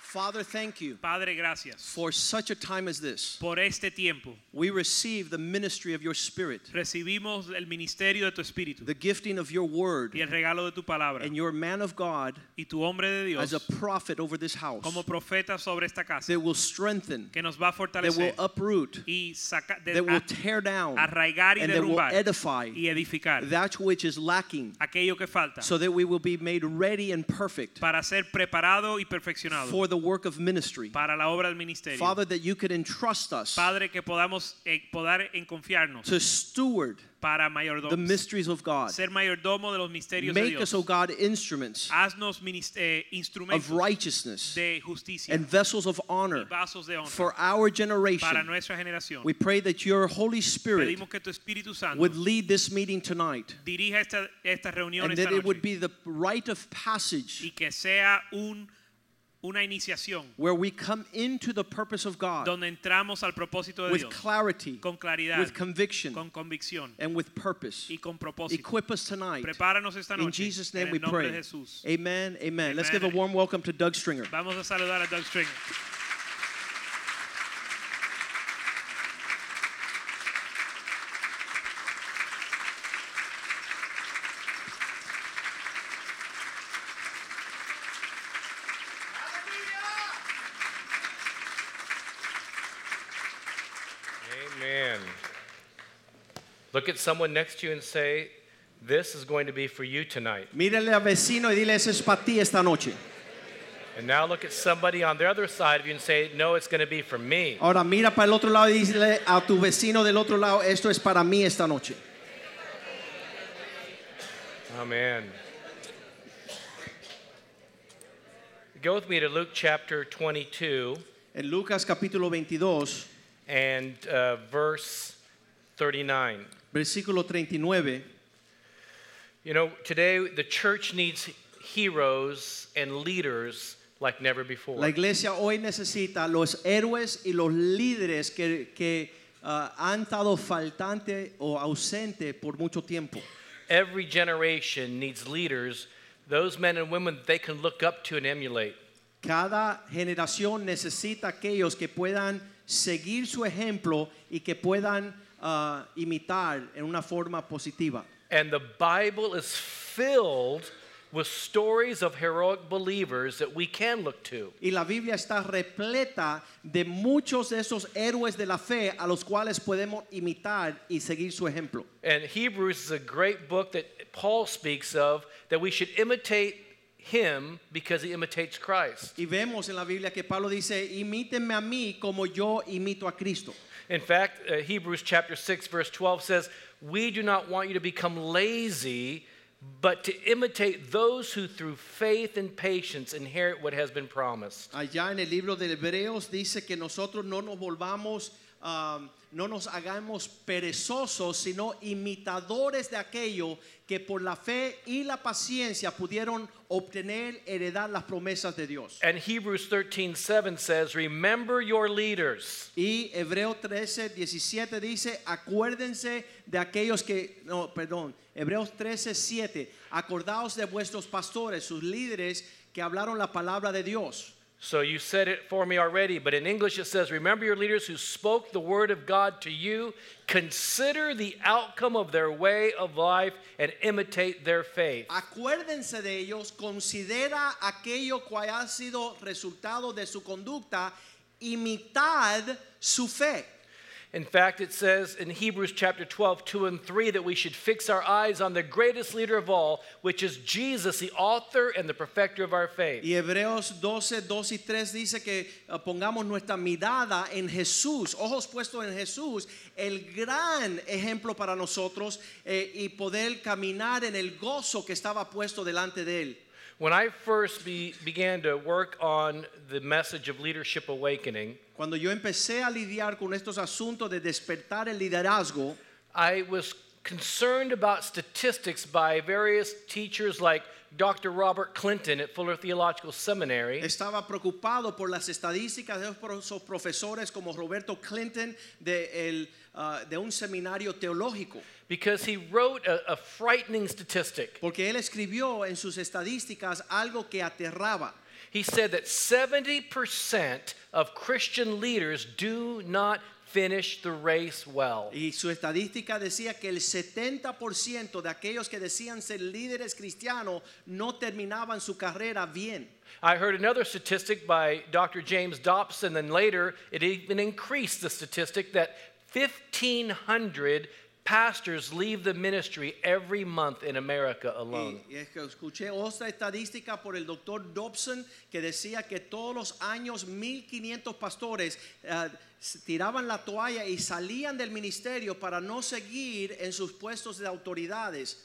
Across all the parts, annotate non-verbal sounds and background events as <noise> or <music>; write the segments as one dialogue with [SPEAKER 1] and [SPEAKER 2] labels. [SPEAKER 1] Father, thank you
[SPEAKER 2] Padre, gracias
[SPEAKER 1] for such a time as this.
[SPEAKER 2] por este tiempo.
[SPEAKER 1] We receive the ministry of your spirit,
[SPEAKER 2] Recibimos el ministerio de tu espíritu
[SPEAKER 1] the gifting of your
[SPEAKER 2] y
[SPEAKER 1] word,
[SPEAKER 2] el regalo de tu palabra
[SPEAKER 1] and your man of God
[SPEAKER 2] y tu hombre de
[SPEAKER 1] as a
[SPEAKER 2] Dios
[SPEAKER 1] prophet over this house
[SPEAKER 2] como profeta sobre esta casa
[SPEAKER 1] that will strengthen,
[SPEAKER 2] que nos va a
[SPEAKER 1] that will
[SPEAKER 2] fortalecer
[SPEAKER 1] uproot,
[SPEAKER 2] y saca- de-
[SPEAKER 1] that will
[SPEAKER 2] a-
[SPEAKER 1] tear down,
[SPEAKER 2] arraigar y
[SPEAKER 1] and that will
[SPEAKER 2] derrumbar
[SPEAKER 1] edify
[SPEAKER 2] y edificar
[SPEAKER 1] that which is lacking,
[SPEAKER 2] aquello que falta
[SPEAKER 1] so that we will be made ready and perfect
[SPEAKER 2] para ser preparado y perfeccionado
[SPEAKER 1] for the work of ministry.
[SPEAKER 2] para la obra del ministerio.
[SPEAKER 1] Father, that you could entrust us
[SPEAKER 2] Padre, que podamos eh, poder en confiarnos
[SPEAKER 1] to steward
[SPEAKER 2] para
[SPEAKER 1] the
[SPEAKER 2] mayordomo,
[SPEAKER 1] mysteries of God.
[SPEAKER 2] ser mayordomo de los misterios de
[SPEAKER 1] Make us,
[SPEAKER 2] Dios.
[SPEAKER 1] O God, instruments
[SPEAKER 2] Haznos minis- eh,
[SPEAKER 1] of
[SPEAKER 2] instrumentos
[SPEAKER 1] righteousness
[SPEAKER 2] de justicia
[SPEAKER 1] and vessels of honor
[SPEAKER 2] y vasos de honra.
[SPEAKER 1] for our
[SPEAKER 2] para
[SPEAKER 1] generation.
[SPEAKER 2] nuestra generación.
[SPEAKER 1] We pray that your Holy Spirit
[SPEAKER 2] Pedimos que tu Espíritu Santo
[SPEAKER 1] would lead this meeting tonight
[SPEAKER 2] dirija esta, esta reunión
[SPEAKER 1] and
[SPEAKER 2] esta
[SPEAKER 1] that it would
[SPEAKER 2] noche
[SPEAKER 1] be the rite of
[SPEAKER 2] y
[SPEAKER 1] passage
[SPEAKER 2] que sea un, una iniciación
[SPEAKER 1] where we come into the purpose of God
[SPEAKER 2] donde entramos al propósito de
[SPEAKER 1] with
[SPEAKER 2] Dios
[SPEAKER 1] clarity,
[SPEAKER 2] con claridad,
[SPEAKER 1] with conviction,
[SPEAKER 2] con convicción
[SPEAKER 1] and with purpose.
[SPEAKER 2] y con propósito.
[SPEAKER 1] Equip us tonight.
[SPEAKER 2] Prepáranos esta
[SPEAKER 1] In
[SPEAKER 2] noche
[SPEAKER 1] Jesus'
[SPEAKER 2] en
[SPEAKER 1] name
[SPEAKER 2] el
[SPEAKER 1] we
[SPEAKER 2] nombre de
[SPEAKER 1] pray.
[SPEAKER 2] Jesús.
[SPEAKER 1] Amen. Amen. Let's give a
[SPEAKER 2] Amen.
[SPEAKER 1] warm welcome to Doug Stringer.
[SPEAKER 2] Vamos a saludar a Doug Stringer.
[SPEAKER 3] Amen. Look at someone next to you and say, This is going to be for you tonight.
[SPEAKER 1] Mírale al vecino y dile, eso es para ti esta noche.
[SPEAKER 3] And now look at somebody on the other side of you and say, No, it's going to be for me.
[SPEAKER 1] Ahora mira para el otro lado y dile a tu vecino del otro lado, esto es para mí esta noche.
[SPEAKER 3] Amen. Go with me to Luke chapter 22
[SPEAKER 1] En Lucas capítulo 22,
[SPEAKER 3] and uh, verse 39.
[SPEAKER 1] versículo 39,
[SPEAKER 3] You know, today the church needs heroes and leaders like never before.
[SPEAKER 1] la iglesia hoy necesita los héroes y los líderes que, que, ah, han estado faltante o ausente por mucho tiempo.
[SPEAKER 3] Every generation needs leaders, those men and women that they can look up to and emulate.
[SPEAKER 1] Cada generación necesita aquellos que puedan seguir su ejemplo y que puedan ah, imitar en una forma positiva.
[SPEAKER 3] And the Bible is filled with stories of heroic believers that we can look to.
[SPEAKER 1] Y la Biblia está repleta de muchos de esos héroes de la fe a los cuales podemos imitar y seguir su ejemplo.
[SPEAKER 3] And Hebrews is a great book that Paul speaks of that we should imitate him because he imitates Christ.
[SPEAKER 1] Y vemos en la Biblia que Pablo dice, imítenme a mí como yo imito a Cristo.
[SPEAKER 3] In fact, uh, Hebrews chapter 6 verse 12 says, "We do not want you to become lazy, but to imitate those who through faith and patience inherit what has been promised."
[SPEAKER 1] Allá en el libro de Hebreos dice que nosotros no nos volvamos, um, no nos hagamos perezosos, sino imitadores de aquello que por la fe y la paciencia pudieron obtener, heredar las promesas de Dios.
[SPEAKER 3] And Hebrews 13:7 says, "Remember your leaders."
[SPEAKER 1] Y Hebreo 13, 17 dice, acuérdense de aquellos que, no, perdón, Hebreos 13, 7, acordaos de vuestros pastores, sus líderes que hablaron la palabra de Dios.
[SPEAKER 3] So you said it for me already, but in English it says, Remember your leaders who spoke the word of God to you, consider the outcome of their way of life, and imitate their faith.
[SPEAKER 1] Acuérdense de ellos, considera aquello cual ha sido resultado de su conducta, imitad su fe.
[SPEAKER 3] In fact, it says in Hebrews chapter 12, 2 and 3, that we should fix our eyes on the greatest leader of all, which is Jesus, the author and the perfecter of our faith.
[SPEAKER 1] Y Hebreos 12, 2 y 3 dice que eh, pongamos nuestra mirada en Jesús, ojos puestos en Jesús, el gran ejemplo para nosotros eh, y poder caminar en el gozo que estaba puesto delante de él.
[SPEAKER 3] When I first be, began to work on the message of leadership awakening,
[SPEAKER 1] Cuando yo empecé a lidiar con estos asuntos de despertar el liderazgo,
[SPEAKER 3] I was concerned about statistics by various teachers like Dr. Robert Clinton at Fuller Theological Seminary.
[SPEAKER 1] estaba preocupado por las estadísticas de esos pro- esos profesores como Roberto Clinton de, el, ah, de un seminario teológico,
[SPEAKER 3] because he wrote a, a frightening statistic.
[SPEAKER 1] porque él escribió en sus estadísticas algo que aterraba.
[SPEAKER 3] He said that 70% of Christian leaders do not finish the race well.
[SPEAKER 1] Y su estadística decía que el 70% de aquellos que decían ser líderes cristianos no terminaban su carrera bien.
[SPEAKER 3] I heard another statistic by Dr. James Dobson, and later it even increased the statistic that 1,500 pastors leave the ministry every month in America alone.
[SPEAKER 1] Y es que escuché otra estadística por el doctor Dobson que decía que todos los años 1500 pastores ah, s- tiraban la toalla y salían del ministerio para no seguir en sus puestos de autoridades.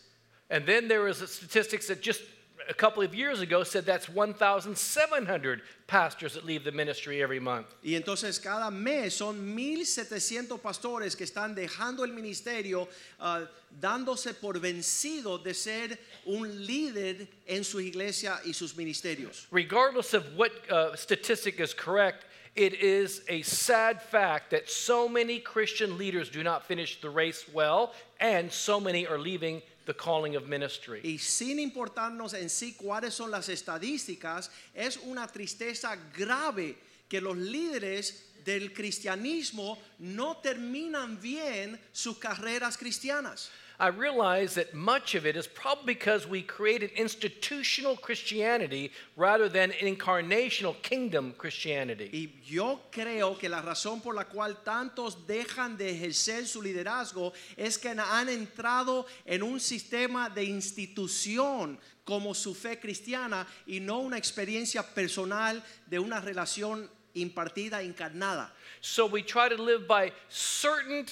[SPEAKER 3] And then there was statistics that just a couple of years ago said that's 1,700 pastors that leave the ministry every month.
[SPEAKER 1] Y entonces cada mes son 1700 pastores que están dejando el ministerio, ah, dándose por vencido de ser un líder en su iglesia y sus ministerios.
[SPEAKER 3] Regardless of what uh, statistic is correct, it is a sad fact that so many Christian leaders do not finish the race well, and so many are leaving the calling of ministry.
[SPEAKER 1] Y sin importarnos en sí cuáles son las estadísticas, es una tristeza grave que los líderes del cristianismo no terminan bien sus carreras cristianas.
[SPEAKER 3] I realize that much of it is probably because we created institutional Christianity rather than incarnational kingdom Christianity.
[SPEAKER 1] Y yo creo que la razón por la cual tantos dejan de ejercer su liderazgo es que han entrado en un sistema de institución como su fe cristiana y no una experiencia personal de una relación impartida, encarnada.
[SPEAKER 3] So we try to live by certain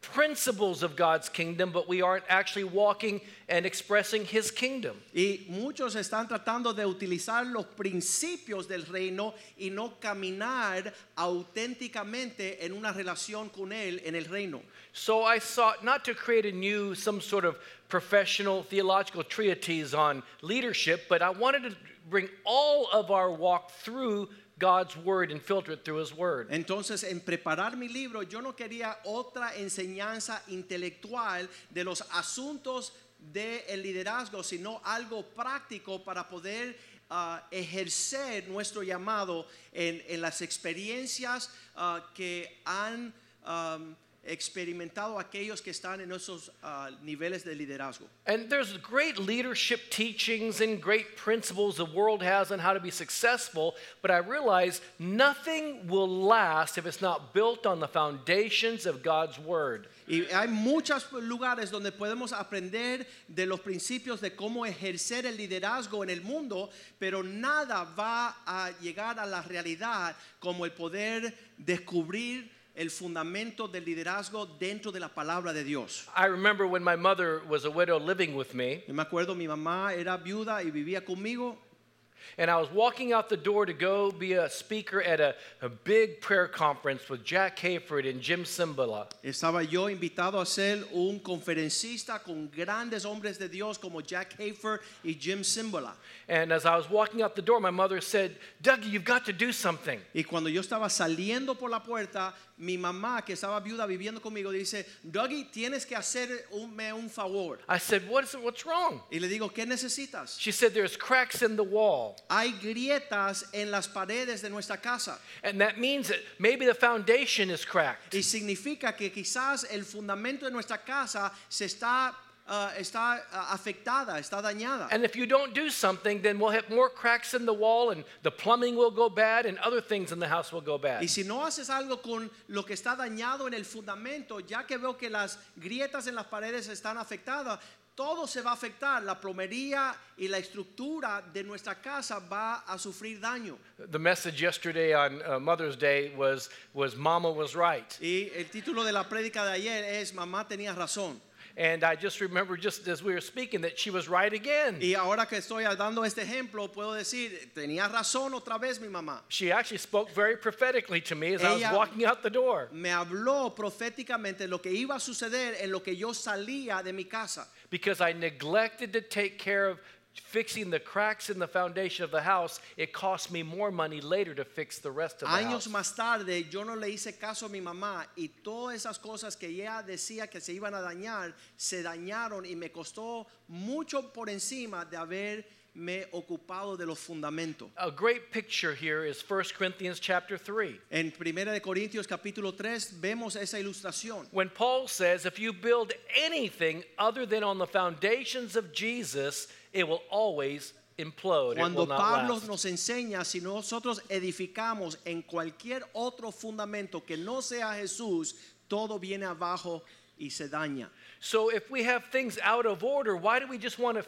[SPEAKER 3] principles of God's kingdom, but we aren't actually walking and expressing His kingdom.
[SPEAKER 1] Y muchos están tratando de utilizar los principios del reino y no caminar auténticamente en una relación con él en el reino.
[SPEAKER 3] So I sought not to create a new, some sort of professional theological treatise on leadership, but I wanted to bring all of our walk through God's word and filter it through His word.
[SPEAKER 1] Entonces, en preparar mi libro, yo no quería otra enseñanza intelectual de los asuntos del liderazgo, sino algo práctico para poder ah, ejercer nuestro llamado en, en las experiencias ah, que han am, experimentado aquellos que están en esos ah, niveles de liderazgo.
[SPEAKER 3] And there's great leadership teachings and great principles the world has on how to be successful, but I realize nothing will last if it's not built on the foundations of God's Word.
[SPEAKER 1] Y hay muchos lugares donde podemos aprender de los principios de cómo ejercer el liderazgo en el mundo, pero nada va a llegar a la realidad como el poder descubrir el fundamento del liderazgo dentro de la palabra de Dios.
[SPEAKER 3] I remember when my mother was a widow living with me,
[SPEAKER 1] Yo me acuerdo, mi mamá era viuda y vivía conmigo.
[SPEAKER 3] and I was walking out the door to go be a speaker at a, a big prayer conference with Jack Hayford and Jim Cimbala.
[SPEAKER 1] Estaba yo invitado a ser un conferencista con grandes hombres de Dios como Jack Hafer y Jim Cimbala.
[SPEAKER 3] And as I was walking out the door, my mother said, Dougie, you've got to do something.
[SPEAKER 1] Y cuando yo estaba saliendo por la puerta, mi mamá, que estaba viuda viviendo conmigo, dice, Dougie, tienes que hacerme un, me un favor.
[SPEAKER 3] I said, what is it, What's wrong?
[SPEAKER 1] Y le digo, ¿qué necesitas?
[SPEAKER 3] She said, There's cracks in the wall.
[SPEAKER 1] Hay grietas en las paredes de nuestra casa.
[SPEAKER 3] And that means that maybe the foundation is cracked.
[SPEAKER 1] Y significa que quizás el fundamento de nuestra casa se está, ah, está ah, afectada, está dañada.
[SPEAKER 3] And if you don't do something, then we'll have more cracks in the wall, and the plumbing will go bad, and other things in the house will go
[SPEAKER 1] Y
[SPEAKER 3] bad.
[SPEAKER 1] si no haces algo con lo que está dañado en el fundamento, ya que veo que las grietas en las paredes están afectadas, todo se va a afectar, la plomería y la estructura de nuestra casa va a sufrir daño.
[SPEAKER 3] The message yesterday on uh, Mother's Day was, was Mama was right.
[SPEAKER 1] Y el título de la prédica de ayer es Mamá tenía razón.
[SPEAKER 3] And I just remember, just as we were speaking, that she was right again.
[SPEAKER 1] Y ahora que estoy dando este ejemplo, puedo decir, tenía razón otra vez mi mamá.
[SPEAKER 3] She actually spoke very prophetically to me as I was
[SPEAKER 1] Ella-
[SPEAKER 3] walking out the door.
[SPEAKER 1] Me habló proféticamente lo que iba a suceder en lo que yo salía de mi casa.
[SPEAKER 3] Because I neglected to take care of fixing the cracks in the foundation of the house, it cost me more money later to fix the rest of the
[SPEAKER 1] Años
[SPEAKER 3] house.
[SPEAKER 1] más tarde yo no le hice caso a mi mamá y todas esas cosas que ella decía que se iban a dañar, se dañaron y me costó mucho por encima de haberme ocupado de los fundamentos.
[SPEAKER 3] A great picture here is 1 Corinthians chapter 3.
[SPEAKER 1] En 1 de Corintios capítulo 3 vemos esa ilustración.
[SPEAKER 3] When Paul says, if you build anything other than on the foundations of Jesus, it will always implode. it will
[SPEAKER 1] Cuando
[SPEAKER 3] not
[SPEAKER 1] Pablo
[SPEAKER 3] last.
[SPEAKER 1] nos enseña, si nosotros edificamos en cualquier otro fundamento que no sea Jesús, todo viene abajo y se daña.
[SPEAKER 3] So if we have things out of order, why do we just want to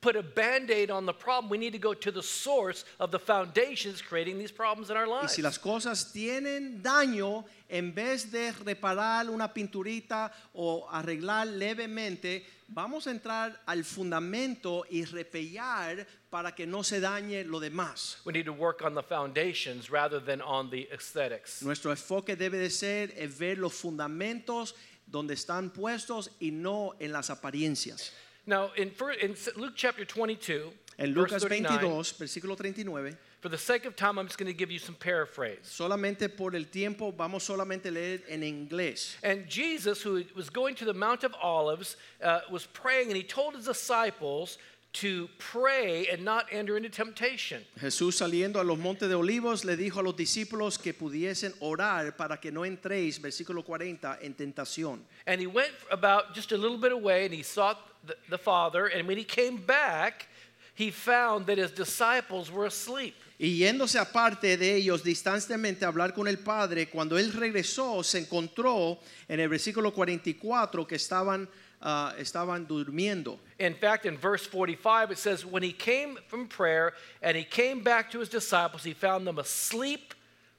[SPEAKER 3] put a band-aid on the problem? We need to go to the source of the foundations creating these problems in our
[SPEAKER 1] Y
[SPEAKER 3] lives.
[SPEAKER 1] si las cosas tienen daño, en vez de reparar una pinturita o arreglar levemente, vamos a entrar al fundamento y repellar para que no se dañe lo demás.
[SPEAKER 3] We need to work on the foundations rather than on the aesthetics.
[SPEAKER 1] Nuestro enfoque debe de ser es ver los fundamentos donde están puestos y no en las apariencias.
[SPEAKER 3] Now, in, fir- in S- Luke chapter 22,
[SPEAKER 1] En
[SPEAKER 3] verse
[SPEAKER 1] Lucas
[SPEAKER 3] 39,
[SPEAKER 1] 22, versículo 39,
[SPEAKER 3] for the sake of time, I'm just going to give you some paraphrase.
[SPEAKER 1] solamente por el tiempo vamos solamente a leer en inglés.
[SPEAKER 3] And Jesus, who was going to the Mount of Olives, uh, was praying, and he told his disciples to pray and not enter into temptation.
[SPEAKER 1] Jesús saliendo a los montes de olivos le dijo a los discípulos que pudiesen orar para que no entréis, versículo 40, en tentación.
[SPEAKER 3] And he went about just a little bit away and he sought the, the Father. And when he came back, he found that his disciples were asleep.
[SPEAKER 1] Y yéndose aparte de ellos distantemente a hablar con el Padre, cuando él regresó se encontró en el versículo 44 que estaban, ah, estaban durmiendo.
[SPEAKER 3] In fact, in verse 45, it says, When he came from prayer and he came back to his disciples, he found them asleep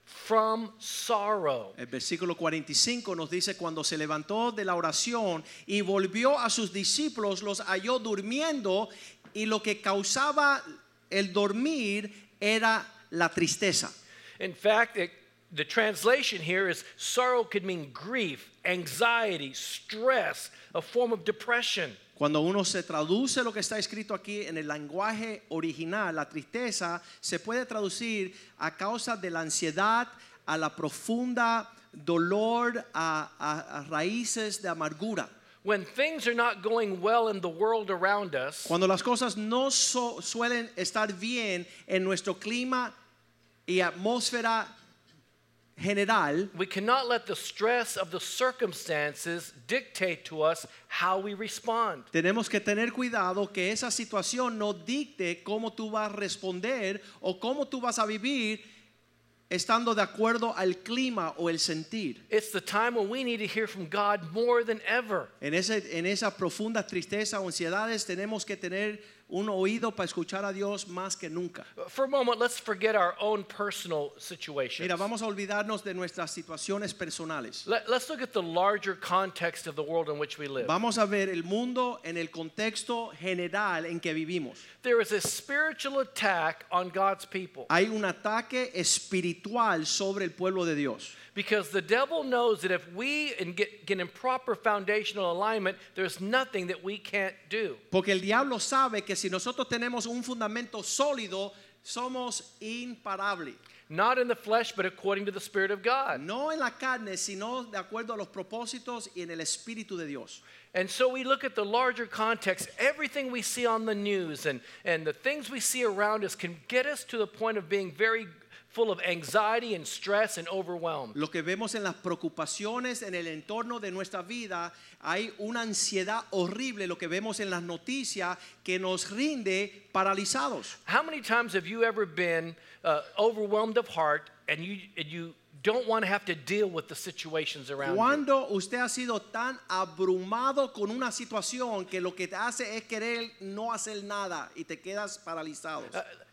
[SPEAKER 3] from sorrow.
[SPEAKER 1] El versículo 45 nos dice, cuando se levantó de la oración y volvió a sus discípulos, los halló durmiendo y lo que causaba el dormir era la tristeza.
[SPEAKER 3] In fact, it, the translation here is sorrow could mean grief, anxiety, stress, a form of depression.
[SPEAKER 1] Cuando uno se traduce lo que está escrito aquí en el lenguaje original, la tristeza se puede traducir a causa de la ansiedad, a la profunda dolor, a, a- a raíces de amargura.
[SPEAKER 3] When things are not going well in the world around us,
[SPEAKER 1] Cuando las cosas no so- suelen estar bien en nuestro clima y atmósfera general,
[SPEAKER 3] We cannot let the stress of the circumstances dictate to us how we respond.
[SPEAKER 1] tenemos que tener cuidado que esa situación no dicte cómo tú vas a responder o cómo tú vas a vivir estando de acuerdo al clima o el sentir.
[SPEAKER 3] It's the time when we need to hear from God more than ever.
[SPEAKER 1] En, ese, en esa profunda tristeza o ansiedades tenemos que tener un oído para escuchar a Dios más que nunca.
[SPEAKER 3] For a moment, let's forget our own personal situations.
[SPEAKER 1] Mira, vamos a olvidarnos de nuestras situaciones personales.
[SPEAKER 3] Let, us look at the larger context of the world in which we live.
[SPEAKER 1] Vamos a ver el mundo en el contexto general en que vivimos.
[SPEAKER 3] There is a spiritual attack on God's people
[SPEAKER 1] Hay un ataque espiritual sobre el pueblo de Dios.
[SPEAKER 3] because the devil knows that if we and get, get in proper foundational alignment, there's nothing that we can't do.
[SPEAKER 1] Porque el diablo sabe que si nosotros tenemos un fundamento sólido, somos imparables.
[SPEAKER 3] Not in the flesh, but according to the Spirit of God.
[SPEAKER 1] No en la carne, sino de acuerdo a los propósitos y en el espíritu de Dios.
[SPEAKER 3] And so we look at the larger context. Everything we see on the news and, and the things we see around us can get us to the point of being very full of anxiety and stress and overwhelmed.
[SPEAKER 1] Lo que vemos en las preocupaciones, en el entorno de nuestra vida, hay una ansiedad horrible, lo que vemos en las noticias, que nos rinde paralizados.
[SPEAKER 3] How many times have you ever been uh, overwhelmed of heart and you, and you don't want to have to deal with the situations around you?
[SPEAKER 1] Cuando usted ha sido tan abrumado con una situación que lo que te hace es querer no hacer nada y te quedas paralizado.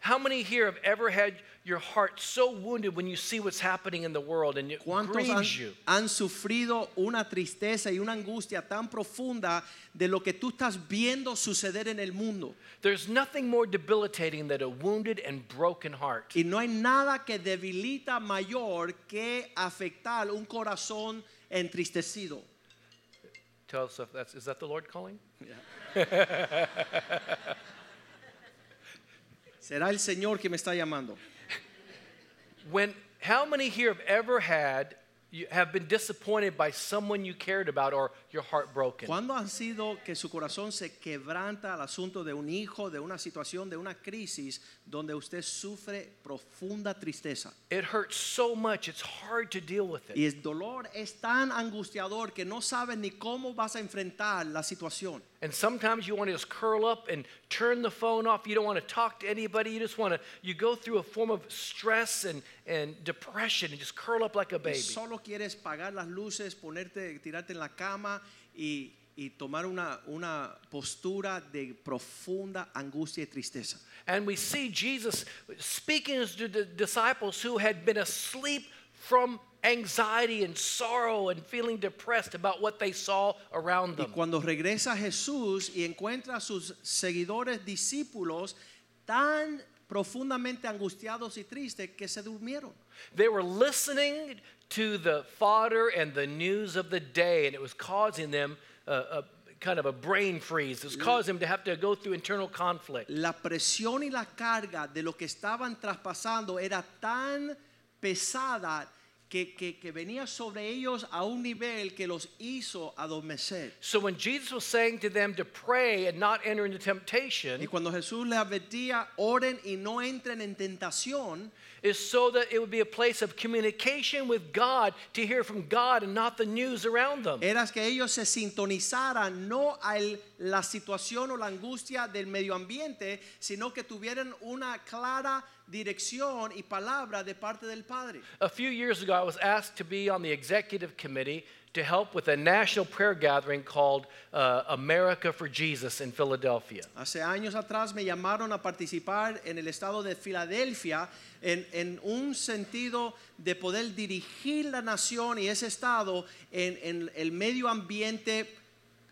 [SPEAKER 3] How many here have ever had your heart so wounded when you see what's happening in the world and it
[SPEAKER 1] ¿Cuántos han,
[SPEAKER 3] grieves you?
[SPEAKER 1] han sufrido una tristeza y una angustia tan profunda de lo que tú estás viendo suceder en el mundo?
[SPEAKER 3] There's nothing more debilitating than a wounded and broken heart.
[SPEAKER 1] Y no hay nada que debilita mayor que afectar un corazón entristecido.
[SPEAKER 3] Tell us if that's is that the Lord calling?
[SPEAKER 1] Será el Señor que me está llamando.
[SPEAKER 3] When how many here have ever had you have been disappointed by someone you cared about or your heart broken?
[SPEAKER 1] ¿Cuándo han sido que su corazón se quebranta al asunto de un hijo, de una situación, de una crisis donde usted sufre profunda tristeza?
[SPEAKER 3] It hurts so much it's hard to deal with it.
[SPEAKER 1] Y el dolor es tan angustiador que no sabes ni cómo vas a enfrentar la situación.
[SPEAKER 3] And sometimes you want to just curl up and turn the phone off. You don't want to talk to anybody. You just want to you go through a form of stress and, and depression and just curl up like a
[SPEAKER 1] Y
[SPEAKER 3] baby.
[SPEAKER 1] Solo quieres pagar las luces, ponerte, tirarte en la cama y, y tomar una, una postura de profunda angustia y tristeza.
[SPEAKER 3] And we see Jesus speaking to the disciples who had been asleep from anxiety and sorrow and feeling depressed about what they saw around
[SPEAKER 1] Y
[SPEAKER 3] them.
[SPEAKER 1] cuando regresa Jesús y encuentra a sus seguidores discípulos tan profundamente angustiados y tristes que se durmieron.
[SPEAKER 3] They were listening to the fodder and the news of the day, and it was causing them a, a kind of a brain freeze. It was causing them to have to go through internal conflict.
[SPEAKER 1] La presión y la carga de lo que estaban traspasando era tan pesada que, que- que venía sobre ellos a un nivel que los hizo adormecer.
[SPEAKER 3] So when Jesus was saying to them to pray and not enter into
[SPEAKER 1] Y
[SPEAKER 3] temptation,
[SPEAKER 1] cuando Jesús les advertía, oren y no entren en tentación,
[SPEAKER 3] is so that it would be a place of communication with God to hear from God and not the news around them.
[SPEAKER 1] era que ellos se sintonizaran no a el- la situación o la angustia del medio ambiente, sino que tuvieran una clara dirección y palabra de parte del Padre.
[SPEAKER 3] A few years ago, I was asked to be on the executive committee to help with a national prayer gathering called uh, America for Jesus in Philadelphia.
[SPEAKER 1] Hace años atrás me llamaron a participar en el estado de Filadelfia en, en un sentido de poder dirigir la nación y ese estado en, en el medio ambiente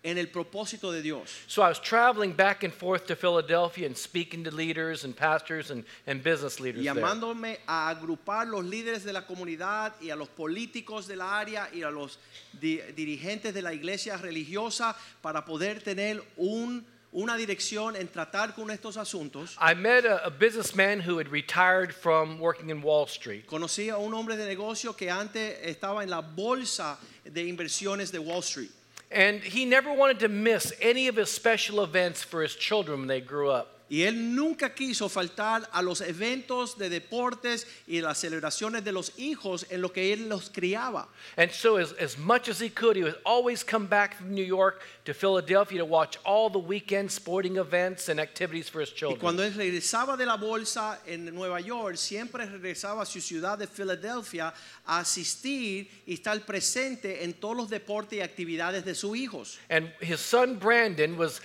[SPEAKER 1] en el propósito de Dios.
[SPEAKER 3] So I was traveling back and forth to Philadelphia and speaking to leaders and pastors and, and business leaders. there.
[SPEAKER 1] llamándome a agrupar los líderes de la comunidad y a los políticos de la área y a los di- dirigentes de la iglesia religiosa para poder tener un- una dirección en tratar con estos asuntos.
[SPEAKER 3] I met a, a businessman who had retired from working in Wall Street.
[SPEAKER 1] Conocí a un hombre de negocio que antes estaba en la bolsa de inversiones de Wall Street.
[SPEAKER 3] And he never wanted to miss any of his special events for his children when they grew up.
[SPEAKER 1] Y él nunca quiso faltar a los eventos de deportes y las celebraciones de los hijos en lo que él los criaba.
[SPEAKER 3] And so, as, as much as he could, he would always come back from New York to Philadelphia to watch all the weekend sporting events and activities for his
[SPEAKER 1] Y
[SPEAKER 3] children.
[SPEAKER 1] cuando él regresaba de la bolsa en Nueva York, siempre regresaba a su ciudad de Filadelfia a asistir y estar presente en todos los deportes y actividades de sus hijos.
[SPEAKER 3] And his son Brandon was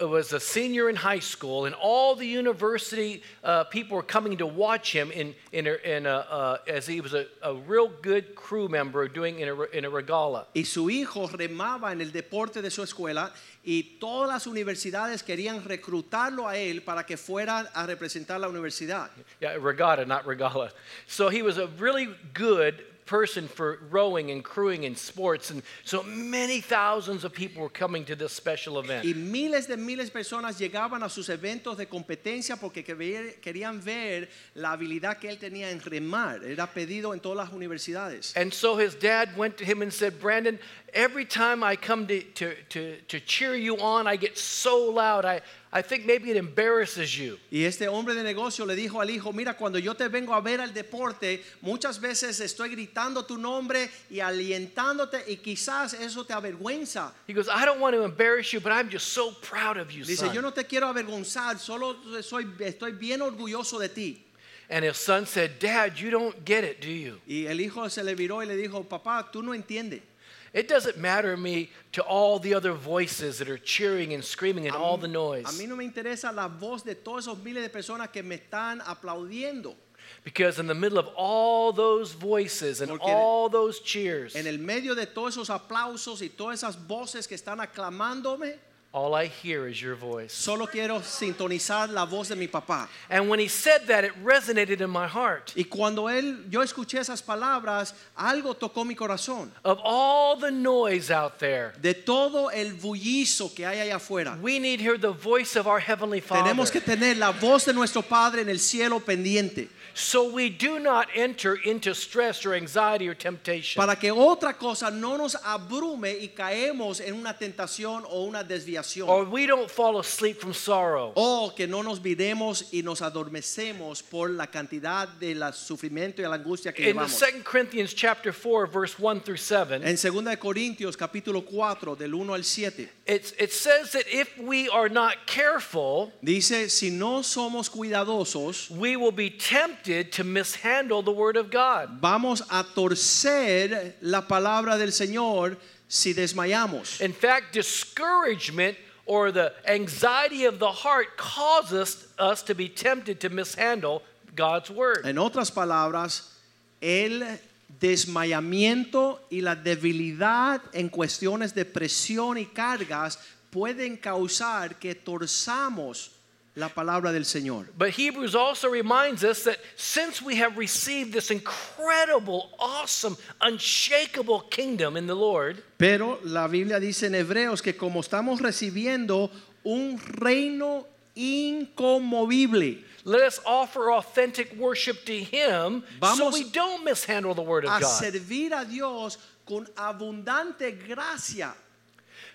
[SPEAKER 3] was a senior in high school, and all the university uh, people were coming to watch him in in, a, in a, uh, as he was a, a real good crew member doing in a, in a regala.
[SPEAKER 1] Y su hijo remaba en el deporte de su escuela y todas las universidades querían reclutarlo a él para que fuera a representar la universidad.
[SPEAKER 3] Yeah, regatta, not regala. So he was a really good person for rowing and crewing and sports, and so many thousands of people were coming to this special event.
[SPEAKER 1] Y miles de miles de personas llegaban a sus eventos de competencia porque que ve- querían ver la habilidad que él tenía en remar. Era pedido en todas las universidades.
[SPEAKER 3] And so his dad went to him and said, Brandon, every time I come to, to, to, to cheer you on, I get so loud. I, I think maybe it embarrasses you.
[SPEAKER 1] Y este hombre de negocio le dijo al hijo, mira, cuando yo te vengo a ver al deporte, muchas veces estoy gritando tu nombre y alientándote y quizás eso te avergüenza.
[SPEAKER 3] He goes, I don't want to embarrass you, but I'm just so proud of you,
[SPEAKER 1] Le dice, yo
[SPEAKER 3] son.
[SPEAKER 1] no te quiero avergonzar, solo soy, estoy bien orgulloso de ti.
[SPEAKER 3] And his son said, Dad, you don't get it, do you?
[SPEAKER 1] Y el hijo se le viró y le dijo, papá, tú no entiendes.
[SPEAKER 3] It doesn't matter to me to all the other voices that are cheering and screaming and all
[SPEAKER 1] A
[SPEAKER 3] the noise.
[SPEAKER 1] mí no me interesa la voz de todos esos miles de personas que me están aplaudiendo.
[SPEAKER 3] Because in the middle of all those voices and
[SPEAKER 1] Porque en el-
[SPEAKER 3] all those cheers,
[SPEAKER 1] En el medio de todos esos aplausos y todas esas voces que están aclamándome,
[SPEAKER 3] all I hear is your voice.
[SPEAKER 1] solo quiero sintonizar la voz de mi papá.
[SPEAKER 3] And when he said that, it resonated in my heart.
[SPEAKER 1] Y cuando él, yo escuché esas palabras, algo tocó mi corazón.
[SPEAKER 3] Of all the noise out there,
[SPEAKER 1] De todo el bullizo que hay allá afuera,
[SPEAKER 3] we need to hear the voice of our Heavenly
[SPEAKER 1] tenemos que
[SPEAKER 3] Father.
[SPEAKER 1] tener la voz de nuestro Padre en el cielo pendiente
[SPEAKER 3] So we do not enter into stress or anxiety or temptation.
[SPEAKER 1] para que otra cosa no nos abrume y caemos en una tentación o una desviación.
[SPEAKER 3] Or we don't fall asleep from sorrow.
[SPEAKER 1] O que no nos viremos y nos adormecemos por la cantidad de la sufrimiento y la angustia que
[SPEAKER 3] In
[SPEAKER 1] llevamos.
[SPEAKER 3] 2 Corinthians chapter 4, verse 1 through 7,
[SPEAKER 1] En 2 de Corintios capítulo 4 del 1 al 7
[SPEAKER 3] It's, it says that if we are not careful,
[SPEAKER 1] dice, si no somos cuidadosos,
[SPEAKER 3] we will be tempted to mishandle the word of God.
[SPEAKER 1] vamos a torcer la palabra del Señor si desmayamos.
[SPEAKER 3] In fact, discouragement or the anxiety of the heart causes us to be tempted to mishandle God's word.
[SPEAKER 1] En otras palabras, el desmayamiento y la debilidad en cuestiones de presión y cargas pueden causar que torzamos la palabra del Señor.
[SPEAKER 3] But Hebrews also reminds us that since we have received this incredible, awesome, unshakable kingdom in the Lord,
[SPEAKER 1] Pero la Biblia dice en Hebreos que como estamos recibiendo un reino inconmovible,
[SPEAKER 3] let us offer authentic worship to Him so
[SPEAKER 1] Vamos
[SPEAKER 3] we don't mishandle the word of
[SPEAKER 1] a
[SPEAKER 3] God.
[SPEAKER 1] servir a Dios con abundante gracia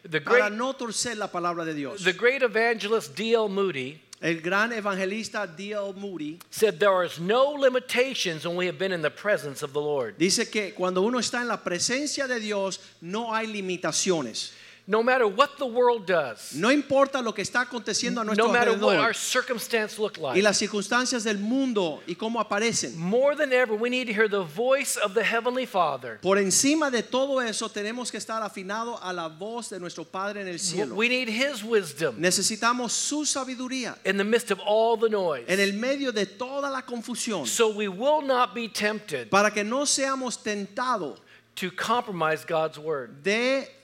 [SPEAKER 3] The
[SPEAKER 1] para
[SPEAKER 3] great
[SPEAKER 1] no torcer la palabra de Dios.
[SPEAKER 3] The great evangelist D.L. Moody
[SPEAKER 1] El gran evangelista D.L. Moody
[SPEAKER 3] said, There is no limitations when we have been in the presence of the Lord.
[SPEAKER 1] Dice que cuando uno está en la presencia de Dios no hay limitaciones.
[SPEAKER 3] No matter what the world does,
[SPEAKER 1] No importa lo que está aconteciendo a nuestro
[SPEAKER 3] no matter what our
[SPEAKER 1] alrededor
[SPEAKER 3] circumstance look
[SPEAKER 1] y
[SPEAKER 3] like,
[SPEAKER 1] las circunstancias del mundo y cómo aparecen.
[SPEAKER 3] more than ever, we need to hear the voice of the Heavenly Father.
[SPEAKER 1] Por encima de todo eso tenemos que estar afinado a la voz de nuestro Padre en el cielo.
[SPEAKER 3] We need His wisdom
[SPEAKER 1] Necesitamos su sabiduría
[SPEAKER 3] in the midst of all the
[SPEAKER 1] en
[SPEAKER 3] noise.
[SPEAKER 1] el medio de toda la confusión
[SPEAKER 3] So we will not be tempted
[SPEAKER 1] para que no seamos tentados
[SPEAKER 3] to compromise God's word.
[SPEAKER 1] de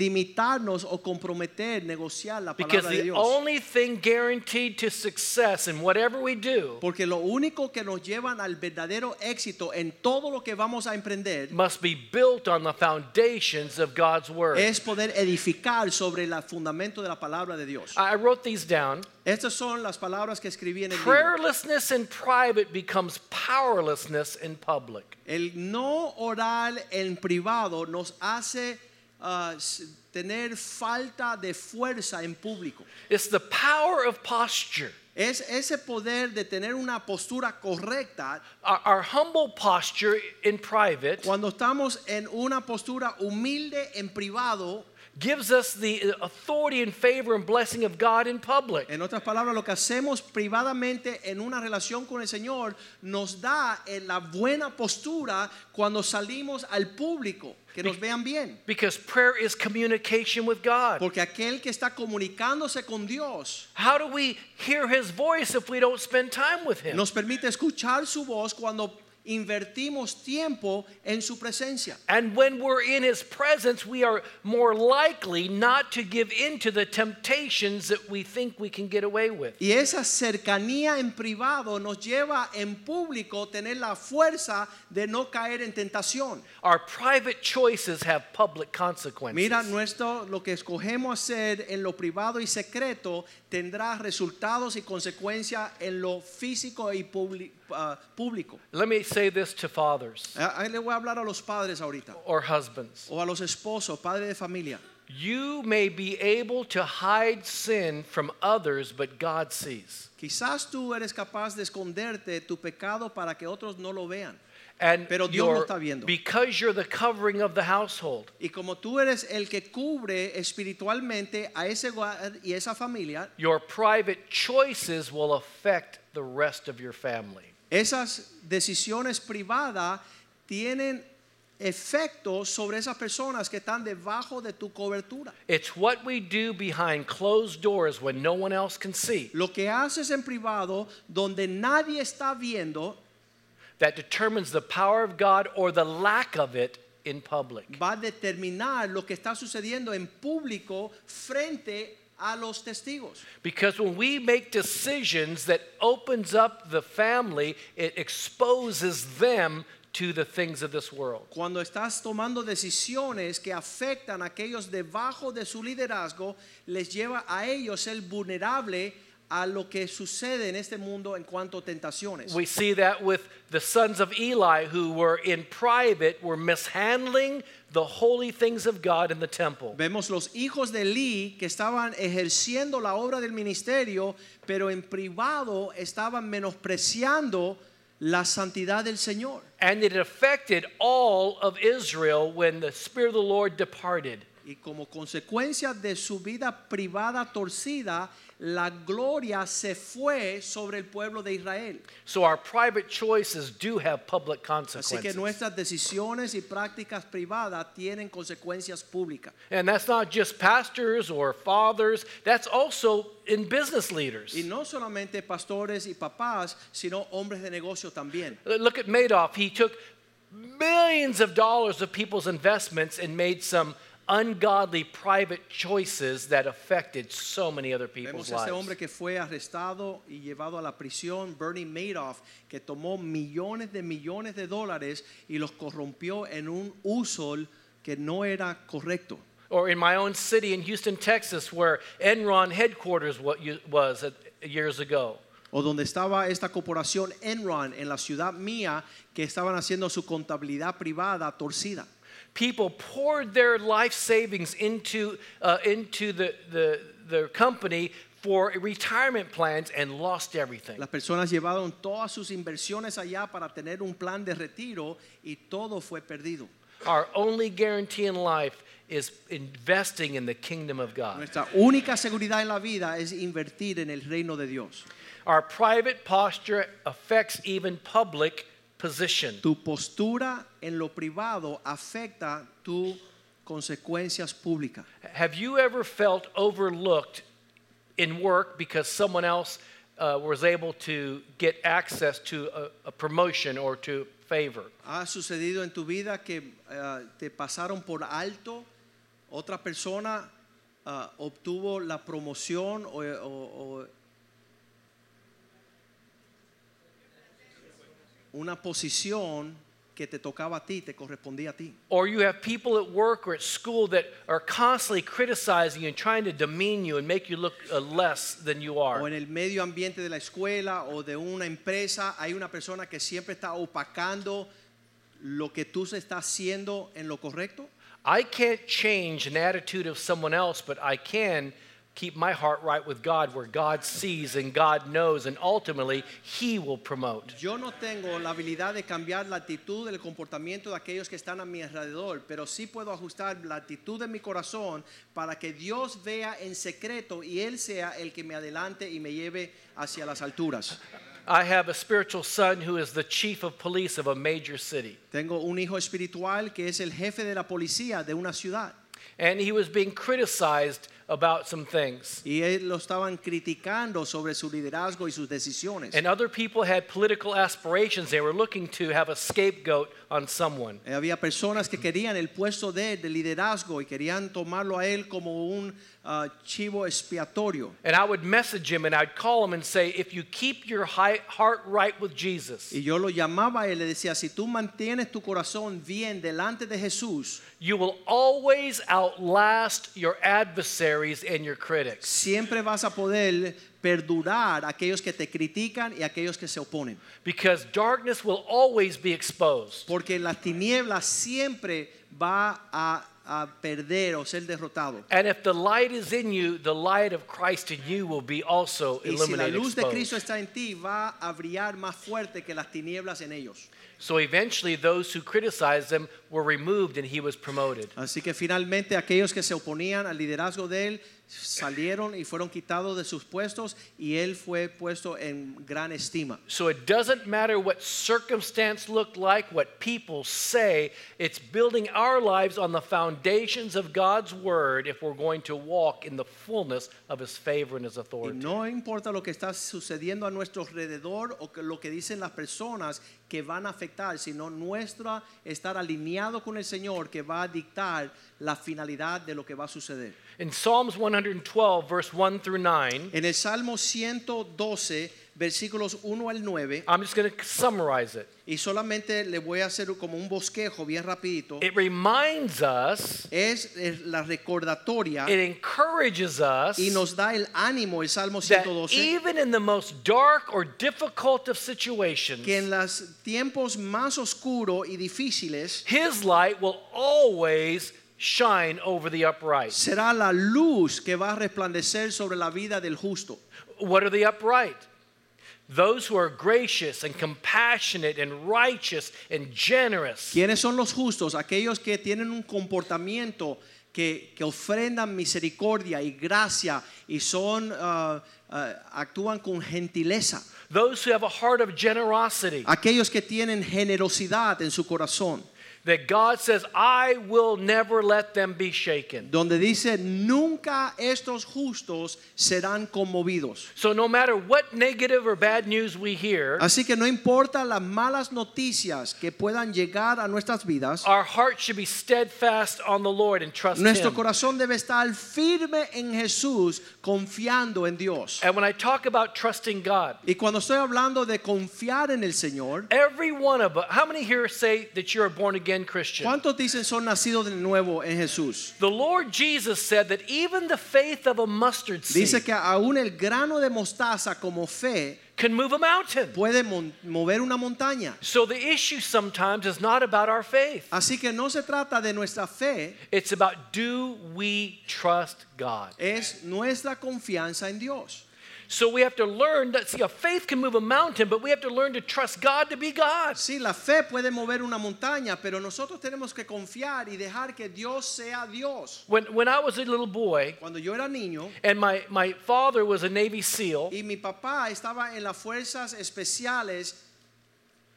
[SPEAKER 1] limitarnos o comprometer, negociar la
[SPEAKER 3] Because
[SPEAKER 1] palabra de
[SPEAKER 3] the
[SPEAKER 1] Dios.
[SPEAKER 3] only thing guaranteed to success in whatever we do
[SPEAKER 1] Porque lo único que nos llevan al verdadero éxito en todo lo que vamos a emprender
[SPEAKER 3] must be built on the foundations of God's word.
[SPEAKER 1] es poder edificar sobre el fundamento de la palabra de Dios.
[SPEAKER 3] I wrote these down.
[SPEAKER 1] Estas son las palabras que escribí en el libro.
[SPEAKER 3] Prayerlessness in private becomes powerlessness in public.
[SPEAKER 1] El no orar en privado nos hace ah, s- tener falta de fuerza en público.
[SPEAKER 3] It's the power of posture.
[SPEAKER 1] Es ese poder de tener una postura correcta
[SPEAKER 3] Our, our humble posture in private
[SPEAKER 1] cuando estamos en una postura humilde en privado.
[SPEAKER 3] gives us the authority and favor and blessing of God in public.
[SPEAKER 1] En otras palabras, lo que hacemos privadamente en una relación con el Señor nos da eh, la buena postura cuando salimos al público, que nos vean bien.
[SPEAKER 3] Because prayer is communication with God.
[SPEAKER 1] Porque aquel que está comunicándose con Dios
[SPEAKER 3] How do we hear His voice if we don't spend time with Him?
[SPEAKER 1] nos permite escuchar su voz cuando invertimos tiempo en su presencia.
[SPEAKER 3] And when we're in His presence, we are more likely not to give in to the temptations that we think we can get away with.
[SPEAKER 1] Y esa cercanía en privado nos lleva en público tener la fuerza de no caer en tentación.
[SPEAKER 3] Our private choices have public consequences.
[SPEAKER 1] Mira, nuestro, lo que escogemos hacer en lo privado y secreto tendrá resultados y consecuencias en lo físico y publi- ah, público.
[SPEAKER 3] Let me say this to fathers
[SPEAKER 1] Eh, Ah, ah, le voy a hablar a los padres ahorita
[SPEAKER 3] or husbands.
[SPEAKER 1] o a los esposos, padres de familia.
[SPEAKER 3] You may be able to hide sin from others, but God sees.
[SPEAKER 1] Quizás tú eres capaz de esconderte tu pecado para que otros no lo vean.
[SPEAKER 3] And
[SPEAKER 1] Pero Dios
[SPEAKER 3] you're-
[SPEAKER 1] lo está viendo.
[SPEAKER 3] because you're the covering of the household,
[SPEAKER 1] Y como tú eres el que cubre espiritualmente a ese hogar y esa familia,
[SPEAKER 3] your private choices will affect the rest of your family.
[SPEAKER 1] esas decisiones privadas tienen efecto sobre esas personas que están debajo de tu cobertura.
[SPEAKER 3] It's what we do behind closed doors when no one else can see
[SPEAKER 1] Lo que haces en privado, donde nadie está viendo,
[SPEAKER 3] that determines the power of God or the lack of it in public.
[SPEAKER 1] va a determinar lo que está sucediendo en público frente a los testigos.
[SPEAKER 3] Because when we make decisions that opens up the family, it exposes them to the things of this world.
[SPEAKER 1] Cuando estás tomando decisiones que afectan a aquellos debajo de su liderazgo, les lleva a ellos el vulnerable a lo que sucede en este mundo en cuanto a tentaciones.
[SPEAKER 3] We see that with the sons of Eli who were in private were mishandling the holy things of God in the temple.
[SPEAKER 1] Vemos los hijos de Lee que estaban ejerciendo la obra del ministerio, pero en privado estaban menospreciando la santidad del Señor.
[SPEAKER 3] And it affected all of Israel when the spirit of the Lord departed.
[SPEAKER 1] Y como consecuencia de su vida privada torcida, la gloria se fue sobre el pueblo de Israel.
[SPEAKER 3] So our private choices do have public
[SPEAKER 1] Así que
[SPEAKER 3] consequences.
[SPEAKER 1] nuestras decisiones y prácticas privadas tienen consecuencias públicas.
[SPEAKER 3] and that's not just pastors or fathers, that's also in business leaders.
[SPEAKER 1] Y no solamente pastores y papás, sino hombres de negocio también.
[SPEAKER 3] Look at Madoff. He took millions of dollars of people's investments and made some ungodly private choices that affected so many other people's
[SPEAKER 1] Vemos a este hombre
[SPEAKER 3] lives.
[SPEAKER 1] que fue arrestado y llevado a la prisión, Bernie Madoff, que tomó millones de millones de dólares y los corrompió en un uso que no era correcto.
[SPEAKER 3] Or in my own city in Houston, Texas, where Enron headquarters wa- you- was at- years ago.
[SPEAKER 1] O donde estaba esta corporación Enron en la ciudad mía, que estaban haciendo su contabilidad privada torcida.
[SPEAKER 3] People poured their life savings into, uh, into the, the, the company for retirement plans and lost everything.
[SPEAKER 1] Las personas llevaron todas sus inversiones allá para tener un plan de retiro y todo fue perdido.
[SPEAKER 3] Our only guarantee in life is investing in the kingdom of God.
[SPEAKER 1] Nuestra única seguridad en la vida es invertir en el reino de Dios.
[SPEAKER 3] Our private posture affects even public position.
[SPEAKER 1] Tu postura en lo privado afecta tus consecuencias públicas.
[SPEAKER 3] Have you ever felt overlooked in work because someone else uh, was able to get access to a, a promotion or to favor?
[SPEAKER 1] ¿Ha sucedido en tu vida que eh, te pasaron por alto? ¿Otra persona ah, obtuvo la promoción o, o- o una posición que te tocaba a ti, te correspondía a ti?
[SPEAKER 3] Or you have people at work or at school that are constantly criticizing you and trying to demean you and make you look uh, less than you
[SPEAKER 1] O
[SPEAKER 3] are.
[SPEAKER 1] en el medio ambiente de la escuela o de una empresa hay una persona que siempre está opacando lo que tú se está haciendo en lo correcto.
[SPEAKER 3] I can't change an attitude of someone else, but I can keep my heart right with God where God sees and God knows, and ultimately He will promote.
[SPEAKER 1] Yo no tengo la habilidad de cambiar la actitud, el comportamiento de aquellos que están a mi alrededor, pero sí puedo ajustar la actitud de mi corazón para que Dios vea en secreto y Él sea el que me adelante y me lleve hacia las alturas.
[SPEAKER 3] I have a spiritual son who is the chief of police of a major city.
[SPEAKER 1] Tengo un hijo espiritual que es el jefe de la policía de una ciudad
[SPEAKER 3] And he was being criticized about some things.
[SPEAKER 1] y él lo estaban criticando sobre su liderazgo y sus decisiones.
[SPEAKER 3] And other people had political aspirations. They were looking to have a scapegoat on someone.
[SPEAKER 1] Eh, Había personas que querían el puesto de él, de liderazgo y querían tomarlo a él como un ah, chivo expiatorio.
[SPEAKER 3] And I would message him and I'd call him and say, If you keep your hi- heart right with Jesus,
[SPEAKER 1] Y yo lo llamaba y le decía, si tú mantienes tu corazón bien delante de Jesús,
[SPEAKER 3] you will always outlast your adversaries and your critics.
[SPEAKER 1] siempre vas a poder perdurar a aquellos que te critican y a aquellos que se oponen.
[SPEAKER 3] Because darkness will always be exposed.
[SPEAKER 1] Porque la tiniebla siempre va a, a perder o ser derrotado.
[SPEAKER 3] And if the light is in you, the light of Christ in you will be also
[SPEAKER 1] Y si la
[SPEAKER 3] illuminated.
[SPEAKER 1] luz de Cristo
[SPEAKER 3] exposed.
[SPEAKER 1] está en ti, va a brillar más fuerte que las tinieblas en ellos.
[SPEAKER 3] So eventually, those who criticized him were removed and he was promoted.
[SPEAKER 1] Así que finalmente aquellos que se oponían al liderazgo de él salieron y fueron quitados de sus puestos y él fue puesto en gran estima.
[SPEAKER 3] So it doesn't matter what circumstance looked like, what people say, it's building our lives on the foundations of God's word if we're going to walk in the fullness of his favor and his
[SPEAKER 1] Y
[SPEAKER 3] authority.
[SPEAKER 1] no importa lo que está sucediendo a nuestro alrededor o que- lo que dicen las personas que van a afectar, sino nuestra estar alineado con el Señor que va a dictar la finalidad de lo que va a suceder.
[SPEAKER 3] In Psalms 112, verse 1 through 9,
[SPEAKER 1] En el Salmo 112, versículos 1 al 9,
[SPEAKER 3] I'm just going to summarize it.
[SPEAKER 1] y solamente le voy a hacer como un bosquejo bien rapidito,
[SPEAKER 3] It reminds us,
[SPEAKER 1] es es la recordatoria
[SPEAKER 3] it encourages us
[SPEAKER 1] y nos da el ánimo el Salmo
[SPEAKER 3] that
[SPEAKER 1] 112
[SPEAKER 3] even in the most dark or difficult of situations,
[SPEAKER 1] que en los tiempos más oscuros y difíciles
[SPEAKER 3] his light will always shine over the upright.
[SPEAKER 1] será la luz que va a resplandecer sobre la vida del justo.
[SPEAKER 3] What are the upright? Those who are gracious and compassionate and righteous and generous.
[SPEAKER 1] ¿Quiénes son los justos? Aquellos que tienen un comportamiento que, que ofrendan misericordia y gracia y son ah, ah, actúan con gentileza.
[SPEAKER 3] Those who have a heart of generosity.
[SPEAKER 1] Aquellos que tienen generosidad en su corazón,
[SPEAKER 3] That God says, I will never let them be shaken.
[SPEAKER 1] donde dice, nunca estos justos serán conmovidos.
[SPEAKER 3] So, no matter what negative or bad news we hear,
[SPEAKER 1] Así que no importa las malas noticias que puedan llegar a nuestras vidas,
[SPEAKER 3] our heart should be steadfast on the Lord and trust
[SPEAKER 1] nuestro
[SPEAKER 3] Him.
[SPEAKER 1] corazón debe estar firme en Jesús, confiando en Dios.
[SPEAKER 3] And when I talk about trusting God,
[SPEAKER 1] Y cuando estoy hablando de confiar en el Señor,
[SPEAKER 3] every one of us, how many here say that you're a born again Christian?
[SPEAKER 1] ¿cuántos dicen son nacidos de nuevo en Jesús?
[SPEAKER 3] The Lord Jesus said that even the faith of a mustard
[SPEAKER 1] Dice
[SPEAKER 3] seed
[SPEAKER 1] que aún el grano de mostaza como fe
[SPEAKER 3] can move a mountain.
[SPEAKER 1] puede mon- mover una montaña.
[SPEAKER 3] So the issue sometimes is not about our faith.
[SPEAKER 1] Así que no se trata de nuestra fe,
[SPEAKER 3] It's about do we trust God?
[SPEAKER 1] es nuestra confianza en Dios.
[SPEAKER 3] So we have to learn that see a faith can move a mountain, but we have to learn to trust God to be God.
[SPEAKER 1] Sí, la fe puede mover una montaña, pero nosotros tenemos que confiar y dejar que Dios sea Dios.
[SPEAKER 3] When when I was a little boy
[SPEAKER 1] Cuando yo era niño
[SPEAKER 3] and my, my father was a Navy SEAL,
[SPEAKER 1] y mi papá estaba en las fuerzas especiales,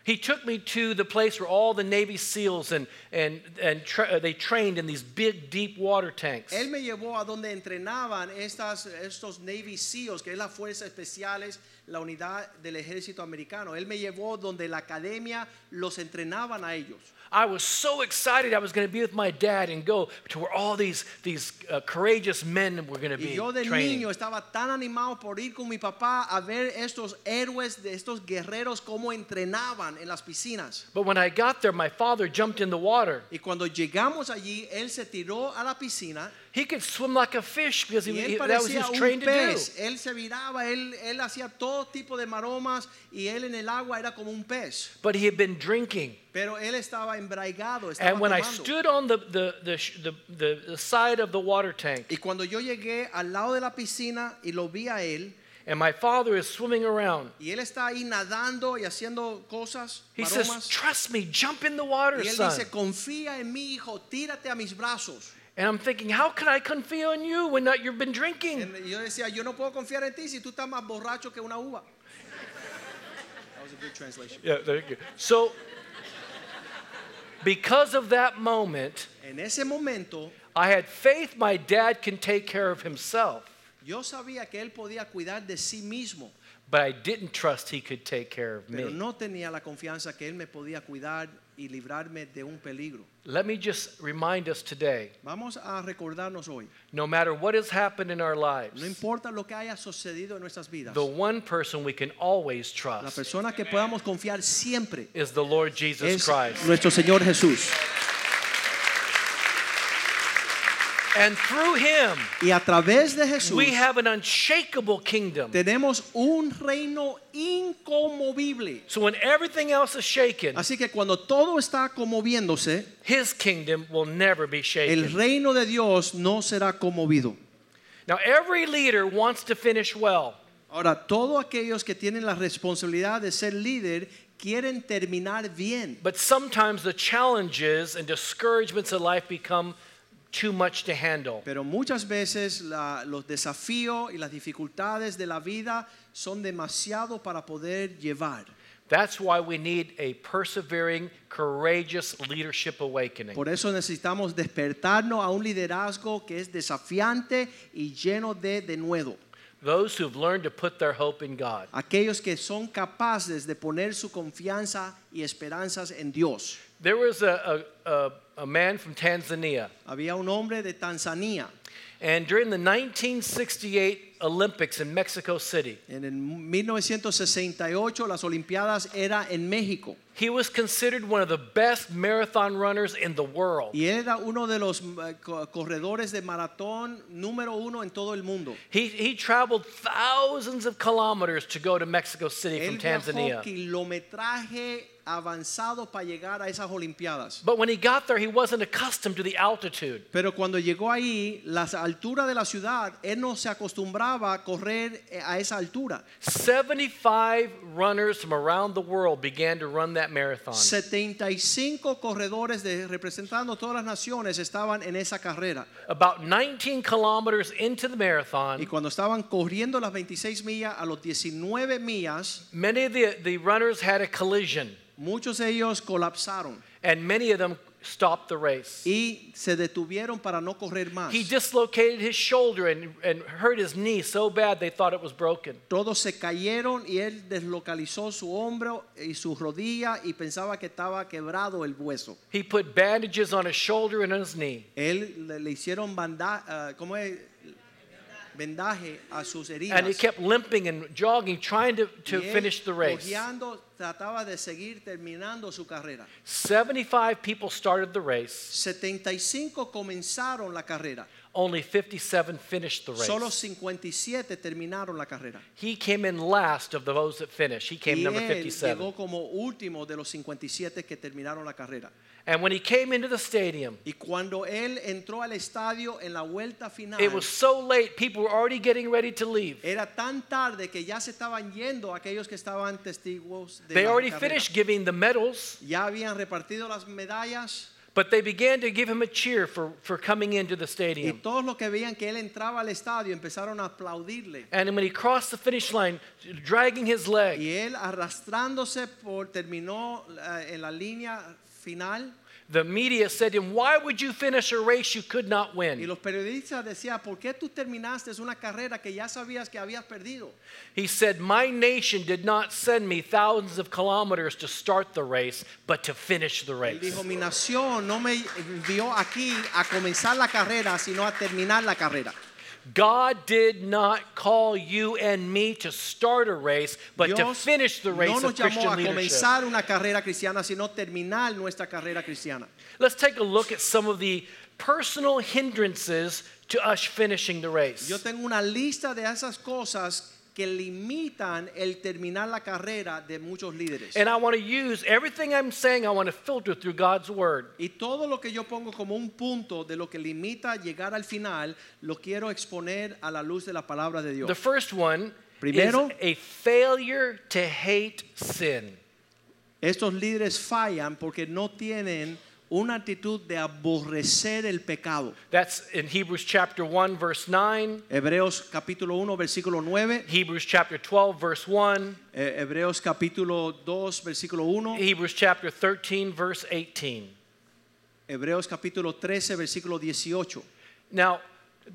[SPEAKER 3] he took me to the place where all the Navy SEALs and and and tra- uh, they trained in these big deep water tanks.
[SPEAKER 1] él me llevó a donde entrenaban estas, estos Navy SEALs, que es las fuerzas especiales, la unidad del ejército americano. Él me llevó donde la academia los entrenaban a ellos.
[SPEAKER 3] I was so excited I was going to be with my dad and go to where all these these uh, courageous men were going to
[SPEAKER 1] Y
[SPEAKER 3] be
[SPEAKER 1] yo de
[SPEAKER 3] training.
[SPEAKER 1] niño estaba tan animado por ir con mi papá a ver estos héroes, de estos guerreros, cómo entrenaban en las piscinas.
[SPEAKER 3] But when I got there, my father jumped in the water.
[SPEAKER 1] Y cuando llegamos allí, él se tiró a la piscina
[SPEAKER 3] He could swim like a fish because
[SPEAKER 1] y
[SPEAKER 3] he,
[SPEAKER 1] él
[SPEAKER 3] he- that was he
[SPEAKER 1] parecía
[SPEAKER 3] was
[SPEAKER 1] un
[SPEAKER 3] trained to do.
[SPEAKER 1] pez. Él se viraba, él, él hacía todo tipo de maromas y él en el agua era como un pez.
[SPEAKER 3] But he had been drinking.
[SPEAKER 1] Pero él estaba embraigado, estaba
[SPEAKER 3] And when I
[SPEAKER 1] tomando.
[SPEAKER 3] stood on the, the, the, sh- the, the, the side of the water tank
[SPEAKER 1] Y cuando yo llegué al lado de la piscina y lo vi a él,
[SPEAKER 3] and my father is swimming around,
[SPEAKER 1] y él está ahí nadando y haciendo cosas,
[SPEAKER 3] he says,
[SPEAKER 1] maromas.
[SPEAKER 3] Trust me, jump in the water,
[SPEAKER 1] y él
[SPEAKER 3] son.
[SPEAKER 1] dice, confía en mí, hijo, tírate a mis brazos.
[SPEAKER 3] And I'm thinking, How can I confide on you when not, you've been drinking?
[SPEAKER 1] Y yo decía, yo no puedo confiar en ti si tú estás más borracho que una uva. That was a good translation.
[SPEAKER 3] Yeah, there you go. So, because of that moment,
[SPEAKER 1] En ese momento,
[SPEAKER 3] I had faith my dad can take care of himself,
[SPEAKER 1] yo sabía que él podía cuidar de sí mismo,
[SPEAKER 3] but I didn't trust he could take care of
[SPEAKER 1] pero
[SPEAKER 3] me.
[SPEAKER 1] no tenía la confianza que él me podía cuidar y librarme de un peligro.
[SPEAKER 3] Let me just remind us today
[SPEAKER 1] Vamos a recordarnos hoy,
[SPEAKER 3] no matter what has happened in our lives,
[SPEAKER 1] no importa lo que haya sucedido en nuestras vidas,
[SPEAKER 3] the one person we can always
[SPEAKER 1] la
[SPEAKER 3] trust
[SPEAKER 1] persona que podamos confiar siempre
[SPEAKER 3] is the Lord Jesus
[SPEAKER 1] es
[SPEAKER 3] Christ.
[SPEAKER 1] nuestro Señor Jesús.
[SPEAKER 3] And through him,
[SPEAKER 1] Y a través de Jesús
[SPEAKER 3] we have an unshakable kingdom.
[SPEAKER 1] tenemos un reino inconmovible.
[SPEAKER 3] So when everything else is shaken,
[SPEAKER 1] Así que cuando todo está conmoviéndose,
[SPEAKER 3] his kingdom will never be
[SPEAKER 1] el
[SPEAKER 3] shaken.
[SPEAKER 1] reino de Dios no será conmovido.
[SPEAKER 3] Now, every leader wants to finish well.
[SPEAKER 1] Ahora, todos aquellos que tienen la responsabilidad de ser líder quieren terminar bien.
[SPEAKER 3] But sometimes the challenges and discouragements of life become too much to handle.
[SPEAKER 1] Pero muchas veces la- los desafíos y las dificultades de la vida son demasiado para poder llevar.
[SPEAKER 3] That's why we need a persevering, courageous leadership awakening.
[SPEAKER 1] Por eso necesitamos despertarnos a un liderazgo que es desafiante y lleno de denuedo.
[SPEAKER 3] Those who've learned to put their hope in God.
[SPEAKER 1] Aquellos que son capaces de poner su confianza y esperanzas en Dios.
[SPEAKER 3] There was a, a, a, a man from Tanzania,
[SPEAKER 1] Había un hombre de Tanzania
[SPEAKER 3] and during the 1968 Olympics in Mexico City,
[SPEAKER 1] en el 1968 las Olimpiadas era en México
[SPEAKER 3] he was considered one of the best marathon runners in the world.
[SPEAKER 1] y era uno de los eh, co- corredores de maratón número uno en todo el mundo.
[SPEAKER 3] He, he traveled thousands of kilometers to go to Mexico City from
[SPEAKER 1] Él viajó
[SPEAKER 3] Tanzania.
[SPEAKER 1] kilometraje avanzado para llegar a esas Olimpiadas.
[SPEAKER 3] But when he got there, he wasn't accustomed to the altitude.
[SPEAKER 1] Pero cuando llegó ahí, la altura de la ciudad, él no se acostumbraba a correr eh, a esa altura.
[SPEAKER 3] 75 runners from around the world began to run that marathon.
[SPEAKER 1] 75 corredores de, representando todas las naciones estaban en esa carrera.
[SPEAKER 3] About 19 kilometers into the
[SPEAKER 1] Y
[SPEAKER 3] marathon,
[SPEAKER 1] cuando estaban corriendo las 26 millas a los 19 millas,
[SPEAKER 3] many of the, the runners had a collision,
[SPEAKER 1] muchos de ellos colapsaron
[SPEAKER 3] and many of them stopped the race.
[SPEAKER 1] y se detuvieron para no correr más.
[SPEAKER 3] He dislocated his shoulder and, and hurt his knee so bad they thought it was broken.
[SPEAKER 1] Todos se cayeron y él deslocalizó su hombro y su rodilla y pensaba que estaba quebrado el hueso.
[SPEAKER 3] He put bandages on his shoulder and on his knee.
[SPEAKER 1] Él le, le hicieron banda, ah, ¿cómo es? vendaje a sus heridas.
[SPEAKER 3] And he kept limping and jogging, trying to, to
[SPEAKER 1] Y él,
[SPEAKER 3] finish the race.
[SPEAKER 1] cojeando, trataba de seguir terminando su carrera.
[SPEAKER 3] 75 people started the race,
[SPEAKER 1] 75 comenzaron la carrera.
[SPEAKER 3] only 57 finished the race.
[SPEAKER 1] Solo 57 terminaron la carrera.
[SPEAKER 3] He came in last of those that finished. He came
[SPEAKER 1] y
[SPEAKER 3] number
[SPEAKER 1] él
[SPEAKER 3] 57.
[SPEAKER 1] llegó como último de los 57 que terminaron la carrera.
[SPEAKER 3] And when he came into the stadium,
[SPEAKER 1] Y cuando él entró al estadio en la vuelta final,
[SPEAKER 3] it was so late, people were already getting ready to leave.
[SPEAKER 1] era tan tarde que ya se estaban yendo aquellos que estaban testigos de
[SPEAKER 3] They
[SPEAKER 1] la
[SPEAKER 3] already
[SPEAKER 1] carrera.
[SPEAKER 3] finished giving the medals,
[SPEAKER 1] Ya habían repartido las medallas
[SPEAKER 3] but they began to give him a cheer for, for coming into the
[SPEAKER 1] y
[SPEAKER 3] stadium.
[SPEAKER 1] todos los que veían que él entraba al estadio empezaron a aplaudirle.
[SPEAKER 3] And when he crossed the finish line, dragging his leg,
[SPEAKER 1] Y él arrastrándose por terminó eh, en la línea final
[SPEAKER 3] the media said to him, Why would you finish a race you could not
[SPEAKER 1] y
[SPEAKER 3] win?
[SPEAKER 1] los periodistas decían, "¿Por qué tú terminaste una carrera que ya sabías que habías perdido?"
[SPEAKER 3] He said, My nation did not send me thousands of kilometers to start the race, but to finish the
[SPEAKER 1] Él
[SPEAKER 3] race.
[SPEAKER 1] dijo, mi nación no me envió aquí a comenzar la carrera, sino a terminar la carrera.
[SPEAKER 3] God did not call you and me to start a race, but to
[SPEAKER 1] Dios
[SPEAKER 3] finish the
[SPEAKER 1] no
[SPEAKER 3] race
[SPEAKER 1] nos
[SPEAKER 3] of Christian
[SPEAKER 1] llamó a
[SPEAKER 3] leadership.
[SPEAKER 1] comenzar una carrera cristiana, sino terminar nuestra carrera cristiana.
[SPEAKER 3] Let's take a look at some of the personal hindrances to us finishing the race.
[SPEAKER 1] Yo tengo una lista de esas cosas que limitan el terminar la carrera de muchos líderes.
[SPEAKER 3] And I want to use everything I'm saying, I want to filter through God's word.
[SPEAKER 1] Y todo lo que yo pongo como un punto de lo que limita llegar al final, lo quiero exponer a la luz de la palabra de
[SPEAKER 3] The
[SPEAKER 1] Dios.
[SPEAKER 3] first one
[SPEAKER 1] Primero.
[SPEAKER 3] is a failure to hate sin.
[SPEAKER 1] Estos líderes fallan porque no tienen una actitud de aborrecer el pecado.
[SPEAKER 3] That's in Hebrews chapter 1, verse 9,
[SPEAKER 1] Hebreos capítulo 1, versículo 9,
[SPEAKER 3] Hebrews chapter 12, verse 1,
[SPEAKER 1] eh, Hebreos capítulo 2, versículo 1,
[SPEAKER 3] Hebrews chapter 13, verse 18.
[SPEAKER 1] Hebreos capítulo 13, versículo 18.
[SPEAKER 3] Now,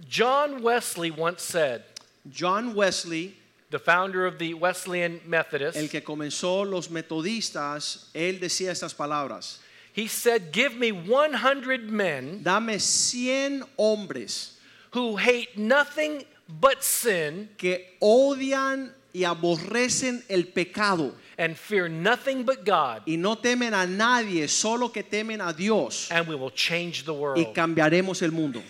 [SPEAKER 3] John Wesley once said,
[SPEAKER 1] John Wesley,
[SPEAKER 3] the founder of the Wesleyan Methodist,
[SPEAKER 1] el que comenzó los metodistas, él decía estas palabras,
[SPEAKER 3] he said, Give me 100 men
[SPEAKER 1] dame 100 hombres
[SPEAKER 3] who hate nothing but sin
[SPEAKER 1] que odian y aborrecen el pecado
[SPEAKER 3] and fear nothing but God,
[SPEAKER 1] y no temen a nadie, solo que temen a Dios
[SPEAKER 3] and we will change the
[SPEAKER 1] y
[SPEAKER 3] world.
[SPEAKER 1] cambiaremos el mundo.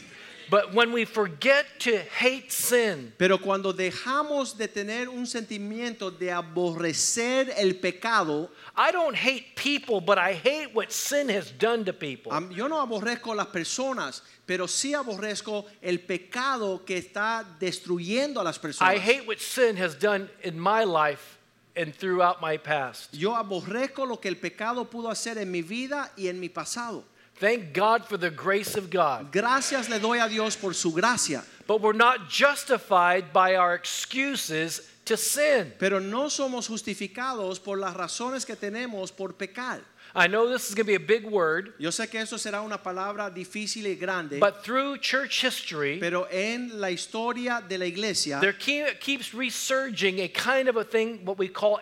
[SPEAKER 3] But when we forget to hate sin,
[SPEAKER 1] Pero cuando dejamos de tener un sentimiento de aborrecer el pecado,
[SPEAKER 3] I don't hate people, but I hate what sin has done to people.
[SPEAKER 1] am- yo no aborrezco las personas, pero sí aborrezco el pecado que está destruyendo a las personas.
[SPEAKER 3] I hate what sin has done in my life and throughout my past.
[SPEAKER 1] Yo aborrezco lo que el pecado pudo hacer en mi vida y en mi pasado.
[SPEAKER 3] Thank God for the grace of God.
[SPEAKER 1] Gracias le doy a Dios por su gracia,
[SPEAKER 3] But we're not justified by our excuses to sin.
[SPEAKER 1] pero no somos justificados por las razones que tenemos por pecar.
[SPEAKER 3] I know this is going to be a big word,
[SPEAKER 1] Yo sé que eso será una palabra difícil y grande,
[SPEAKER 3] but through church history,
[SPEAKER 1] pero en la historia de la iglesia
[SPEAKER 3] there ke- keeps resurging a kind of a thing, what we call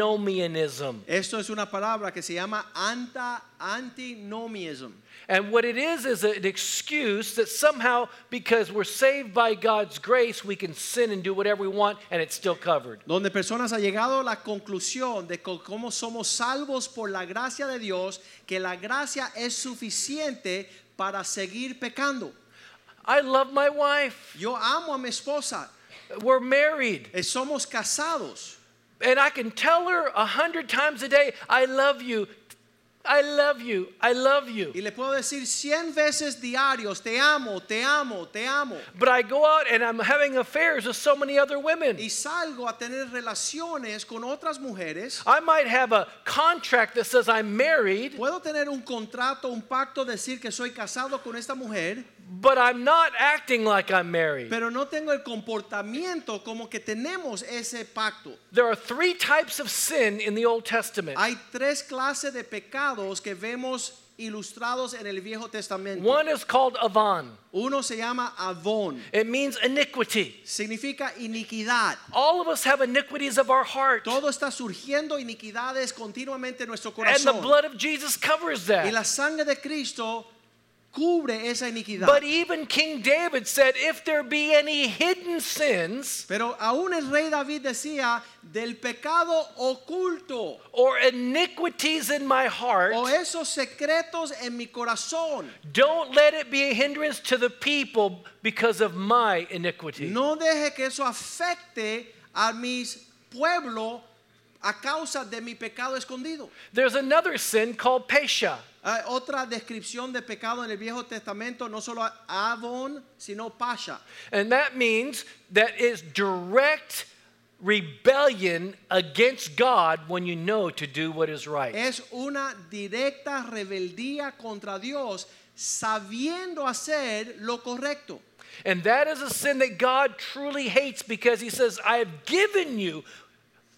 [SPEAKER 3] antinomianism.
[SPEAKER 1] Esto es una palabra que se llama anta, antinomiism.
[SPEAKER 3] And what it is is an excuse that somehow, because we're saved by God's grace, we can sin and do whatever we want, and it's still covered.
[SPEAKER 1] Donde personas ha llegado a la conclusión de co- cómo somos salvos por la gracia de Dios, que la gracia es suficiente para seguir pecando.
[SPEAKER 3] I love my wife.
[SPEAKER 1] Yo amo a mi esposa,
[SPEAKER 3] We're married.
[SPEAKER 1] eh, somos casados.
[SPEAKER 3] And I can tell her a hundred times a day, I love you. I love you. I love
[SPEAKER 1] Y
[SPEAKER 3] you.
[SPEAKER 1] le puedo decir 100 veces diarios, te amo, te amo, te amo.
[SPEAKER 3] But I go out and I'm having affairs with so many other women.
[SPEAKER 1] Y salgo a tener relaciones con otras mujeres.
[SPEAKER 3] I might have a contract that says I'm married,
[SPEAKER 1] Puedo tener un contrato, un pacto, decir que soy casado con esta mujer.
[SPEAKER 3] but I'm not acting like I'm married.
[SPEAKER 1] pero no tengo el comportamiento como que tenemos ese pacto.
[SPEAKER 3] There are three types of sin in the Old Testament.
[SPEAKER 1] Hay tres clases de pecados que vemos ilustrados en el Viejo Testamento.
[SPEAKER 3] One is called Avon.
[SPEAKER 1] Uno se llama Avon,
[SPEAKER 3] It means iniquity.
[SPEAKER 1] significa iniquidad.
[SPEAKER 3] All of us have iniquities of our heart.
[SPEAKER 1] Todo está surgiendo iniquidades continuamente en nuestro
[SPEAKER 3] And the
[SPEAKER 1] corazón.
[SPEAKER 3] blood of Jesus covers
[SPEAKER 1] Y la
[SPEAKER 3] that.
[SPEAKER 1] sangre de Cristo cubre esa iniquidad.
[SPEAKER 3] But even King David said, if there be any hidden sins
[SPEAKER 1] Pero aún el rey David decía del pecado oculto
[SPEAKER 3] or iniquities in my
[SPEAKER 1] o e-"
[SPEAKER 3] heart,
[SPEAKER 1] esos secretos en mi corazón.
[SPEAKER 3] don't let it be a hindrance to the people because of my iniquity.
[SPEAKER 1] No deje que eso afecte a mis pueblo a causa de mi pecado escondido.
[SPEAKER 3] There's another sin called Pesha.
[SPEAKER 1] Ah, otra descripción de pecado en el Viejo Testamento, no solo Avon, sino Pasha.
[SPEAKER 3] And that means that is direct rebellion against God when you know to do what is right.
[SPEAKER 1] Es una directa rebeldía contra Dios sabiendo hacer lo correcto.
[SPEAKER 3] And that is a sin that God truly hates because he says, I have given you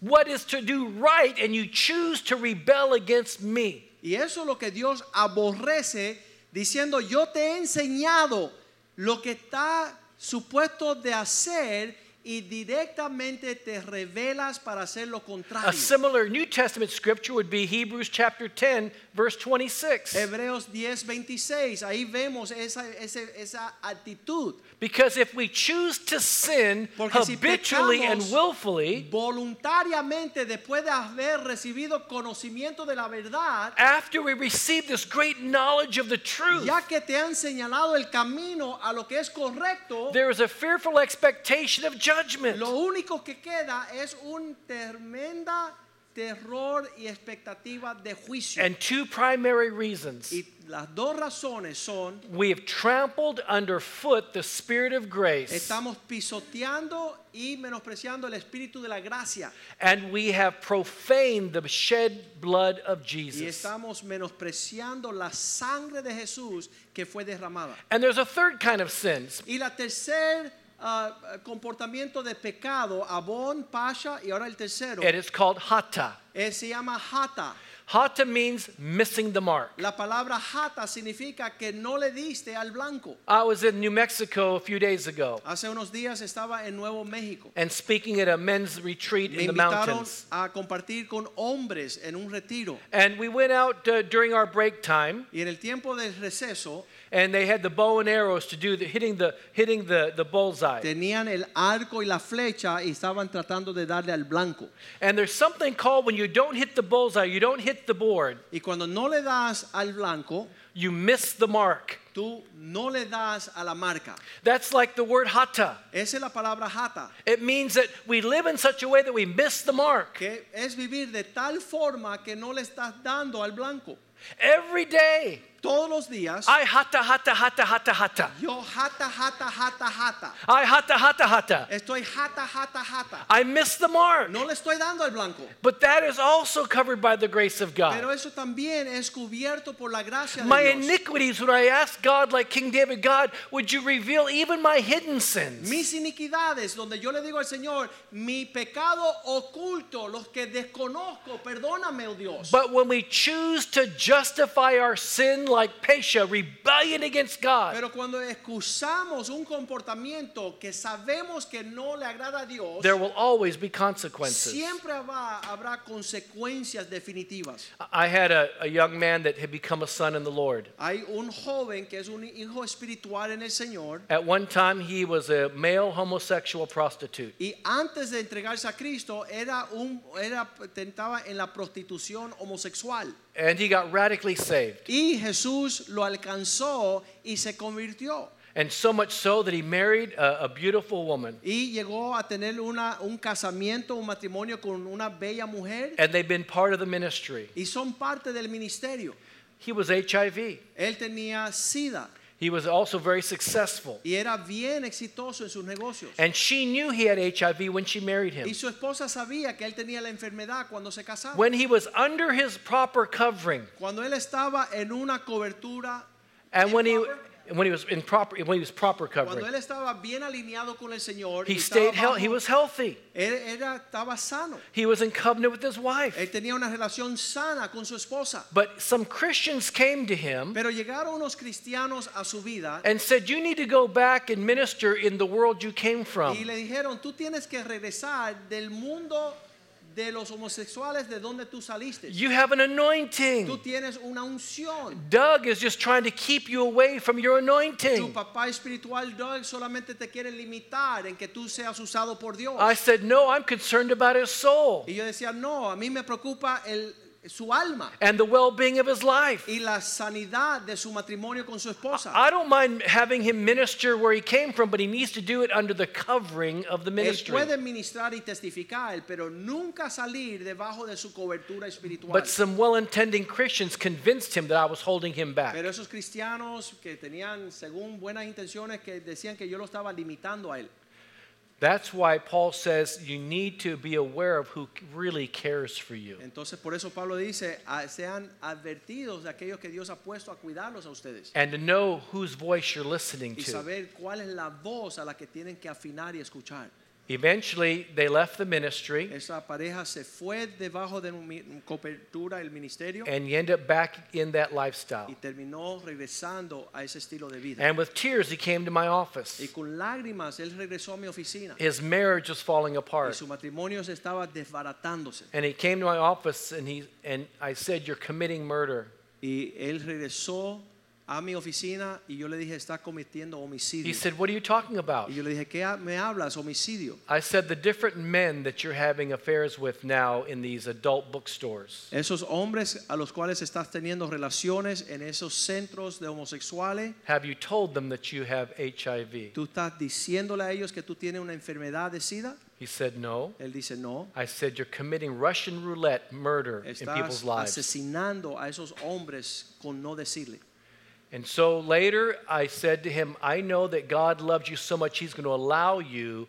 [SPEAKER 3] what is to do right, and you choose to rebel against me.
[SPEAKER 1] Y eso es lo que Dios aborrece diciendo, yo te he enseñado lo que está supuesto de hacer y directamente te revelas para hacer lo
[SPEAKER 3] A
[SPEAKER 1] contrario.
[SPEAKER 3] similar New Testament scripture would be Hebrews chapter 10, verse 26.
[SPEAKER 1] Hebreos 10, 26, ahí vemos esa, ese- esa actitud
[SPEAKER 3] Because if we choose to sin
[SPEAKER 1] Porque si
[SPEAKER 3] habitually and
[SPEAKER 1] pecamos-
[SPEAKER 3] willfully,
[SPEAKER 1] voluntariamente después de haber recibido conocimiento de la verdad,
[SPEAKER 3] after we receive this great knowledge of the truth,
[SPEAKER 1] ya que te han señalado el camino a lo que es correcto,
[SPEAKER 3] there is a fearful expectation of judgment.
[SPEAKER 1] Lo único que queda es un tremenda terror y expectativa de juicio.
[SPEAKER 3] And two primary reasons.
[SPEAKER 1] y las dos razones son,
[SPEAKER 3] We have trampled underfoot the Spirit of grace,
[SPEAKER 1] estamos pisoteando y menospreciando el espíritu de la gracia
[SPEAKER 3] and we have profaned the shed blood of
[SPEAKER 1] y
[SPEAKER 3] Jesus.
[SPEAKER 1] estamos menospreciando la sangre de Jesús que fue derramada.
[SPEAKER 3] And there's a third kind of sin.
[SPEAKER 1] Y la tercer ah, comportamiento de pecado, Abón, Pasha y ahora el tercero,
[SPEAKER 3] and it's called hata.
[SPEAKER 1] eh, se llama Hata.
[SPEAKER 3] Hata means missing the mark.
[SPEAKER 1] La palabra Hata significa que no le diste al blanco.
[SPEAKER 3] I was in New Mexico a few days ago
[SPEAKER 1] Hace unos días estaba en Nuevo México.
[SPEAKER 3] and speaking at a men's retreat
[SPEAKER 1] Me
[SPEAKER 3] in the
[SPEAKER 1] invitaron
[SPEAKER 3] mountains.
[SPEAKER 1] a compartir con hombres en un retiro.
[SPEAKER 3] And we went out uh, during our break time,
[SPEAKER 1] Y en el tiempo del receso
[SPEAKER 3] and they had the bow and arrows to do the hitting the hitting the, the bullseye.
[SPEAKER 1] tenían el arco y la flecha y estaban tratando de darle al blanco.
[SPEAKER 3] And there's something called when you don't hit the bullseye, you don't hit hit the board,
[SPEAKER 1] Y cuando no le das al blanco,
[SPEAKER 3] you miss the mark.
[SPEAKER 1] tú no le das a la marca.
[SPEAKER 3] That's like the word hata.
[SPEAKER 1] Esa es la palabra jata,
[SPEAKER 3] It means that we live in such a way that we miss the mark.
[SPEAKER 1] que es vivir de tal forma que no le estás dando al blanco.
[SPEAKER 3] Every day,
[SPEAKER 1] Todos los días,
[SPEAKER 3] I hata, hata, hata, hata, hata.
[SPEAKER 1] yo jata, jata, jata, jata.
[SPEAKER 3] I hata, hata, hata.
[SPEAKER 1] Estoy jata, jata, jata.
[SPEAKER 3] I miss the mark.
[SPEAKER 1] No le estoy dando al blanco.
[SPEAKER 3] But that is also covered by the grace of
[SPEAKER 1] Pero
[SPEAKER 3] God.
[SPEAKER 1] eso también es cubierto por la gracia
[SPEAKER 3] My
[SPEAKER 1] de Dios.
[SPEAKER 3] iniquities, when I ask God, like King David, God, would you reveal even my hidden sins?
[SPEAKER 1] Mis iniquidades, donde yo le digo al Señor, mi pecado oculto, los que desconozco, perdóname, oh Dios.
[SPEAKER 3] But when we choose to justify our sin like Pesha, rebellion against God,
[SPEAKER 1] Pero cuando excusamos un comportamiento que sabemos que no le agrada a Dios,
[SPEAKER 3] there will always be consequences.
[SPEAKER 1] siempre va- habrá consecuencias definitivas.
[SPEAKER 3] I had a, a young man that had become a son in the Lord.
[SPEAKER 1] Hay un joven que es un hijo espiritual en el Señor
[SPEAKER 3] At one time, he was a male homosexual prostitute.
[SPEAKER 1] y antes de entregarse a Cristo era un era tentaba en la prostitución homosexual
[SPEAKER 3] And he got radically saved.
[SPEAKER 1] y Jesús lo alcanzó y se convirtió
[SPEAKER 3] And so much so that he married a, a beautiful woman.
[SPEAKER 1] y llegó a tener una, un casamiento, un matrimonio con una bella mujer
[SPEAKER 3] And they've been part of the ministry.
[SPEAKER 1] y son parte del ministerio.
[SPEAKER 3] He was HIV.
[SPEAKER 1] Él tenía sida
[SPEAKER 3] He was also very successful.
[SPEAKER 1] y era bien exitoso en sus negocios.
[SPEAKER 3] And she knew he had HIV when she married him.
[SPEAKER 1] Y su esposa sabía que él tenía la enfermedad cuando se casaba.
[SPEAKER 3] When he was under his proper covering,
[SPEAKER 1] cuando él estaba en una cobertura,
[SPEAKER 3] and when he
[SPEAKER 1] Improper?
[SPEAKER 3] when he was in proper when he was proper
[SPEAKER 1] cuando
[SPEAKER 3] covering,
[SPEAKER 1] él estaba bien alineado con el Señor, y
[SPEAKER 3] he
[SPEAKER 1] estaba
[SPEAKER 3] stayed healthy.
[SPEAKER 1] bajo-
[SPEAKER 3] He was healthy.
[SPEAKER 1] él era- estaba sano.
[SPEAKER 3] He was in covenant with his wife.
[SPEAKER 1] Él tenía una relación sana con su esposa.
[SPEAKER 3] But some Christians came to him
[SPEAKER 1] Pero llegaron unos cristianos a su vida
[SPEAKER 3] and said, "You need to go back and minister in the world you came
[SPEAKER 1] y
[SPEAKER 3] from."
[SPEAKER 1] le dijeron, tú tienes que regresar del mundo de los homosexuales de donde tú saliste.
[SPEAKER 3] You have an
[SPEAKER 1] Tú
[SPEAKER 3] anointing.
[SPEAKER 1] tienes una unción.
[SPEAKER 3] Doug is just trying to keep you away from your
[SPEAKER 1] Tu
[SPEAKER 3] anointing.
[SPEAKER 1] papá espiritual Doug solamente te quiere limitar en que tú seas usado por Dios.
[SPEAKER 3] I said, "No, I'm concerned about his soul."
[SPEAKER 1] y yo decía, no, a mí me preocupa el, su alma
[SPEAKER 3] and the well-being of his life.
[SPEAKER 1] y la sanidad de su matrimonio con su esposa.
[SPEAKER 3] I don't mind having him minister where he came from, but he needs to do it under the covering of the
[SPEAKER 1] Él
[SPEAKER 3] ministry.
[SPEAKER 1] puede ministrar y testificar, pero nunca salir debajo de su cobertura espiritual.
[SPEAKER 3] But some well-intending Christians convinced him that I was holding him back.
[SPEAKER 1] Pero esos cristianos que tenían, según buenas intenciones, que decían que yo lo estaba limitando a él.
[SPEAKER 3] That's why Paul says you need to be aware of who really cares for you.
[SPEAKER 1] Entonces, por eso Pablo dice, "Ah, sean advertidos de aquellos que Dios ha puesto a cuidarlos a ustedes.
[SPEAKER 3] And to know whose voice you're listening
[SPEAKER 1] y
[SPEAKER 3] to.
[SPEAKER 1] saber cuál es la voz a la que tienen que afinar y escuchar.
[SPEAKER 3] Eventually, they left the ministry
[SPEAKER 1] Esa pareja se fue debajo de mi- cobertura del ministerio
[SPEAKER 3] and you end up back in that lifestyle.
[SPEAKER 1] y terminó regresando a ese estilo de vida.
[SPEAKER 3] And with tears, he came to my
[SPEAKER 1] Y
[SPEAKER 3] office.
[SPEAKER 1] con lágrimas él regresó a mi oficina
[SPEAKER 3] His marriage was falling
[SPEAKER 1] y
[SPEAKER 3] apart.
[SPEAKER 1] su matrimonio se estaba desbaratándose.
[SPEAKER 3] And he came to my office and he and I said, "You're committing murder."
[SPEAKER 1] Y él regresó a mi oficina y yo le dije, está cometiendo
[SPEAKER 3] He
[SPEAKER 1] homicidio.
[SPEAKER 3] said, "What are you talking about?"
[SPEAKER 1] Y yo le dije, ¿qué ha- me hablas? Homicidio.
[SPEAKER 3] I said, "The different men that you're having affairs with now in these adult bookstores."
[SPEAKER 1] Esos hombres a los cuales estás teniendo relaciones en esos centros de homosexuales,
[SPEAKER 3] Have you told them that you have HIV?
[SPEAKER 1] ¿Tú estás diciéndole a ellos que tú tienes una enfermedad de SIDA?
[SPEAKER 3] He said, "No."
[SPEAKER 1] Él dice, no.
[SPEAKER 3] I said, "You're committing Russian roulette murder in
[SPEAKER 1] Estás
[SPEAKER 3] people's lives."
[SPEAKER 1] asesinando a esos hombres con no decirle.
[SPEAKER 3] And so later I said to him, "I know that God loves you so much he's going to allow you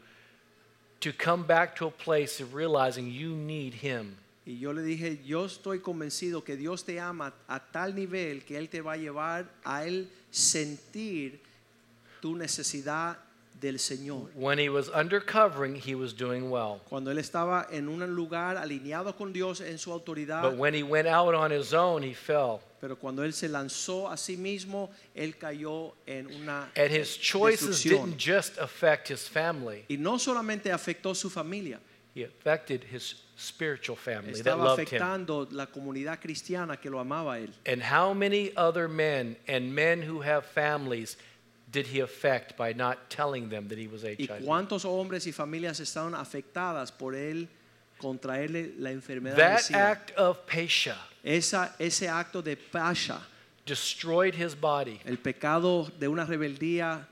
[SPEAKER 3] to come back to a place of realizing you need him."
[SPEAKER 1] Y yo le dije, yo estoy convencido que Dios te ama a tal nivel que Él te va a llevar a Él sentir tu necesidad del Señor.
[SPEAKER 3] When he was under covering, he was doing well.
[SPEAKER 1] Cuando Él estaba en un lugar alineado con Dios en su autoridad,
[SPEAKER 3] But when he went out on his own, he fell.
[SPEAKER 1] pero cuando Él se lanzó a sí mismo, Él cayó en una
[SPEAKER 3] And his choices
[SPEAKER 1] destrucción.
[SPEAKER 3] didn't just affect his family,
[SPEAKER 1] Y no solamente afectó su familia,
[SPEAKER 3] he affected his spiritual family that
[SPEAKER 1] estaba
[SPEAKER 3] loved him.
[SPEAKER 1] afectando la comunidad cristiana que lo amaba a él.
[SPEAKER 3] And how many other men and men who have families did he affect by not telling them that he was
[SPEAKER 1] ¿Y
[SPEAKER 3] HIV?
[SPEAKER 1] cuántos hombres y familias estaban afectadas por él contraerle la enfermedad de
[SPEAKER 3] That
[SPEAKER 1] SIDA?
[SPEAKER 3] act of Pesha
[SPEAKER 1] Esa, ese acto de pasha,
[SPEAKER 3] destroyed his body.
[SPEAKER 1] el pecado de una rebeldía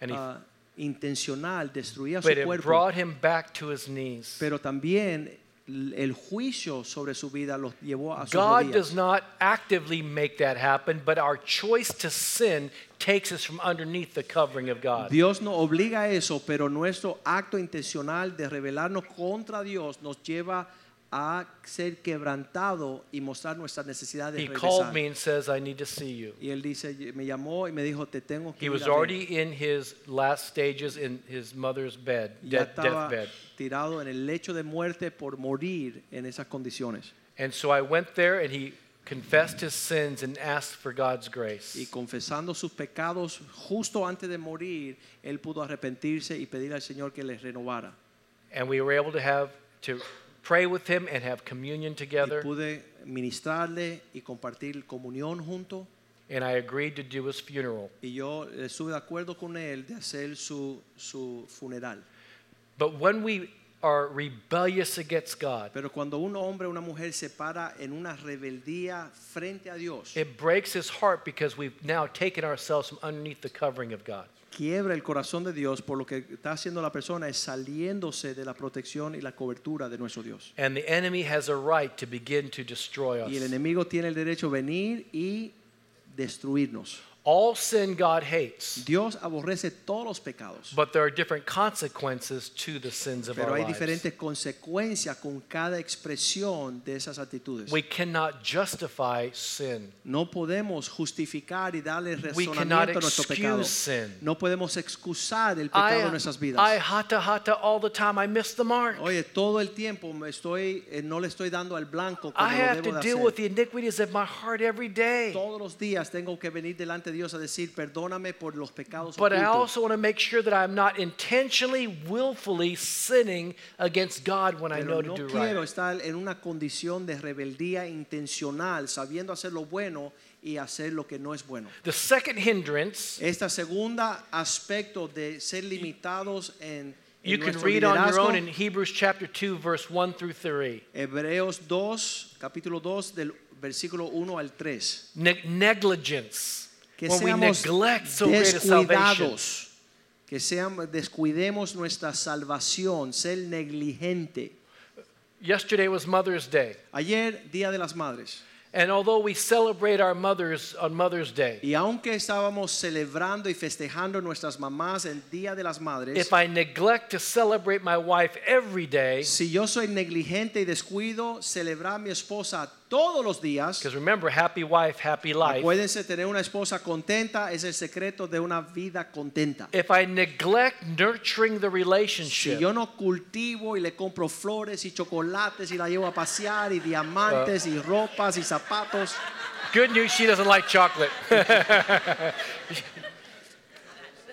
[SPEAKER 3] And he,
[SPEAKER 1] ah, intencional, destruía su
[SPEAKER 3] but it
[SPEAKER 1] cuerpo,
[SPEAKER 3] brought him back to his knees.
[SPEAKER 1] pero también l- el juicio sobre su vida los llevó a sus
[SPEAKER 3] God
[SPEAKER 1] rodillas.
[SPEAKER 3] does not actively make that happen, but our choice to sin takes us from underneath the covering of God.
[SPEAKER 1] Dios nos obliga a eso, pero nuestro acto intencional de rebelarnos contra Dios nos lleva a ser quebrantado y mostrar nuestra necesidad de
[SPEAKER 3] He
[SPEAKER 1] regresar.
[SPEAKER 3] called me and says, I need to see you.
[SPEAKER 1] Y él dice, me llamó y me dijo, te tengo que
[SPEAKER 3] He
[SPEAKER 1] ir
[SPEAKER 3] was
[SPEAKER 1] a ver".
[SPEAKER 3] already in his last stages in his mother's bed,
[SPEAKER 1] ya
[SPEAKER 3] death,
[SPEAKER 1] estaba
[SPEAKER 3] deathbed.
[SPEAKER 1] tirado en el lecho de muerte por morir en esas condiciones.
[SPEAKER 3] And so I went there and he confessed his sins and asked for God's grace.
[SPEAKER 1] Y confesando sus pecados justo antes de morir, él pudo arrepentirse y pedir al Señor que les renovara.
[SPEAKER 3] And we were able to have to pray with him and have communion
[SPEAKER 1] Y
[SPEAKER 3] together.
[SPEAKER 1] pude ministrarle y compartir comunión junto.
[SPEAKER 3] And I agreed to do his funeral.
[SPEAKER 1] Y yo estuve de acuerdo con él de hacer su, su funeral.
[SPEAKER 3] But when we are rebellious against God,
[SPEAKER 1] Pero cuando un hombre o una mujer se para en una rebeldía frente a Dios,
[SPEAKER 3] It breaks his heart because we've now taken ourselves from underneath the covering of God.
[SPEAKER 1] quiebra el corazón de Dios por lo que está haciendo la persona es saliéndose de la protección y la cobertura de nuestro Dios.
[SPEAKER 3] And the enemy has a right to begin to destroy us.
[SPEAKER 1] Y el enemigo tiene el derecho a venir y destruirnos.
[SPEAKER 3] All sin God hates,
[SPEAKER 1] Dios aborrece todos los pecados,
[SPEAKER 3] but there are different consequences to the sins of
[SPEAKER 1] pero
[SPEAKER 3] our
[SPEAKER 1] hay
[SPEAKER 3] lives.
[SPEAKER 1] diferentes consecuencias con cada expresión de esas actitudes.
[SPEAKER 3] We cannot justify sin.
[SPEAKER 1] No podemos justificar y darle
[SPEAKER 3] cannot
[SPEAKER 1] razonamiento a nuestro pecado.
[SPEAKER 3] excuse sin.
[SPEAKER 1] No podemos excusar el
[SPEAKER 3] I, uh,
[SPEAKER 1] pecado de nuestras
[SPEAKER 3] I
[SPEAKER 1] vidas. Oh,
[SPEAKER 3] hata hata all the time. I miss the mark.
[SPEAKER 1] Oye, todo el tiempo me estoy, eh, no le estoy dando al blanco como
[SPEAKER 3] I
[SPEAKER 1] lo
[SPEAKER 3] have
[SPEAKER 1] debo de
[SPEAKER 3] to deal
[SPEAKER 1] hacer.
[SPEAKER 3] with the iniquities of my heart every day.
[SPEAKER 1] Todos los días tengo que venir delante de Dios a decir, perdóname por los pecados
[SPEAKER 3] But I
[SPEAKER 1] ocultos.
[SPEAKER 3] also want to make sure that I'm not intentionally, willfully sinning against God when I know
[SPEAKER 1] Pero
[SPEAKER 3] to
[SPEAKER 1] no
[SPEAKER 3] do right.
[SPEAKER 1] quiero estar en una condición de rebeldía intencional, sabiendo hacer lo bueno y hacer lo que no es bueno.
[SPEAKER 3] The second hindrance,
[SPEAKER 1] Este segundo aspecto de ser limitados en, en
[SPEAKER 3] you can
[SPEAKER 1] nuestro
[SPEAKER 3] read on your
[SPEAKER 1] liderazgo,
[SPEAKER 3] own in Hebrews chapter 2, verse 1 through 3.
[SPEAKER 1] Hebreos 2, capítulo 2, del versículo 1 al 3.
[SPEAKER 3] Ne- negligence.
[SPEAKER 1] Que
[SPEAKER 3] when we
[SPEAKER 1] seamos
[SPEAKER 3] neglect so great a salvation.
[SPEAKER 1] descuidados, que seamos, descuidemos nuestra salvación, ser negligente.
[SPEAKER 3] Yesterday was Mother's Day.
[SPEAKER 1] Ayer, Día de las Madres,
[SPEAKER 3] And although we celebrate our mothers on Mother's Day,
[SPEAKER 1] y aunque estábamos celebrando y festejando nuestras mamás el Día de las Madres,
[SPEAKER 3] if I neglect to celebrate my wife every day,
[SPEAKER 1] si yo soy negligente y descuido celebrar a mi esposa todos los días,
[SPEAKER 3] because remember, happy wife, happy life.
[SPEAKER 1] acuérdense, tener una esposa contenta es el secreto de una vida contenta.
[SPEAKER 3] If I neglect nurturing the
[SPEAKER 1] Si
[SPEAKER 3] relationship,
[SPEAKER 1] yo no cultivo y le compro flores y chocolates y la llevo a pasear y diamantes y ropas y zapatos,
[SPEAKER 3] good news, she doesn't
[SPEAKER 1] <laughs>
[SPEAKER 3] like chocolate. <laughs>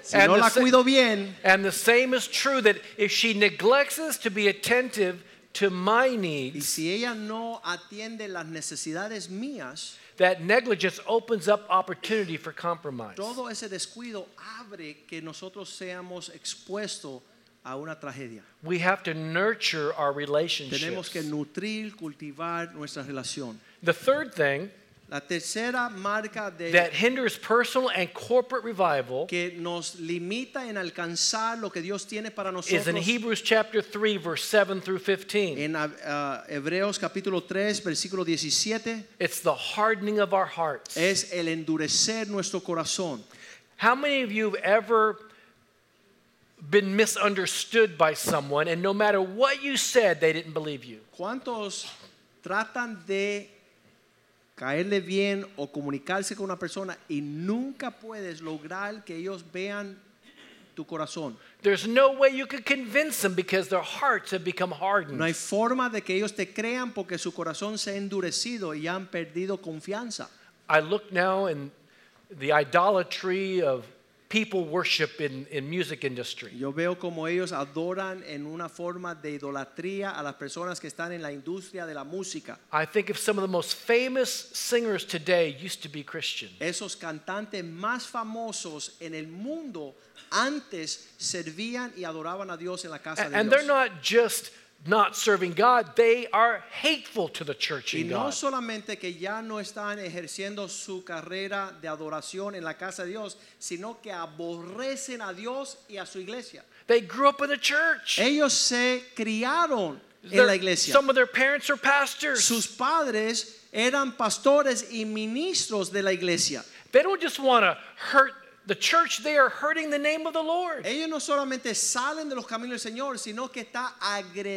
[SPEAKER 1] si
[SPEAKER 3] and
[SPEAKER 1] no
[SPEAKER 3] the
[SPEAKER 1] la
[SPEAKER 3] se-
[SPEAKER 1] cuido bien,
[SPEAKER 3] And the same is true that if she neglects us to be attentive to my
[SPEAKER 1] y
[SPEAKER 3] needs,
[SPEAKER 1] si ella no atiende las necesidades mías,
[SPEAKER 3] that negligence opens up opportunity for compromise.
[SPEAKER 1] todo ese descuido abre que nosotros seamos expuestos a una tragedia.
[SPEAKER 3] We have to nurture our
[SPEAKER 1] Tenemos
[SPEAKER 3] relationships.
[SPEAKER 1] que nutrir, cultivar nuestra relación.
[SPEAKER 3] The third thing
[SPEAKER 1] La tercera marca de
[SPEAKER 3] that hinders personal and corporate revival
[SPEAKER 1] que nos limita en alcanzar lo que Dios tiene para
[SPEAKER 3] is in
[SPEAKER 1] nosotros
[SPEAKER 3] Hebrews chapter 3 verse 7 through 15.
[SPEAKER 1] En ah, ah, Hebreos capítulo 3, versículo 17,
[SPEAKER 3] It's the hardening of our hearts.
[SPEAKER 1] es el endurecer nuestro corazón.
[SPEAKER 3] How many of you have ever been misunderstood by someone and no matter what you said they didn't believe you?
[SPEAKER 1] ¿Cuántos tratan de caerle bien o comunicarse con una persona y nunca puedes lograr que ellos vean tu corazón?
[SPEAKER 3] There's no way you could convince them because their hearts have become hardened.
[SPEAKER 1] No hay forma de que ellos te crean porque su corazón se ha endurecido y han perdido confianza.
[SPEAKER 3] I look now in the idolatry of people worship in, in music industry.
[SPEAKER 1] Yo veo como ellos adoran en una forma de idolatría a las personas que están en la industria de la música.
[SPEAKER 3] I think of some of the most famous singers today used to be Christian.
[SPEAKER 1] Esos cantantes más famosos en el mundo antes servían y adoraban a Dios en la casa
[SPEAKER 3] A- And
[SPEAKER 1] de
[SPEAKER 3] they're
[SPEAKER 1] Dios.
[SPEAKER 3] not just not serving God, they are hateful to the church
[SPEAKER 1] Y
[SPEAKER 3] in
[SPEAKER 1] no
[SPEAKER 3] God.
[SPEAKER 1] solamente que ya no están ejerciendo su carrera de adoración en la casa de Dios, sino que aborrecen a Dios y a su iglesia.
[SPEAKER 3] They grew up in the church.
[SPEAKER 1] Ellos se criaron en
[SPEAKER 3] Their-
[SPEAKER 1] la iglesia.
[SPEAKER 3] Some of their parents are pastors.
[SPEAKER 1] Sus padres eran pastores y ministros de la iglesia.
[SPEAKER 3] They don't just want to hurt the church, they are hurting the name of the Lord.
[SPEAKER 1] Ellos no solamente salen de los caminos del Señor, sino que está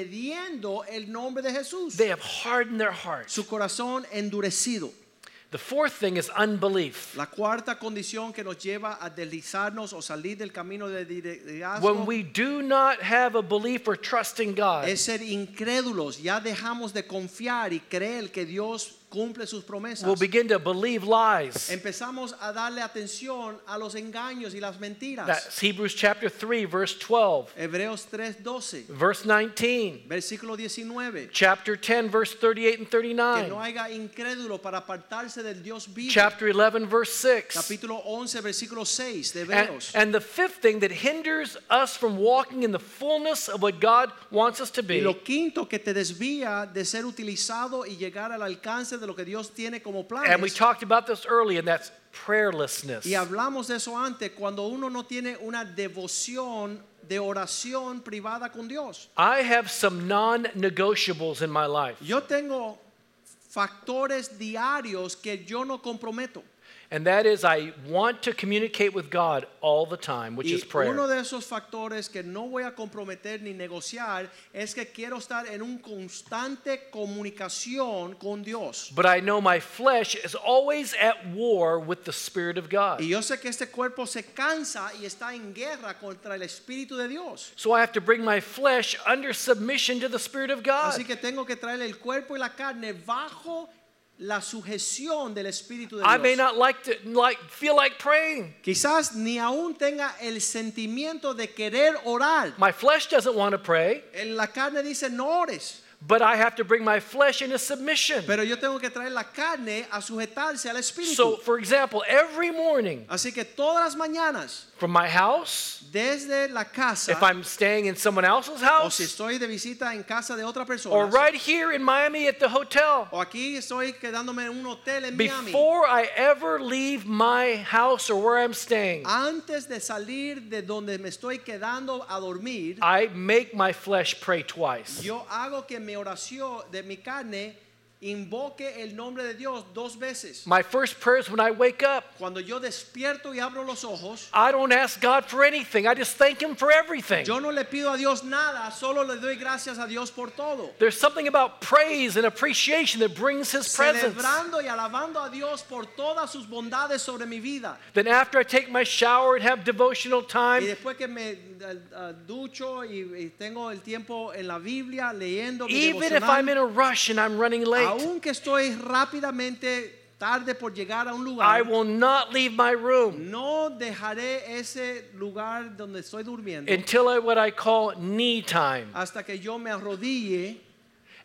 [SPEAKER 1] agrediendo el nombre de Jesús.
[SPEAKER 3] They have hardened their hearts.
[SPEAKER 1] Su corazón endurecido.
[SPEAKER 3] The fourth thing is unbelief.
[SPEAKER 1] La cuarta condición que nos lleva a deslizarnos o salir del camino de
[SPEAKER 3] When
[SPEAKER 1] liderazgo
[SPEAKER 3] we do not have a belief or trust in God,
[SPEAKER 1] es ser incrédulos. Ya dejamos de confiar y creer que Dios cumple sus promesas.
[SPEAKER 3] we'll begin to believe lies.
[SPEAKER 1] Empezamos a darle atención a los engaños y las mentiras.
[SPEAKER 3] That's Hebrews chapter 3, verse 12,
[SPEAKER 1] Hebreos 3:12,
[SPEAKER 3] verse 19,
[SPEAKER 1] versículo 19.
[SPEAKER 3] chapter 10, verse 38 and
[SPEAKER 1] Que no
[SPEAKER 3] 39,
[SPEAKER 1] haya incrédulo para apartarse del Dios vivo.
[SPEAKER 3] chapter 11, verse 6.
[SPEAKER 1] Capítulo 11, versículo 6 de
[SPEAKER 3] And,
[SPEAKER 1] Hebreos.
[SPEAKER 3] and the fifth thing that hinders us from walking in the fullness of what God wants us to
[SPEAKER 1] Y
[SPEAKER 3] be
[SPEAKER 1] lo quinto que te desvía de ser utilizado y llegar al alcance de lo que Dios tiene como
[SPEAKER 3] And we
[SPEAKER 1] planes.
[SPEAKER 3] talked about this early, and that's prayerlessness.
[SPEAKER 1] Y hablamos de eso antes, cuando uno no tiene una devoción de oración privada con Dios.
[SPEAKER 3] I have some non negotiables in my life,
[SPEAKER 1] Yo tengo factores diarios que yo no comprometo.
[SPEAKER 3] and that is I want to communicate with God all the time, which
[SPEAKER 1] Y
[SPEAKER 3] is prayer.
[SPEAKER 1] uno de esos factores que no voy a comprometer ni negociar es que quiero estar en un constante comunicación con Dios.
[SPEAKER 3] But I know my flesh is always at war with the Spirit of God.
[SPEAKER 1] Y yo sé que este cuerpo se cansa y está en guerra contra el Espíritu de Dios.
[SPEAKER 3] So I have to bring my flesh under submission to the Spirit of God.
[SPEAKER 1] Así que tengo que traer el cuerpo y la carne bajo la sujeción del Espíritu de
[SPEAKER 3] I may
[SPEAKER 1] Dios.
[SPEAKER 3] not like to like feel like praying.
[SPEAKER 1] Quizás ni aún tenga el sentimiento de querer orar.
[SPEAKER 3] My flesh doesn't want to pray,
[SPEAKER 1] En La carne dice no ores,
[SPEAKER 3] but I have to bring my flesh into submission.
[SPEAKER 1] pero yo tengo que traer la carne a sujetarse al
[SPEAKER 3] So,
[SPEAKER 1] Espíritu.
[SPEAKER 3] for example, every morning
[SPEAKER 1] Así que todas las mañanas,
[SPEAKER 3] from my house,
[SPEAKER 1] desde la casa,
[SPEAKER 3] if I'm staying in someone
[SPEAKER 1] o
[SPEAKER 3] else's
[SPEAKER 1] si
[SPEAKER 3] house,
[SPEAKER 1] estoy de visita en casa de otra
[SPEAKER 3] or
[SPEAKER 1] persona,
[SPEAKER 3] right here in Miami at the hotel,
[SPEAKER 1] o aquí estoy quedándome en un hotel en Miami.
[SPEAKER 3] before I ever leave my house or where I'm staying,
[SPEAKER 1] Antes de salir de donde me estoy quedando a dormir,
[SPEAKER 3] I make my flesh pray twice.
[SPEAKER 1] yo hago que mi oración de mi carne invoque el nombre de Dios dos veces.
[SPEAKER 3] My first prayer is when I wake up.
[SPEAKER 1] Cuando yo despierto y abro los ojos,
[SPEAKER 3] I don't ask God for anything, I just thank Him for everything.
[SPEAKER 1] yo no le pido a Dios nada, solo le doy gracias a Dios por todo.
[SPEAKER 3] There's something about praise and appreciation that brings His presence.
[SPEAKER 1] Celebrando y alabando a Dios por todas sus bondades sobre mi vida.
[SPEAKER 3] Then, after I take my shower and have devotional
[SPEAKER 1] Y
[SPEAKER 3] time,
[SPEAKER 1] después que me eh, eh, ducho y, y tengo el tiempo en la Biblia leyendo mi
[SPEAKER 3] even if
[SPEAKER 1] devocional,
[SPEAKER 3] I'm in a rush and I'm running late,
[SPEAKER 1] aunque estoy rápidamente tarde por llegar a un
[SPEAKER 3] I
[SPEAKER 1] lugar,
[SPEAKER 3] will not leave my room
[SPEAKER 1] no dejaré ese lugar donde estoy durmiendo
[SPEAKER 3] until I, what I call knee time.
[SPEAKER 1] hasta que yo me arrodille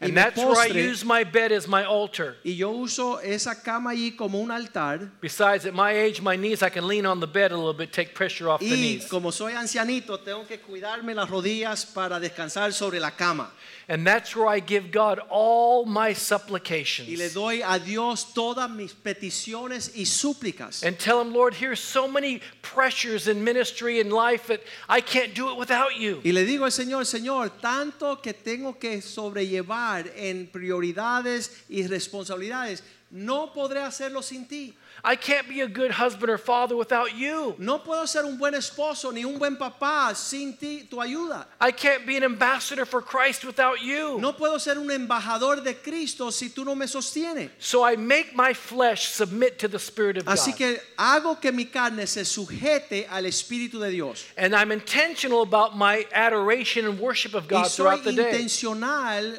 [SPEAKER 1] y
[SPEAKER 3] And
[SPEAKER 1] me
[SPEAKER 3] that's where I
[SPEAKER 1] postre,
[SPEAKER 3] use my bed as my altar.
[SPEAKER 1] y yo uso esa cama allí como un altar.
[SPEAKER 3] Besides, at my age, my knees, I can lean on the bed a little bit, take pressure off the
[SPEAKER 1] Y
[SPEAKER 3] knees.
[SPEAKER 1] como soy ancianito, tengo que cuidarme las rodillas para descansar sobre la cama.
[SPEAKER 3] And that's where I give God all my
[SPEAKER 1] Y le
[SPEAKER 3] supplications.
[SPEAKER 1] doy a Dios todas mis peticiones y súplicas.
[SPEAKER 3] And tell him, Lord, here's so many pressures in ministry and life that I can't do it without you.
[SPEAKER 1] Y le digo al Señor, Señor, tanto que tengo que sobrellevar en prioridades y responsabilidades, no podré hacerlo sin ti.
[SPEAKER 3] I can't be a good husband or father without you.
[SPEAKER 1] No puedo ser un buen esposo ni un buen papá sin ti, tu ayuda.
[SPEAKER 3] I can't be an ambassador for Christ without you.
[SPEAKER 1] No puedo ser un embajador de Cristo si tú no me sostienes.
[SPEAKER 3] So I make my flesh submit to the Spirit of
[SPEAKER 1] Así
[SPEAKER 3] God.
[SPEAKER 1] que hago que mi carne se sujete al Espíritu de Dios.
[SPEAKER 3] And I'm intentional about my adoration and worship of
[SPEAKER 1] Y
[SPEAKER 3] God
[SPEAKER 1] soy
[SPEAKER 3] throughout the day.
[SPEAKER 1] intencional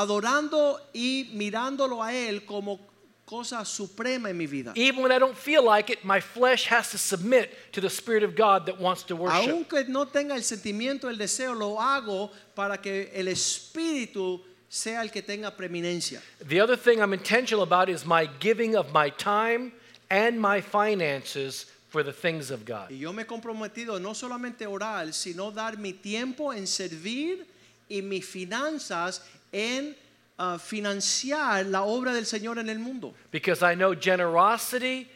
[SPEAKER 1] adorando y mirándolo a Él como cosa suprema en mi vida.
[SPEAKER 3] Even when I don't feel like it, my flesh has to submit to the Spirit of God that wants to worship.
[SPEAKER 1] Aunque no tenga el sentimiento, el deseo, lo hago para que el espíritu sea el que tenga preeminencia.
[SPEAKER 3] The other thing I'm intentional about is my giving of my time and my finances for the things of God.
[SPEAKER 1] Y yo me he comprometido no solamente a orar, sino dar mi tiempo en servir y mis finanzas en ah, financiar la obra del Señor en el mundo.
[SPEAKER 3] because I know generosity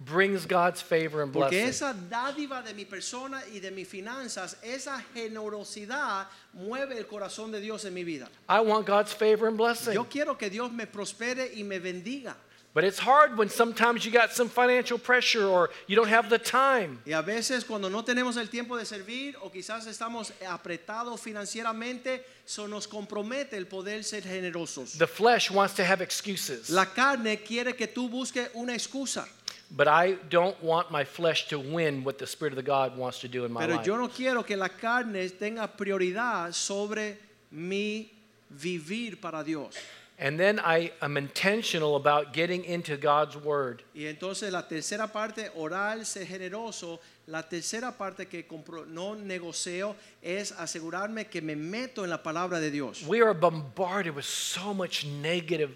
[SPEAKER 3] brings God's favor and
[SPEAKER 1] Porque
[SPEAKER 3] blessing.
[SPEAKER 1] esa dádiva de mi persona y de mis finanzas, esa generosidad mueve el corazón de Dios en mi vida.
[SPEAKER 3] I want God's favor and blessing.
[SPEAKER 1] Yo quiero que Dios me prospere y me bendiga.
[SPEAKER 3] But it's hard when sometimes you got some financial pressure or you don't have the time.
[SPEAKER 1] Y a veces cuando no tenemos el tiempo de servir o quizás estamos apretados financieramente, eso nos compromete el poder ser generosos.
[SPEAKER 3] The flesh wants to have excuses.
[SPEAKER 1] La carne quiere que tú busques una excusa,
[SPEAKER 3] But I don't want my flesh to win what the Spirit of the God wants to do in my
[SPEAKER 1] pero
[SPEAKER 3] life.
[SPEAKER 1] yo no quiero que la carne tenga prioridad sobre mi vivir para Dios.
[SPEAKER 3] And then I am intentional about getting into God's Word.
[SPEAKER 1] Y entonces la tercera parte, oral, ser generoso. La tercera parte que compro- no negocio es asegurarme que me meto en la palabra de Dios.
[SPEAKER 3] We are bombarded with so much negative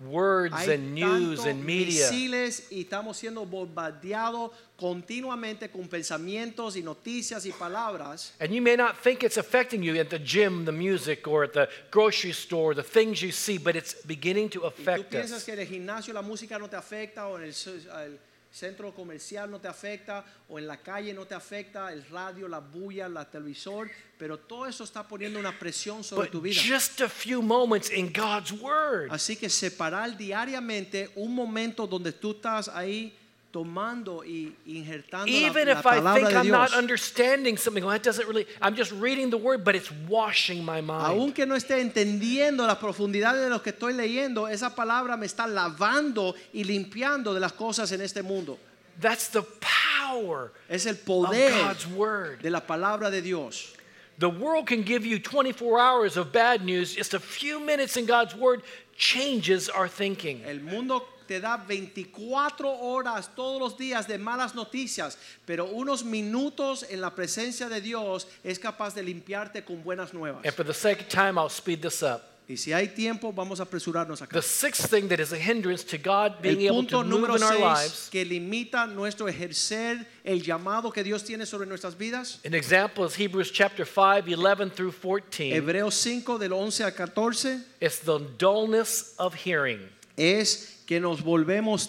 [SPEAKER 3] words
[SPEAKER 1] Hay
[SPEAKER 3] and news
[SPEAKER 1] tanto
[SPEAKER 3] and media.
[SPEAKER 1] misiles y estamos siendo bombardeados continuamente con pensamientos y noticias y palabras.
[SPEAKER 3] And you may not think it's affecting you at the gym, the music, or at the grocery store, the things you see, but it's beginning to
[SPEAKER 1] Y tú
[SPEAKER 3] affect
[SPEAKER 1] piensas
[SPEAKER 3] us.
[SPEAKER 1] que en el gimnasio la música no te afecta o en el, ce- el centro comercial no te afecta o en la calle no te afecta, el radio, la bulla, la televisor, pero todo eso está poniendo una presión sobre tu
[SPEAKER 3] But
[SPEAKER 1] vida.
[SPEAKER 3] just a few moments in God's Word.
[SPEAKER 1] Así que separar diariamente un momento donde tú estás ahí tomando y injertando la-
[SPEAKER 3] Even
[SPEAKER 1] la,
[SPEAKER 3] if I
[SPEAKER 1] palabra
[SPEAKER 3] think
[SPEAKER 1] de
[SPEAKER 3] I'm not
[SPEAKER 1] Dios.
[SPEAKER 3] understanding something, well, that doesn't really, I'm just reading the Word, but it's washing my mind.
[SPEAKER 1] Aunque no esté entendiendo las profundidades de lo que estoy leyendo, esa palabra me está lavando y limpiando de las cosas en este mundo.
[SPEAKER 3] That's the power
[SPEAKER 1] Es el
[SPEAKER 3] of
[SPEAKER 1] poder
[SPEAKER 3] God's Word.
[SPEAKER 1] de la palabra de Dios.
[SPEAKER 3] The world can give you 24 hours of bad news. Just a few minutes in God's Word changes our thinking.
[SPEAKER 1] El mundo te da 24 horas todos los días de malas noticias, pero unos minutos en la presencia de Dios es capaz de limpiarte con buenas nuevas.
[SPEAKER 3] And for the sake of time, I'll speed this up.
[SPEAKER 1] Y si hay tiempo, vamos a apresurarnos acá.
[SPEAKER 3] The sixth thing that is a hindrance to God being
[SPEAKER 1] el
[SPEAKER 3] able
[SPEAKER 1] punto
[SPEAKER 3] to move
[SPEAKER 1] número
[SPEAKER 3] in our
[SPEAKER 1] 6
[SPEAKER 3] lives.
[SPEAKER 1] que limita nuestro ejercer el llamado que Dios tiene sobre nuestras vidas.
[SPEAKER 3] An example is Hebrews chapter 5, 11 through 14.
[SPEAKER 1] Hebreos 5 del 11 al 14
[SPEAKER 3] It's the dullness of hearing.
[SPEAKER 1] es que nos volvemos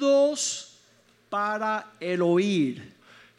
[SPEAKER 1] tardos para el oír.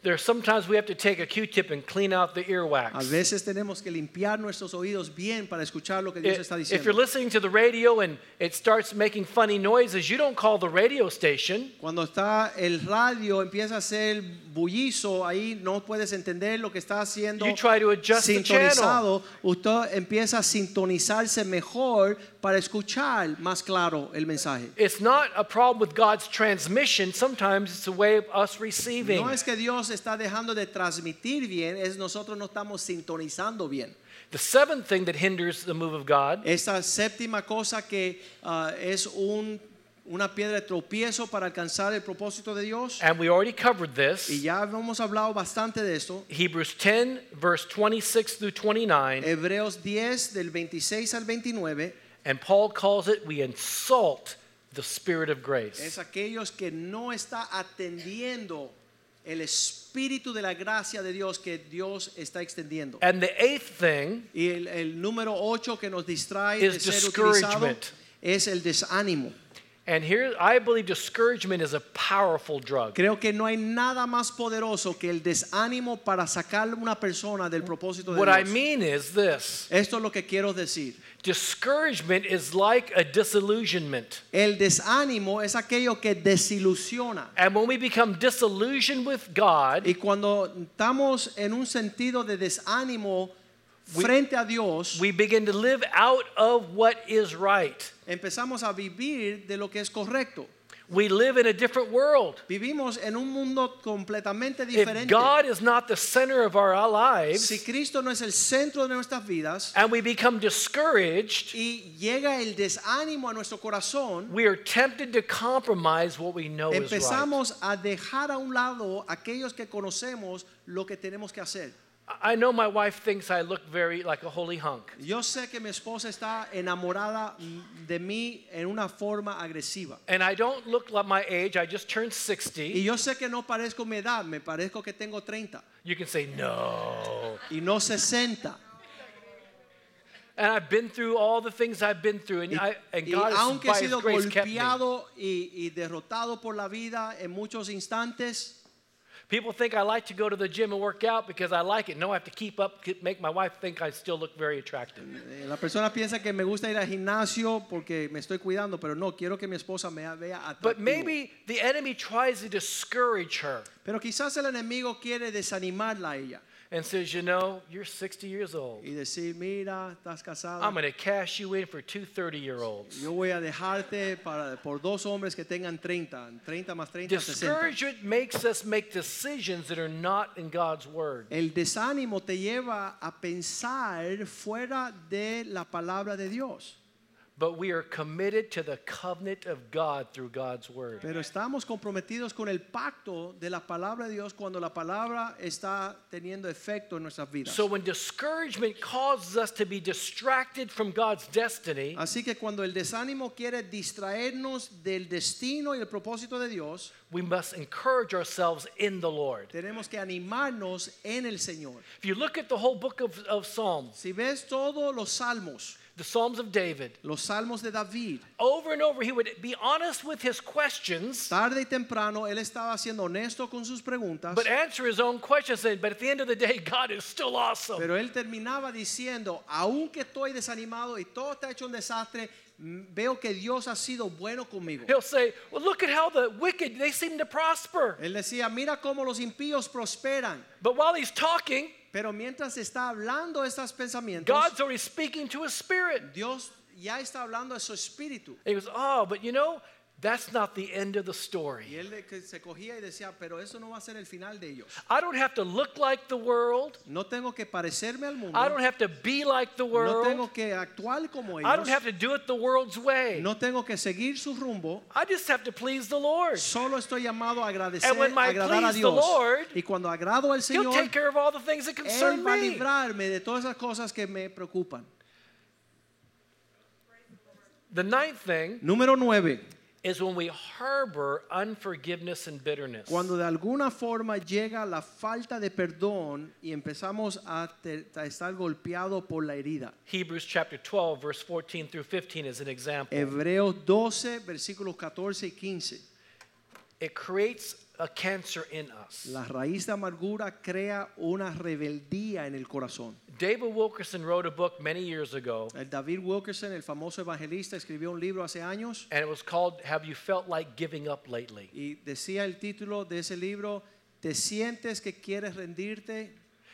[SPEAKER 3] There are sometimes we have to take a Q-tip and clean out the
[SPEAKER 1] A
[SPEAKER 3] earwax.
[SPEAKER 1] veces tenemos que limpiar nuestros oídos bien para escuchar lo que Dios está
[SPEAKER 3] Eh, If if you're
[SPEAKER 1] diciendo.
[SPEAKER 3] listening to the radio and it starts making funny noises, you don't call the radio station.
[SPEAKER 1] Cuando está el radio empieza a hacer bullizo ahí, no puedes entender lo que está haciendo.
[SPEAKER 3] You try to adjust the
[SPEAKER 1] sintonizado, usted empieza a sintonizarse mejor para escuchar más claro el mensaje.
[SPEAKER 3] It's not a problem with God's transmission. Sometimes it's a way of us receiving.
[SPEAKER 1] No es que Dios está dejando de transmitir bien, es nosotros no estamos sintonizando bien.
[SPEAKER 3] The seventh thing that hinders the move of God
[SPEAKER 1] Esta séptima cosa que ah, es un- una piedra de tropiezo para alcanzar el propósito de Dios,
[SPEAKER 3] And we already covered
[SPEAKER 1] y
[SPEAKER 3] this.
[SPEAKER 1] ya hemos hablado bastante de esto,
[SPEAKER 3] Hebrews 10, verse 26 through 29.
[SPEAKER 1] Hebreos 10 del 26 al 29,
[SPEAKER 3] And Paul calls it, we insult the Spirit of grace.
[SPEAKER 1] es aquellos que no está atendiendo el espíritu de la gracia de Dios que Dios está extendiendo.
[SPEAKER 3] And the eighth thing
[SPEAKER 1] Y el, el número 8 que nos distrae
[SPEAKER 3] Is
[SPEAKER 1] de ser utilizado
[SPEAKER 3] discouragement.
[SPEAKER 1] es el desánimo.
[SPEAKER 3] And here, I believe discouragement is a powerful drug.
[SPEAKER 1] Creo que no hay nada más poderoso que el desánimo para sacar una persona del propósito de
[SPEAKER 3] What I
[SPEAKER 1] Dios.
[SPEAKER 3] mean is this
[SPEAKER 1] Esto es lo que quiero decir.
[SPEAKER 3] discouragement is like a disillusionment.
[SPEAKER 1] El desánimo es aquello que desilusiona.
[SPEAKER 3] And when we become disillusioned with God,
[SPEAKER 1] Y cuando estamos en un sentido de desánimo
[SPEAKER 3] We-
[SPEAKER 1] frente a Dios,
[SPEAKER 3] we begin to live out of what is right.
[SPEAKER 1] empezamos a vivir de lo que es correcto.
[SPEAKER 3] We live in a different world.
[SPEAKER 1] Vivimos en un mundo completamente
[SPEAKER 3] If
[SPEAKER 1] diferente.
[SPEAKER 3] God is not the center of our
[SPEAKER 1] Si
[SPEAKER 3] lives
[SPEAKER 1] Cristo no es el centro de nuestras vidas
[SPEAKER 3] and we become discouraged,
[SPEAKER 1] y llega el desánimo a nuestro corazón,
[SPEAKER 3] we are tempted to compromise what we know is right.
[SPEAKER 1] empezamos a dejar a un lado aquellos que conocemos lo que tenemos que hacer.
[SPEAKER 3] I know my wife thinks I look very like a holy hunk.
[SPEAKER 1] Yo sé que mi esposa está enamorada de mí en una forma agresiva.
[SPEAKER 3] And I don't look like my age. I just turned
[SPEAKER 1] Y
[SPEAKER 3] 60.
[SPEAKER 1] yo sé que no parezco mi edad, me parezco que tengo 30
[SPEAKER 3] You can say, no.
[SPEAKER 1] y no 60.
[SPEAKER 3] And I've been through all the things I've been through, and,
[SPEAKER 1] Y,
[SPEAKER 3] I, and
[SPEAKER 1] y
[SPEAKER 3] God has,
[SPEAKER 1] aunque he
[SPEAKER 3] by His
[SPEAKER 1] sido
[SPEAKER 3] grace, kept me.
[SPEAKER 1] golpeado y, y derrotado por la vida en muchos instantes,
[SPEAKER 3] People think I like to go to the gym and work out because I like it. No, I have to keep up, keep- make my wife think I still look very attractive.
[SPEAKER 1] eh, la persona piensa que me gusta ir al gimnasio porque me estoy cuidando, pero no, quiero que mi esposa me vea atractivo.
[SPEAKER 3] But maybe the enemy tries to discourage her
[SPEAKER 1] Pero quizás el enemigo quiere desanimarla a ella
[SPEAKER 3] and says, You know, you're 60 years old.
[SPEAKER 1] y decir, mira, estás casada.
[SPEAKER 3] I'm going to cash you in for two 30 year olds.
[SPEAKER 1] Yo voy a dejarte para, por dos hombres que tengan 30, 30 más 30, 60.
[SPEAKER 3] Discouragement makes us make decisions that are not in God's word.
[SPEAKER 1] El desánimo te lleva a pensar fuera de la palabra de Dios.
[SPEAKER 3] But we are committed to the covenant of God through God's word.
[SPEAKER 1] Pero estamos comprometidos con el pacto de la palabra de Dios cuando la palabra está teniendo efecto en nuestras vidas.
[SPEAKER 3] So when discouragement causes us to be distracted from God's destiny,
[SPEAKER 1] Así que cuando el desánimo quiere distraernos del destino y el propósito de Dios,
[SPEAKER 3] we must encourage ourselves in the Lord.
[SPEAKER 1] tenemos que animarnos en el Señor.
[SPEAKER 3] If you look at the whole book of, of Psalms,
[SPEAKER 1] Si ves todos los salmos,
[SPEAKER 3] the Psalms of David,
[SPEAKER 1] los salmos de David,
[SPEAKER 3] over and over he would be honest with his questions,
[SPEAKER 1] tarde y temprano él estaba siendo honesto con sus preguntas,
[SPEAKER 3] but answer his own questions. saying, But at the end of the day, God is still
[SPEAKER 1] <laughs>
[SPEAKER 3] awesome.
[SPEAKER 1] pero él terminaba diciendo, aunque estoy desanimado y todo está hecho un desastre, m- veo que Dios ha sido bueno conmigo.
[SPEAKER 3] He'll say, Well, look at how the wicked, they seem to prosper.
[SPEAKER 1] Él decía, mira cómo los impíos prosperan.
[SPEAKER 3] But while he's talking,
[SPEAKER 1] Pero mientras está hablando estos pensamientos,
[SPEAKER 3] God's already speaking to his spirit.
[SPEAKER 1] Dios ya está hablando de su espíritu.
[SPEAKER 3] And he goes, Oh, but you know, that's not the end of the
[SPEAKER 1] Y
[SPEAKER 3] story.
[SPEAKER 1] él de- que se cogía y decía, pero eso no va a ser el final de ellos.
[SPEAKER 3] I don't have to look like the world.
[SPEAKER 1] No tengo que parecerme al mundo.
[SPEAKER 3] I don't have to be like the
[SPEAKER 1] No
[SPEAKER 3] world.
[SPEAKER 1] tengo que actuar como
[SPEAKER 3] I don't have
[SPEAKER 1] ellos.
[SPEAKER 3] to do it the world's way.
[SPEAKER 1] No tengo que seguir su rumbo.
[SPEAKER 3] I just have to please the Lord.
[SPEAKER 1] Solo estoy llamado a agradecer,
[SPEAKER 3] And when I
[SPEAKER 1] agradar a
[SPEAKER 3] please the
[SPEAKER 1] Dios.
[SPEAKER 3] Lord,
[SPEAKER 1] y cuando agrado al
[SPEAKER 3] He'll
[SPEAKER 1] Señor,
[SPEAKER 3] take care of all the things that concern
[SPEAKER 1] Él va a
[SPEAKER 3] me.
[SPEAKER 1] librarme de todas esas cosas que me preocupan.
[SPEAKER 3] The ninth thing
[SPEAKER 1] Número 9.
[SPEAKER 3] is when we harbor unforgiveness and bitterness.
[SPEAKER 1] Cuando de alguna forma llega la falta de perdón y empezamos a, te- a estar golpeado por la herida.
[SPEAKER 3] Hebrews chapter 12, verse 14 through 15 is an example.
[SPEAKER 1] Hebreos 12, versículos 14 y 15.
[SPEAKER 3] It creates a cancer in us.
[SPEAKER 1] La raíz de amargura crea una rebeldía en el corazón.
[SPEAKER 3] David Wilkerson wrote a book many years ago,
[SPEAKER 1] El David Wilkerson, el famoso evangelista, escribió un libro hace años
[SPEAKER 3] and it was called Have You Felt Like Giving Up Lately?
[SPEAKER 1] y decía el título de ese libro, ¿te sientes que quieres rendirte?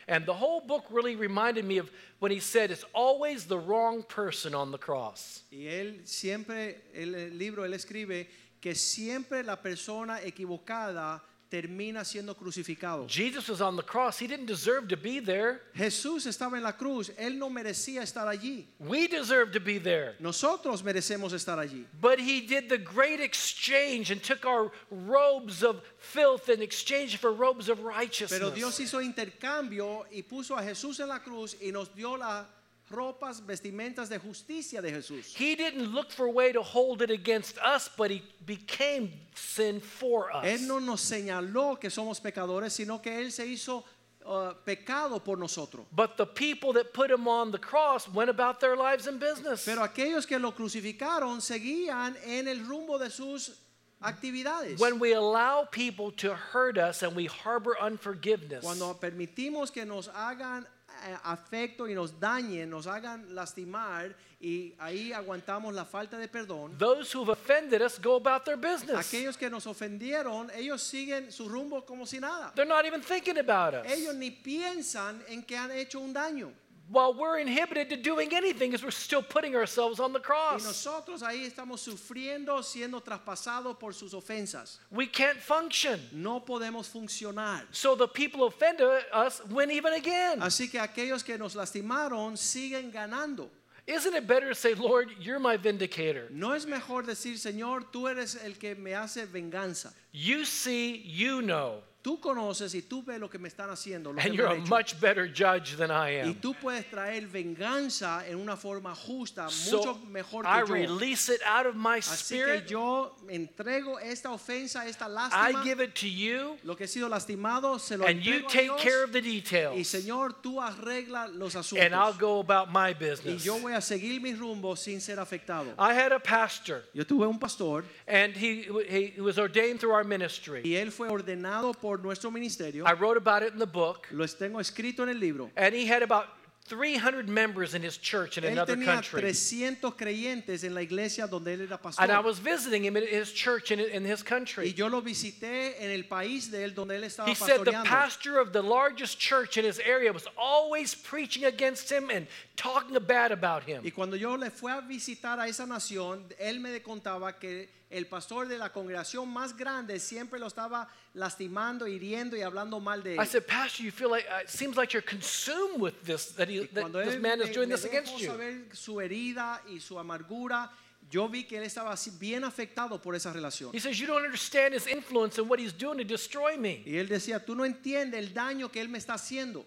[SPEAKER 3] And the whole book really reminded me of when he said, It's always the wrong person on the cross.
[SPEAKER 1] Y él siempre, el, el libro, él escribe que siempre la persona equivocada termina siendo crucificado.
[SPEAKER 3] Jesus was on the cross. He didn't deserve to be there.
[SPEAKER 1] Jesús estaba en la cruz, él no merecía estar allí.
[SPEAKER 3] We deserve to be there.
[SPEAKER 1] Nosotros merecemos estar allí.
[SPEAKER 3] But he did the great exchange and took our robes of filth and exchanged it for robes of
[SPEAKER 1] Pero Dios
[SPEAKER 3] righteousness.
[SPEAKER 1] hizo intercambio y puso a Jesús en la cruz y nos dio las ropas, vestimentas de justicia de Jesús.
[SPEAKER 3] He didn't look for a way to hold it against us, but he became sin for us.
[SPEAKER 1] Él no nos señaló que somos pecadores, sino que Él se hizo uh, pecado por nosotros.
[SPEAKER 3] But the people that put him on the cross went about their lives in business.
[SPEAKER 1] Pero aquellos que lo crucificaron seguían en el rumbo de sus actividades.
[SPEAKER 3] When we allow people to hurt us and we harbor unforgiveness,
[SPEAKER 1] Cuando permitimos que nos hagan eh, afecto y nos dañen, nos hagan lastimar y ahí aguantamos la falta de perdón.
[SPEAKER 3] those who've offended us go about their business.
[SPEAKER 1] Aquellos que nos ofendieron, ellos siguen su rumbo como si nada.
[SPEAKER 3] They're not even thinking about us.
[SPEAKER 1] Ellos ni piensan en que han hecho un daño.
[SPEAKER 3] While we're inhibited to doing anything because we're still putting ourselves on the
[SPEAKER 1] Y
[SPEAKER 3] cross.
[SPEAKER 1] nosotros ahí estamos sufriendo, siendo traspasados por sus ofensas.
[SPEAKER 3] We can't function.
[SPEAKER 1] No podemos funcionar.
[SPEAKER 3] So the people who offended us win even again.
[SPEAKER 1] Así que aquellos que nos lastimaron siguen ganando.
[SPEAKER 3] Isn't it better to say, Lord, you're my vindicator?
[SPEAKER 1] No es mejor decir, Señor, tú eres el que me hace venganza.
[SPEAKER 3] You see, you know.
[SPEAKER 1] Tú conoces y tú ves lo que me están haciendo. lo que
[SPEAKER 3] And
[SPEAKER 1] me
[SPEAKER 3] you're a
[SPEAKER 1] han hecho.
[SPEAKER 3] much better judge than I
[SPEAKER 1] y
[SPEAKER 3] am.
[SPEAKER 1] tú puedes traer venganza en una forma justa, mucho
[SPEAKER 3] So
[SPEAKER 1] mejor
[SPEAKER 3] I
[SPEAKER 1] que yo.
[SPEAKER 3] release it out of my
[SPEAKER 1] Así que
[SPEAKER 3] spirit.
[SPEAKER 1] yo entrego esta ofensa, esta lástima.
[SPEAKER 3] I give it to you,
[SPEAKER 1] lo que he sido lastimado se lo
[SPEAKER 3] and you
[SPEAKER 1] entrego a
[SPEAKER 3] take
[SPEAKER 1] Dios.
[SPEAKER 3] care of the
[SPEAKER 1] y
[SPEAKER 3] details.
[SPEAKER 1] Señor, tú arregla los asuntos.
[SPEAKER 3] And I'll go about my
[SPEAKER 1] y
[SPEAKER 3] business.
[SPEAKER 1] yo voy a seguir mi rumbo sin ser afectado.
[SPEAKER 3] I had a pastor,
[SPEAKER 1] Yo tuve un pastor
[SPEAKER 3] and he, he was ordained through our ministry.
[SPEAKER 1] y él fue ordenado por nuestro ministerio.
[SPEAKER 3] I wrote about it in the book,
[SPEAKER 1] Lo tengo escrito en el libro.
[SPEAKER 3] and he had about 300 members in his church in
[SPEAKER 1] Él
[SPEAKER 3] another
[SPEAKER 1] tenía
[SPEAKER 3] country.
[SPEAKER 1] 300 creyentes en la iglesia donde él era pastor.
[SPEAKER 3] And I was visiting him at his church in, in his
[SPEAKER 1] y
[SPEAKER 3] country.
[SPEAKER 1] yo lo visité en el país de él donde él estaba
[SPEAKER 3] He said the
[SPEAKER 1] pastoreando.
[SPEAKER 3] pastor of the largest church in his area was always preaching against him and talking bad about him.
[SPEAKER 1] y cuando yo le fui a visitar a esa nación, él me contaba que el pastor de la congregación más grande siempre lo estaba lastimando, hiriendo y hablando mal de él.
[SPEAKER 3] I said, Pastor, you feel like uh, it seems like you're consumed with this. That, he,
[SPEAKER 1] Y
[SPEAKER 3] that
[SPEAKER 1] cuando
[SPEAKER 3] this
[SPEAKER 1] él
[SPEAKER 3] man
[SPEAKER 1] me-
[SPEAKER 3] is doing
[SPEAKER 1] me
[SPEAKER 3] this against
[SPEAKER 1] dejó
[SPEAKER 3] you.
[SPEAKER 1] saber su herida y su amargura, yo vi que él estaba así bien afectado por esa relación.
[SPEAKER 3] He says, You don't understand his influence and what he's doing to destroy me.
[SPEAKER 1] Y él decía, tú no entiendes el daño que él me está haciendo.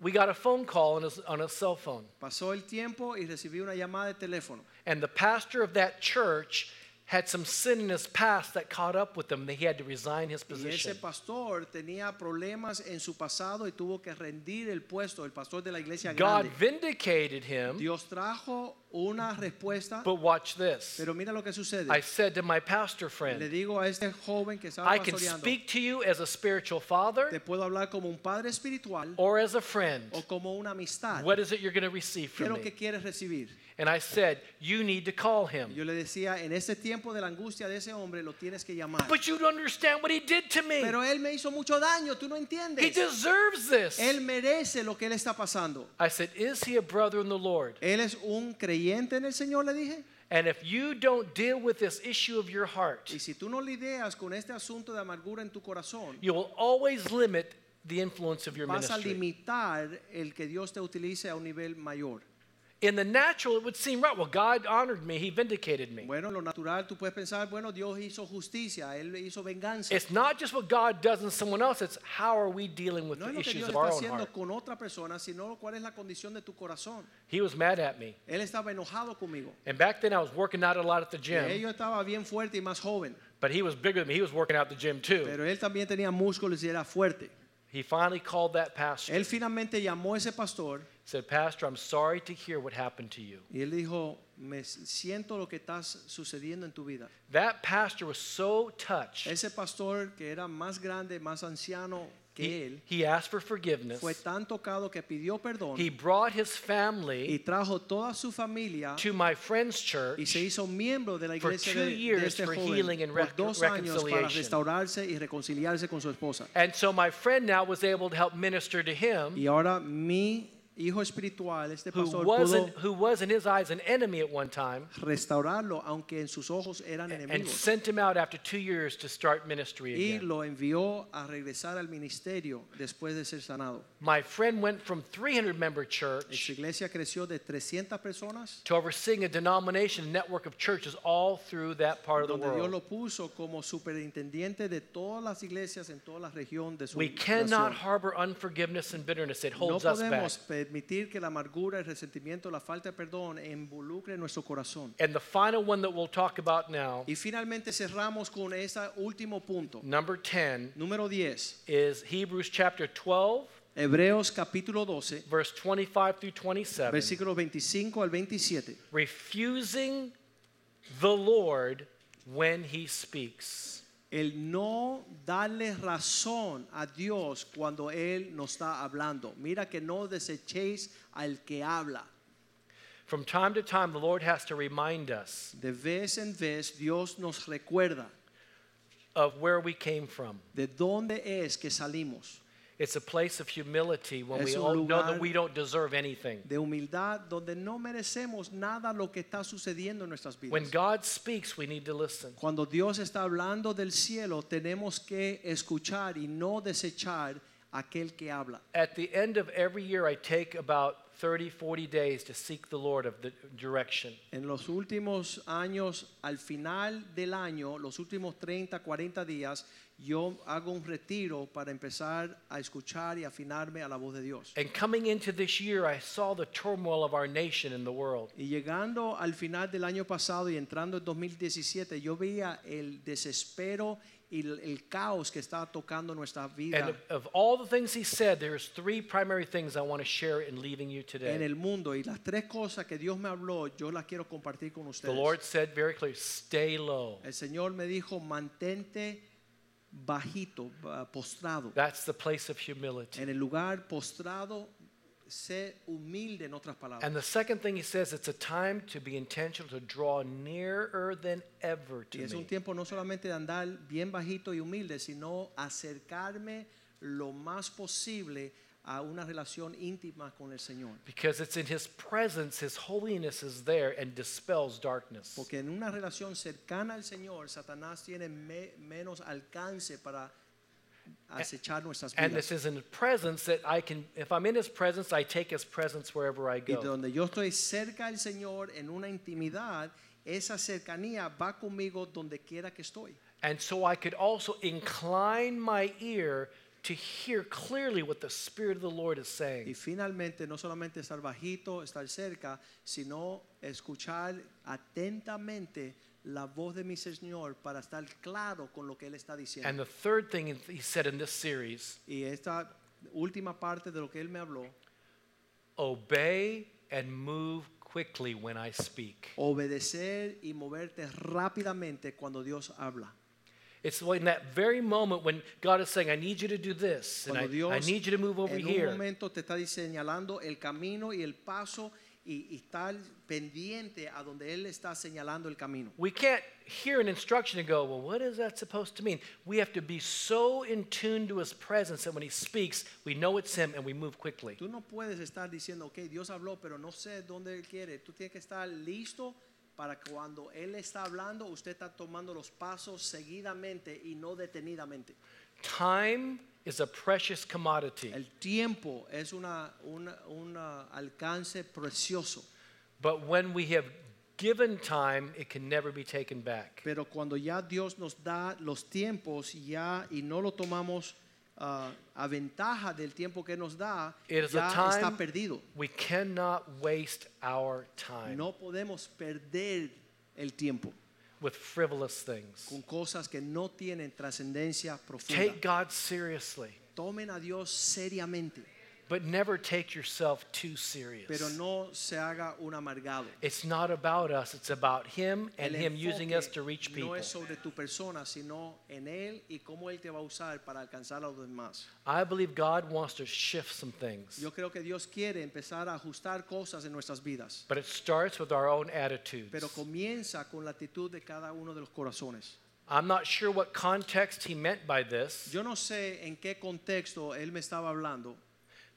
[SPEAKER 3] We got a phone call on his on a cell phone,
[SPEAKER 1] Pasó el tiempo y recibí una llamada de teléfono.
[SPEAKER 3] and the pastor of that church had some sin in his past that caught up with him that he had to resign his
[SPEAKER 1] Y ese
[SPEAKER 3] position.
[SPEAKER 1] pastor tenía problemas en su pasado y tuvo que rendir el puesto, el pastor de la iglesia
[SPEAKER 3] God
[SPEAKER 1] grande.
[SPEAKER 3] vindicated him,
[SPEAKER 1] Dios trajo una respuesta,
[SPEAKER 3] but watch this.
[SPEAKER 1] pero mira lo que sucede.
[SPEAKER 3] I said to my pastor
[SPEAKER 1] Le
[SPEAKER 3] friend,
[SPEAKER 1] digo a este joven que estaba
[SPEAKER 3] I can
[SPEAKER 1] pastoreando,
[SPEAKER 3] speak to you as a spiritual
[SPEAKER 1] te
[SPEAKER 3] father
[SPEAKER 1] puedo hablar como un padre espiritual
[SPEAKER 3] or as a friend.
[SPEAKER 1] o como una amistad.
[SPEAKER 3] What is it you're going to receive
[SPEAKER 1] ¿Qué es
[SPEAKER 3] from
[SPEAKER 1] lo
[SPEAKER 3] me?
[SPEAKER 1] que quieres recibir?
[SPEAKER 3] And I said, You need to call
[SPEAKER 1] Yo
[SPEAKER 3] him.
[SPEAKER 1] le decía, en este tiempo de la angustia de ese hombre, lo tienes que llamar.
[SPEAKER 3] But you don't understand what he did to me.
[SPEAKER 1] Pero él me hizo mucho daño, tú no
[SPEAKER 3] He
[SPEAKER 1] entiendes.
[SPEAKER 3] deserves this.
[SPEAKER 1] Él merece lo que él está pasando.
[SPEAKER 3] I said, Is he a brother in the Lord?
[SPEAKER 1] Él es un creyente en el Señor, le dije.
[SPEAKER 3] And if you don't deal with this issue of your heart,
[SPEAKER 1] Y si tú no lidias con este asunto de amargura en tu corazón,
[SPEAKER 3] you will always limit the influence of your
[SPEAKER 1] vas a
[SPEAKER 3] ministry.
[SPEAKER 1] limitar el que Dios te utilice a un nivel mayor.
[SPEAKER 3] In the natural, it would seem right. Well, God honored me, He vindicated me.
[SPEAKER 1] Bueno, en lo natural tú puedes pensar, bueno, Dios hizo justicia, Él hizo venganza.
[SPEAKER 3] It's not just what God does in someone else, it's how are we dealing with
[SPEAKER 1] No es
[SPEAKER 3] the
[SPEAKER 1] lo que
[SPEAKER 3] issues
[SPEAKER 1] Dios
[SPEAKER 3] of our
[SPEAKER 1] está
[SPEAKER 3] own
[SPEAKER 1] haciendo
[SPEAKER 3] heart.
[SPEAKER 1] con otra persona, sino cuál es la condición de tu corazón.
[SPEAKER 3] He was mad at me.
[SPEAKER 1] Él estaba enojado conmigo.
[SPEAKER 3] And back then I was working out a lot at the
[SPEAKER 1] Y él-
[SPEAKER 3] gym,
[SPEAKER 1] Yo estaba bien fuerte y más joven,
[SPEAKER 3] but he was bigger than me. He was working out at the gym too.
[SPEAKER 1] pero él también tenía músculos y era fuerte.
[SPEAKER 3] He finally called that pastor.
[SPEAKER 1] Él finalmente llamó a ese pastor
[SPEAKER 3] said, Pastor, I'm sorry to hear what happened to you.
[SPEAKER 1] y él dijo, me siento lo que está sucediendo en tu vida.
[SPEAKER 3] That pastor was so touched.
[SPEAKER 1] Ese pastor que era más grande, más anciano que
[SPEAKER 3] He,
[SPEAKER 1] él,
[SPEAKER 3] he asked for forgiveness.
[SPEAKER 1] fue tan tocado que pidió perdón
[SPEAKER 3] He brought his
[SPEAKER 1] y
[SPEAKER 3] family
[SPEAKER 1] trajo toda su familia
[SPEAKER 3] to my friend's
[SPEAKER 1] y
[SPEAKER 3] church.
[SPEAKER 1] se hizo miembro de la
[SPEAKER 3] for
[SPEAKER 1] iglesia
[SPEAKER 3] two
[SPEAKER 1] de, de
[SPEAKER 3] years
[SPEAKER 1] este
[SPEAKER 3] for
[SPEAKER 1] joven
[SPEAKER 3] healing and
[SPEAKER 1] por
[SPEAKER 3] rec-
[SPEAKER 1] dos años para
[SPEAKER 3] reconciliation.
[SPEAKER 1] restaurarse y reconciliarse con su esposa.
[SPEAKER 3] And so my friend now was able to help minister to him,
[SPEAKER 1] Y ahora mi hijo espiritual, este
[SPEAKER 3] who
[SPEAKER 1] pastor, pudo
[SPEAKER 3] wasn't, who was in his eyes an enemy at one time,
[SPEAKER 1] restaurarlo, aunque en sus ojos eran
[SPEAKER 3] and
[SPEAKER 1] enemigos.
[SPEAKER 3] sent him out after two years to start ministry
[SPEAKER 1] Y
[SPEAKER 3] again.
[SPEAKER 1] lo envió a regresar al ministerio después de ser sanado.
[SPEAKER 3] My friend went from 300 member
[SPEAKER 1] Esta
[SPEAKER 3] church
[SPEAKER 1] iglesia creció de 300 personas,
[SPEAKER 3] to overseeing a denomination network of churches all through that part of the
[SPEAKER 1] donde Dios
[SPEAKER 3] world.
[SPEAKER 1] lo puso como superintendiente de todas las iglesias en toda la región de su
[SPEAKER 3] We
[SPEAKER 1] nación.
[SPEAKER 3] cannot harbor unforgiveness and bitterness. It
[SPEAKER 1] No
[SPEAKER 3] holds us back.
[SPEAKER 1] podemos permitir que la amargura, el resentimiento, la falta de perdón involucre nuestro corazón.
[SPEAKER 3] And the final one that we'll talk about now,
[SPEAKER 1] Y finalmente cerramos con este último punto.
[SPEAKER 3] number 10,
[SPEAKER 1] Número 10,
[SPEAKER 3] is Hebrews chapter 12,
[SPEAKER 1] Hebreos capítulo 12,
[SPEAKER 3] verse 25 through 27.
[SPEAKER 1] versículos 25 al 27.
[SPEAKER 3] Refusing the Lord when he speaks.
[SPEAKER 1] El no darle razón a Dios cuando Él nos está hablando. Mira que no desechéis al que habla.
[SPEAKER 3] From time to time, the Lord has to remind us
[SPEAKER 1] De vez en vez Dios nos recuerda
[SPEAKER 3] of where we came from.
[SPEAKER 1] de dónde es que salimos.
[SPEAKER 3] It's a place of humility when we
[SPEAKER 1] Es un
[SPEAKER 3] all know
[SPEAKER 1] lugar-
[SPEAKER 3] that we don't deserve anything.
[SPEAKER 1] De humildad donde no merecemos nada lo que está sucediendo en nuestras vidas.
[SPEAKER 3] When God speaks, we need to listen.
[SPEAKER 1] Cuando Dios está hablando del cielo, tenemos que escuchar y no desechar aquel que habla.
[SPEAKER 3] At the end of every year, I take about 30, 40 days to seek the Lord of the direction.
[SPEAKER 1] En los últimos años, al final del año, los últimos 30, 40 días, yo hago un retiro para empezar a escuchar y afinarme a la voz de Dios.
[SPEAKER 3] And coming into this year, I saw the turmoil of our nation and the world.
[SPEAKER 1] Y llegando al final del año pasado y entrando en 2017, yo veía el desespero y el, el caos que estaba tocando nuestra vida
[SPEAKER 3] And of all the things he said, there's three primary things I want to share in leaving you
[SPEAKER 1] en
[SPEAKER 3] today.
[SPEAKER 1] el mundo. Y las tres cosas que Dios me habló, yo las quiero compartir con
[SPEAKER 3] The
[SPEAKER 1] ustedes.
[SPEAKER 3] Lord said very clearly, stay low.
[SPEAKER 1] El Señor me dijo, mantente bajito, ba- postrado.
[SPEAKER 3] That's the place of humility.
[SPEAKER 1] En el lugar postrado, sé humilde en otras palabras.
[SPEAKER 3] And the second thing he says, it's a time to be intentional to draw nearer than ever to
[SPEAKER 1] Y es un
[SPEAKER 3] me.
[SPEAKER 1] tiempo no solamente de andar bien bajito y humilde, sino acercarme lo más posible a una relación íntima con el Señor.
[SPEAKER 3] Because it's in his presence, his holiness is there and dispels darkness.
[SPEAKER 1] Porque en una relación cercana al Señor, Satanás tiene me- menos alcance para acechar nuestras
[SPEAKER 3] And this
[SPEAKER 1] vidas.
[SPEAKER 3] is in his presence that I can, if I'm in his presence, I take his presence wherever I
[SPEAKER 1] Y
[SPEAKER 3] go.
[SPEAKER 1] donde yo estoy cerca al Señor en una intimidad, esa cercanía va conmigo donde quiera que estoy.
[SPEAKER 3] And so I could also incline my ear to hear clearly what the Spirit of the Lord is
[SPEAKER 1] Y
[SPEAKER 3] saying.
[SPEAKER 1] finalmente, no solamente estar bajito, estar cerca, sino escuchar atentamente la voz de mi Señor para estar claro con lo que Él está
[SPEAKER 3] And
[SPEAKER 1] diciendo.
[SPEAKER 3] the third thing he said in this series
[SPEAKER 1] Y esta última parte de lo que Él me habló,
[SPEAKER 3] obey and move quickly when I speak.
[SPEAKER 1] Oh. obedecer y moverte rápidamente cuando Dios habla.
[SPEAKER 3] It's in that very moment when God is saying, I need you to do this, and I,
[SPEAKER 1] Cuando Dios
[SPEAKER 3] I need you to move over
[SPEAKER 1] en un
[SPEAKER 3] here.
[SPEAKER 1] momento te está señalando el camino y el paso y, y estar pendiente a donde Él está señalando el camino.
[SPEAKER 3] We can't hear an instruction and go, well, what is that supposed to mean? We have to be so in tune to his presence that when he speaks, we know it's him and we move quickly.
[SPEAKER 1] Tú no puedes estar diciendo, ok, Dios habló, pero no sé dónde Él quiere. Tú tienes que estar listo para cuando Él está hablando, usted está tomando los pasos seguidamente y no detenidamente.
[SPEAKER 3] Time is a precious commodity,
[SPEAKER 1] El tiempo es una, una- un ah, alcance precioso,
[SPEAKER 3] but when we have given time, it can never be taken back.
[SPEAKER 1] pero cuando ya Dios nos da los tiempos ya y no lo tomamos ah, a ventaja del tiempo que nos da,
[SPEAKER 3] It
[SPEAKER 1] ya
[SPEAKER 3] is a time
[SPEAKER 1] está perdido.
[SPEAKER 3] We cannot waste our time
[SPEAKER 1] No podemos perder el tiempo.
[SPEAKER 3] with frivolous things.
[SPEAKER 1] con cosas que no tienen trascendencia profunda.
[SPEAKER 3] Take God seriously,
[SPEAKER 1] Tomen a Dios seriamente,
[SPEAKER 3] but never take yourself too serious.
[SPEAKER 1] pero no se haga un amargado.
[SPEAKER 3] It's not about us, it's about Him and
[SPEAKER 1] El
[SPEAKER 3] Him using
[SPEAKER 1] enfoque
[SPEAKER 3] us to reach people.
[SPEAKER 1] No es sobre tu persona, sino en Él y cómo Él te va a usar para alcanzar a los demás.
[SPEAKER 3] I believe God wants to shift some things,
[SPEAKER 1] Yo creo que Dios quiere empezar a ajustar cosas en nuestras vidas,
[SPEAKER 3] but it starts with our own attitudes.
[SPEAKER 1] pero comienza con la actitud de cada uno de los corazones.
[SPEAKER 3] I'm not sure what context He meant by this,
[SPEAKER 1] Yo no sé en qué contexto Él me estaba hablando,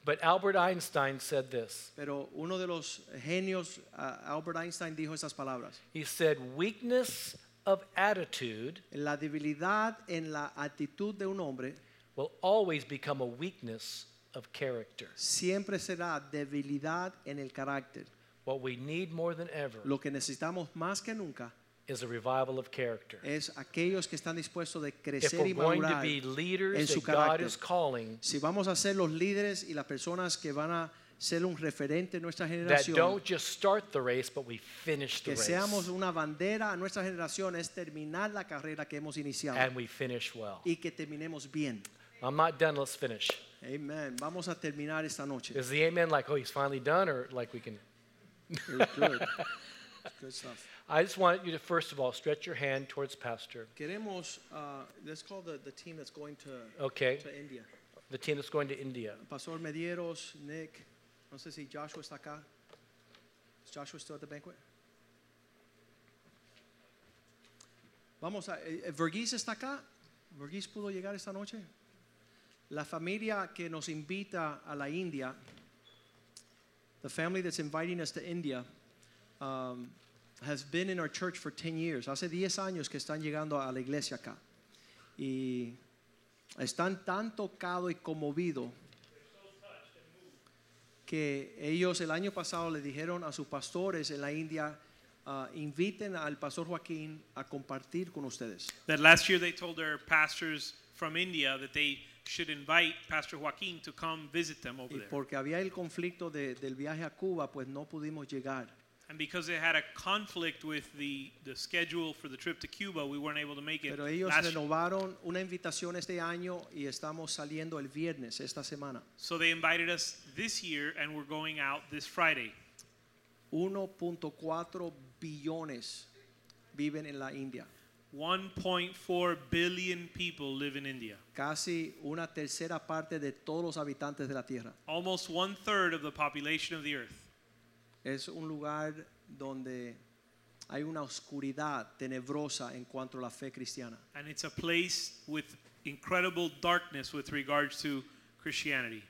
[SPEAKER 3] but Albert Einstein said this.
[SPEAKER 1] pero uno de los genios, ah, Albert Einstein, dijo esas palabras.
[SPEAKER 3] He said, Weakness of attitude
[SPEAKER 1] La debilidad en la actitud de un hombre
[SPEAKER 3] will always become a weakness of character.
[SPEAKER 1] siempre será debilidad en el carácter.
[SPEAKER 3] What we need more than ever
[SPEAKER 1] Lo que necesitamos más que nunca
[SPEAKER 3] is a revival of character.
[SPEAKER 1] es aquellos que están dispuestos de
[SPEAKER 3] If
[SPEAKER 1] crecer
[SPEAKER 3] we're
[SPEAKER 1] y
[SPEAKER 3] going to
[SPEAKER 1] madurar
[SPEAKER 3] be
[SPEAKER 1] en
[SPEAKER 3] leaders
[SPEAKER 1] su
[SPEAKER 3] that God
[SPEAKER 1] carácter.
[SPEAKER 3] is calling,
[SPEAKER 1] Si vamos a ser los líderes y las personas que van a ser un referente en nuestra
[SPEAKER 3] that
[SPEAKER 1] generación,
[SPEAKER 3] don't just start the race, but we finish
[SPEAKER 1] que
[SPEAKER 3] the race.
[SPEAKER 1] seamos una bandera a nuestra generación es terminar la carrera que hemos iniciado
[SPEAKER 3] and we finish well.
[SPEAKER 1] y que terminemos bien.
[SPEAKER 3] I'm not done. Let's finish.
[SPEAKER 1] Amen. Vamos a terminar esta noche.
[SPEAKER 3] Is the amen like, oh, he's finally done, or like we can?
[SPEAKER 1] Very good. Good stuff.
[SPEAKER 3] I just want you to first of all stretch your hand towards pastor.
[SPEAKER 1] Queremos, uh, let's call the, the team that's going to,
[SPEAKER 3] Okay,
[SPEAKER 1] to India.
[SPEAKER 3] the team that's going to India.
[SPEAKER 1] Pastor Medieros, Nick, no sé si Joshua está acá. Is Joshua still at the banquet? Vamos a, eh, eh, Verghese está acá. Verghese pudo llegar esta noche. La familia que nos invita a la India, the family that's inviting us to India, um, has been in our church for 10 years. Hace 10 años que están llegando a la iglesia acá. Y están tan tocado y conmovido que ellos el año pasado le dijeron a sus pastores en la India, ah, inviten al pastor Joaquín a compartir con ustedes.
[SPEAKER 2] That last year they told their pastors from India that they should invite Pastor Joaquin to come visit them over
[SPEAKER 1] Y
[SPEAKER 2] there.
[SPEAKER 1] porque había el conflicto de- del viaje a Cuba, pues no pudimos llegar.
[SPEAKER 2] And because they had a conflict with the, the schedule for the trip to Cuba, we weren't able to make it.
[SPEAKER 1] Pero ellos
[SPEAKER 2] last year.
[SPEAKER 1] renovaron una invitación este año y estamos saliendo el viernes esta semana.
[SPEAKER 2] So they invited us this year, and we're going out this Friday.
[SPEAKER 1] 1.4 billones viven en la India.
[SPEAKER 2] 1.4 billion people live in India.
[SPEAKER 1] Casi una tercera parte de todos los habitantes de la Tierra.
[SPEAKER 2] Almost one third of the population of the earth.
[SPEAKER 1] Es un lugar donde hay una oscuridad tenebrosa en cuanto a la fe cristiana.
[SPEAKER 2] And it's a place with incredible darkness with regards to Christianity.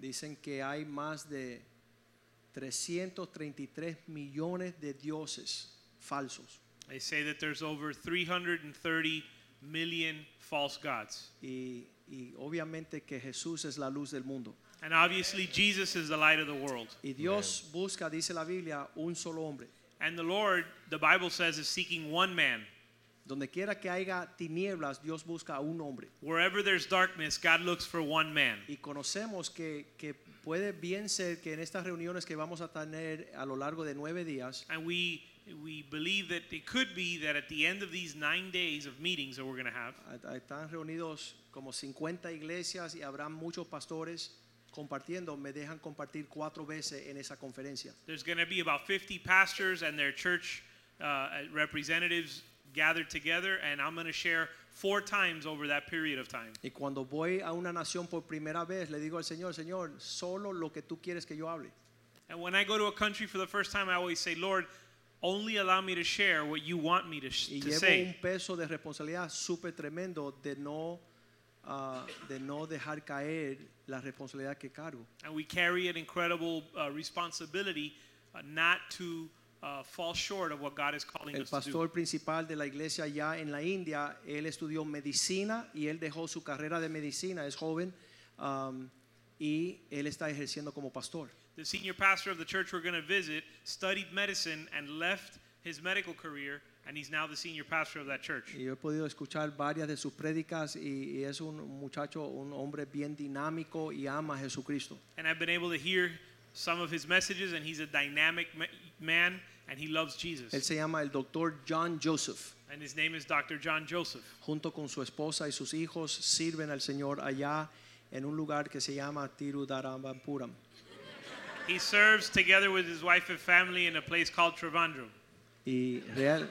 [SPEAKER 1] Dicen que hay más de 333 millones de dioses falsos.
[SPEAKER 2] They say that there's over 330 million false gods.
[SPEAKER 1] Y, y obviamente que Jesús es la luz del mundo.
[SPEAKER 2] And obviously, Jesus is the light of the world.
[SPEAKER 1] Y Dios busca, dice la Biblia, un solo hombre.
[SPEAKER 2] And the Lord, the Bible says, is seeking one man.
[SPEAKER 1] Donde quiera que haya tinieblas, Dios busca a un hombre.
[SPEAKER 2] Wherever there's darkness, God looks for one man.
[SPEAKER 1] Y conocemos que, que puede bien ser que en estas reuniones que vamos a tener a lo largo de nueve días,
[SPEAKER 2] And we, we believe that it could be that at the end of these nine days of meetings that we're going to have,
[SPEAKER 1] a- a- están reunidos como 50 iglesias y habrá muchos pastores compartiendo. Me dejan compartir cuatro veces en esa conferencia.
[SPEAKER 2] There's going to be about 50 pastors and their church uh, representatives gathered together, and I'm going to share four times over that period of time.
[SPEAKER 1] Y cuando voy a una nación por primera vez, le digo al Señor, Señor, solo lo que tú quieres que yo hable.
[SPEAKER 2] And when I go to a country for the first time, I always say, Lord, only allow me to share what you want me to, sh-
[SPEAKER 1] Y
[SPEAKER 2] to
[SPEAKER 1] llevo un
[SPEAKER 2] say.
[SPEAKER 1] peso de responsabilidad súper tremendo de no, ah, de no dejar caer la responsabilidad que cargo.
[SPEAKER 2] And we carry an incredible uh, responsibility uh, not to uh, fall short of what God is calling
[SPEAKER 1] El
[SPEAKER 2] us to do.
[SPEAKER 1] pastor principal de la iglesia allá en la India, él estudió medicina y él dejó su carrera de medicina, es joven, am, y él está ejerciendo como pastor.
[SPEAKER 2] The senior pastor of the church we're going to visit studied medicine and left his medical career, and he's now the senior pastor of that church.
[SPEAKER 1] Y yo he podido escuchar varias de sus prédicas y, y es un muchacho, un hombre bien dinámico y ama a Jesucristo.
[SPEAKER 2] And I've been able to hear some of his messages, and he's a dynamic ma- man, and he loves Jesus.
[SPEAKER 1] Él se llama el doctor John Joseph.
[SPEAKER 2] and his name is Dr. John Joseph.
[SPEAKER 1] junto con su esposa y sus hijos sirven al Señor allá en un lugar que se llama Tirudarambapuram.
[SPEAKER 2] He serves together with his wife and family in a place called Trivandrum.
[SPEAKER 1] Y real,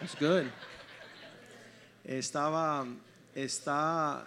[SPEAKER 1] that's good. Estaba, está,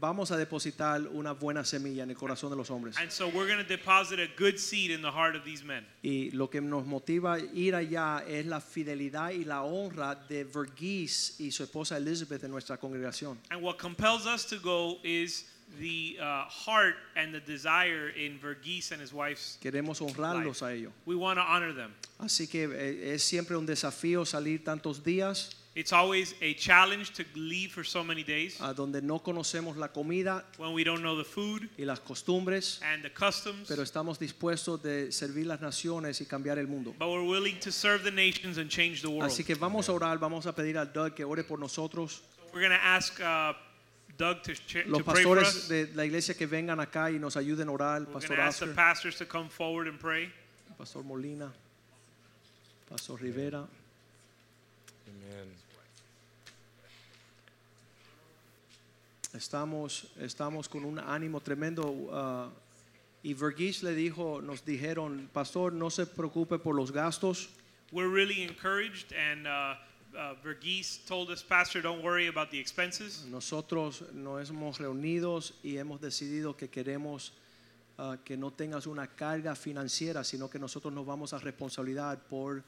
[SPEAKER 1] vamos a depositar una buena semilla en el corazón de los hombres.
[SPEAKER 2] And so we're going to deposit a good seed in the heart of these men.
[SPEAKER 1] Y lo que nos motiva a ir allá es la fidelidad y la honra de Verghese y su esposa Elizabeth en nuestra congregación.
[SPEAKER 2] And what compels us to go is the uh, heart and the desire in Verghese and his wife's.
[SPEAKER 1] Queremos honrarlos a ellos.
[SPEAKER 2] We want to honor them.
[SPEAKER 1] Así que eh, es siempre un desafío salir tantos días.
[SPEAKER 2] It's always a challenge to leave for so many days
[SPEAKER 1] a donde no conocemos la comida
[SPEAKER 2] when we don't know the food
[SPEAKER 1] y las costumbres,
[SPEAKER 2] and the customs.
[SPEAKER 1] pero estamos dispuestos de servir las naciones y cambiar el mundo.
[SPEAKER 2] But we're willing to serve the nations and change the world.
[SPEAKER 1] Así que vamos a orar, vamos a pedir al Doug que ore por nosotros.
[SPEAKER 2] We're going to ask uh, Doug to, ch-
[SPEAKER 1] Los
[SPEAKER 2] to pray for
[SPEAKER 1] pastores
[SPEAKER 2] us.
[SPEAKER 1] de la iglesia que vengan acá y nos ayuden a orar,
[SPEAKER 2] We're going
[SPEAKER 1] Pastor
[SPEAKER 2] to ask the
[SPEAKER 1] Oscar,
[SPEAKER 2] pastors to come forward and pray.
[SPEAKER 1] Pastor Molina, Pastor Rivera.
[SPEAKER 3] Amen.
[SPEAKER 1] Estamos, estamos con un ánimo tremendo. ah, y Verghese le dijo, nos dijeron, Pastor, no se preocupe por los gastos.
[SPEAKER 2] We're really encouraged, and uh, uh, Verghese told us, Pastor, don't worry about the expenses.
[SPEAKER 1] Nosotros nos hemos reunido y hemos decidido que queremos ah, que no tengas una carga financiera, sino que nosotros nos vamos a responsabilidad por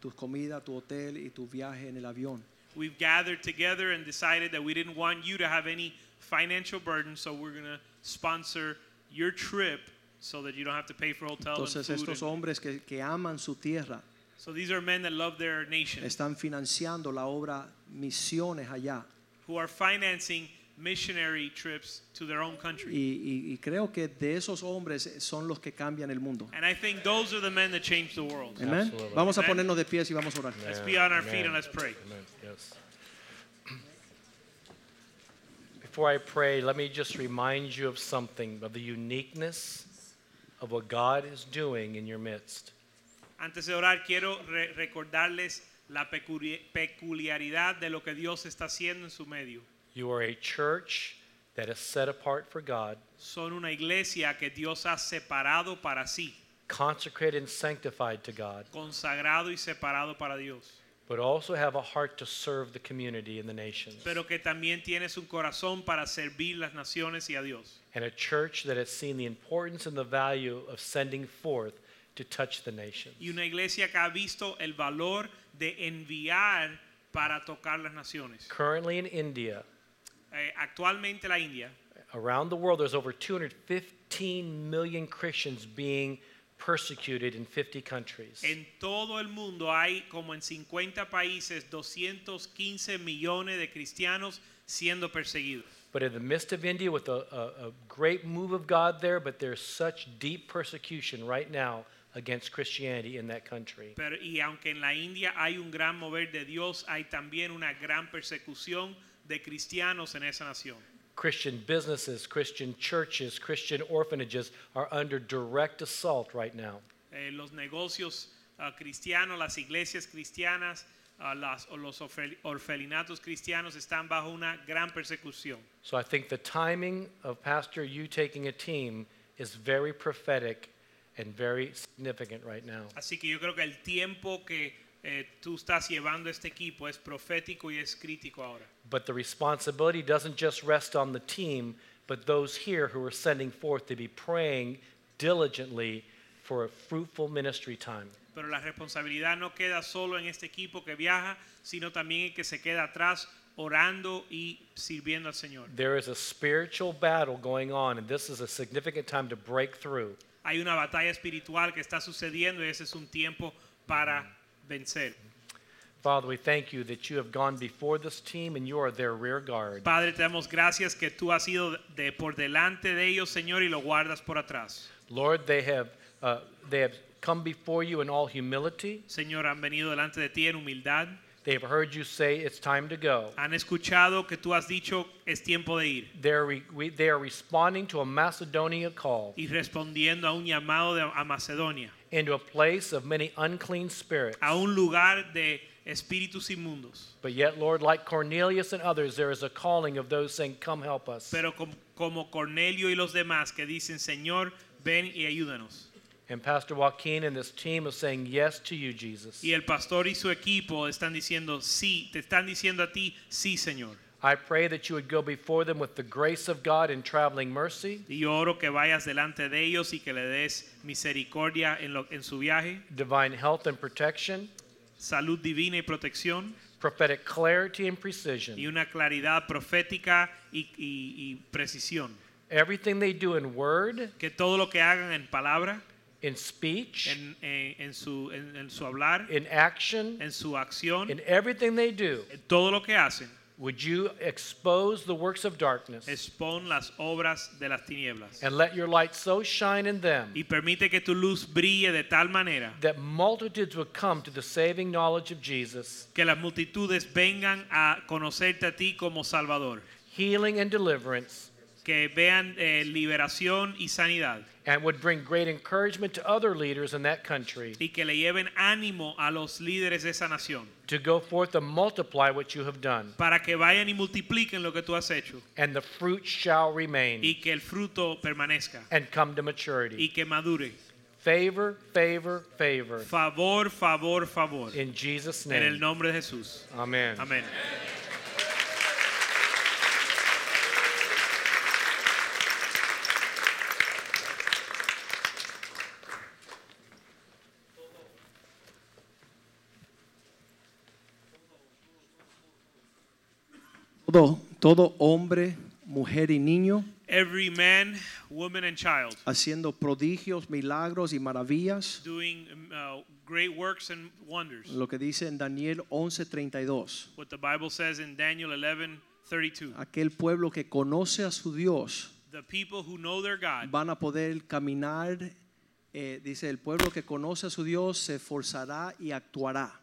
[SPEAKER 1] tus comidas, tu hotel y tu viaje en el avión.
[SPEAKER 2] We've gathered together and decided that we didn't want you to have any financial burden, so we're going to sponsor your trip so that you don't have to pay for hotel
[SPEAKER 1] Entonces
[SPEAKER 2] and food.
[SPEAKER 1] estos
[SPEAKER 2] and-
[SPEAKER 1] hombres que, que aman su tierra
[SPEAKER 2] so these are men that love their nation,
[SPEAKER 1] están financiando la obra Misiones allá.
[SPEAKER 2] who are financing missionary trips to their own country.
[SPEAKER 1] Y, y- y creo que de esos hombres son los que cambian el mundo.
[SPEAKER 2] And I think those are the men that change the world.
[SPEAKER 1] Amén.
[SPEAKER 3] Absolutely.
[SPEAKER 1] Vamos a
[SPEAKER 2] Amén.
[SPEAKER 1] ponernos de pies y vamos a orar.
[SPEAKER 2] Let's be on our feet
[SPEAKER 3] Amen.
[SPEAKER 2] and let's pray.
[SPEAKER 3] Amen. Yes. <clears throat> Before I pray, let me just remind you of something of the uniqueness of what God is doing in your midst.
[SPEAKER 2] Antes de orar, quiero re- recordarles la peculi- peculiaridad de lo que Dios está haciendo en su medio.
[SPEAKER 3] You are a church that is set apart for God,
[SPEAKER 2] Son una iglesia que Dios ha separado para sí,
[SPEAKER 3] consecrated and sanctified to God,
[SPEAKER 2] consagrado y separado para Dios,
[SPEAKER 3] but also have a heart to serve the community and the nations.
[SPEAKER 2] pero que también tienes un corazón para servir las naciones y a Dios.
[SPEAKER 3] And a church that has seen the importance and the value of sending forth to touch the nations.
[SPEAKER 2] Y una iglesia que ha visto el valor de enviar para tocar las naciones.
[SPEAKER 3] Currently in India,
[SPEAKER 2] Eh, actualmente la India
[SPEAKER 3] Around the world, there's over 215 million Christians being persecuted in 50 countries.
[SPEAKER 2] En todo el mundo hay como en 50 países 215 millones de cristianos siendo perseguidos.
[SPEAKER 3] But in the midst of India, with a, a, a great move of God there, but there's such deep persecution right now against Christianity in that country.
[SPEAKER 2] Pero, y aunque en la India hay un gran mover de Dios, hay también una gran persecución de cristianos en esa nación.
[SPEAKER 3] Christian businesses, Christian churches, Christian orphanages are under direct assault right now.
[SPEAKER 2] Eh, los negocios ah, cristianos, las iglesias cristianas, ah, las- o los orfe- orfelinatos cristianos están bajo una gran persecución.
[SPEAKER 3] So I think the timing of Pastor you taking a team is very prophetic and very significant right now.
[SPEAKER 2] Así que yo creo que el tiempo que eh, tú estás llevando este equipo es profético y es crítico ahora.
[SPEAKER 3] But the responsibility doesn't just rest on the team, but those here who are sending forth to be praying diligently for a fruitful ministry time.
[SPEAKER 2] Pero la responsabilidad no queda solo en este equipo que viaja, sino también el que se queda atrás orando y sirviendo al Señor.
[SPEAKER 3] There is a spiritual battle going on, and this is a significant time to break through.
[SPEAKER 2] Hay una batalla espiritual que está sucediendo y ese es un tiempo para vencer.
[SPEAKER 3] Father, we thank you that you have gone before this team and you are their rear guard.
[SPEAKER 2] Padre, te damos gracias que tú has ido de por delante de ellos, Señor, y lo guardas por atrás.
[SPEAKER 3] Lord, they have, uh, they have come before you in all humility.
[SPEAKER 2] Señor, han venido delante de ti en humildad.
[SPEAKER 3] They have heard you say it's time to go.
[SPEAKER 2] Han escuchado que tú has dicho es tiempo de ir
[SPEAKER 3] They're re- we, they are responding to a Macedonia call.
[SPEAKER 2] y respondiendo a un llamado de, a Macedonia,
[SPEAKER 3] into a place of many unclean spirits.
[SPEAKER 2] a un lugar de espíritus inmundos.
[SPEAKER 3] But yet, Lord, like Cornelius and others, there is a calling of those saying, Come help us.
[SPEAKER 2] Pero com- como Cornelio y los demás que dicen, Señor, ven y ayúdanos.
[SPEAKER 3] And Pastor Joaquin and this team of saying yes to you, Jesus.
[SPEAKER 2] Y el pastor y su equipo están diciendo, sí, te están diciendo a ti, sí, Señor.
[SPEAKER 3] I pray that you would go before them with the grace of God in traveling mercy,
[SPEAKER 2] Y yo oro que vayas delante de ellos y que le des misericordia en, lo- en su viaje,
[SPEAKER 3] divine health and protection,
[SPEAKER 2] salud divina y protección,
[SPEAKER 3] prophetic clarity and
[SPEAKER 2] y
[SPEAKER 3] precision.
[SPEAKER 2] una claridad profética y, y- y precisión.
[SPEAKER 3] Everything they do in word,
[SPEAKER 2] Que todo lo que hagan en palabra,
[SPEAKER 3] in speech,
[SPEAKER 2] en, en- en su, en- en su hablar,
[SPEAKER 3] in action,
[SPEAKER 2] en su acción,
[SPEAKER 3] in everything they do,
[SPEAKER 2] todo lo que hacen,
[SPEAKER 3] would you expose the works of darkness
[SPEAKER 2] expon las obras de las tinieblas.
[SPEAKER 3] and let your light so shine in them
[SPEAKER 2] y permite que tu luz brille de tal manera
[SPEAKER 3] that multitudes would come to the saving knowledge of Jesus,
[SPEAKER 2] que las multitudes vengan a conocerte a ti como Salvador,
[SPEAKER 3] healing and deliverance,
[SPEAKER 2] que vean eh, liberación y sanidad
[SPEAKER 3] and would bring great encouragement to other leaders in that country
[SPEAKER 2] y que le lleven ánimo a los líderes de esa nación
[SPEAKER 3] to go forth and multiply what you have done,
[SPEAKER 2] para que vayan y multipliquen lo que tú has hecho
[SPEAKER 3] and the fruit shall remain
[SPEAKER 2] y que el fruto permanezca
[SPEAKER 3] and come to
[SPEAKER 2] y
[SPEAKER 3] maturity.
[SPEAKER 2] que madure.
[SPEAKER 3] Favor, favor, favor.
[SPEAKER 2] Favor, favor, favor.
[SPEAKER 3] In Jesus'
[SPEAKER 2] En el
[SPEAKER 3] name.
[SPEAKER 2] nombre de Jesús.
[SPEAKER 3] Amen.
[SPEAKER 2] Amén.
[SPEAKER 1] Todo, todo hombre, mujer y niño
[SPEAKER 2] Every man, woman and child
[SPEAKER 1] haciendo prodigios, milagros y maravillas.
[SPEAKER 2] doing uh, great works and wonders.
[SPEAKER 1] Lo que dice en Daniel 11:32.
[SPEAKER 2] what the Bible says in Daniel 11:32. 32.
[SPEAKER 1] Aquel pueblo que conoce a su Dios
[SPEAKER 2] The people who know their God
[SPEAKER 1] van a poder caminar. eh, dice, el pueblo que conoce a su Dios se esforzará y actuará.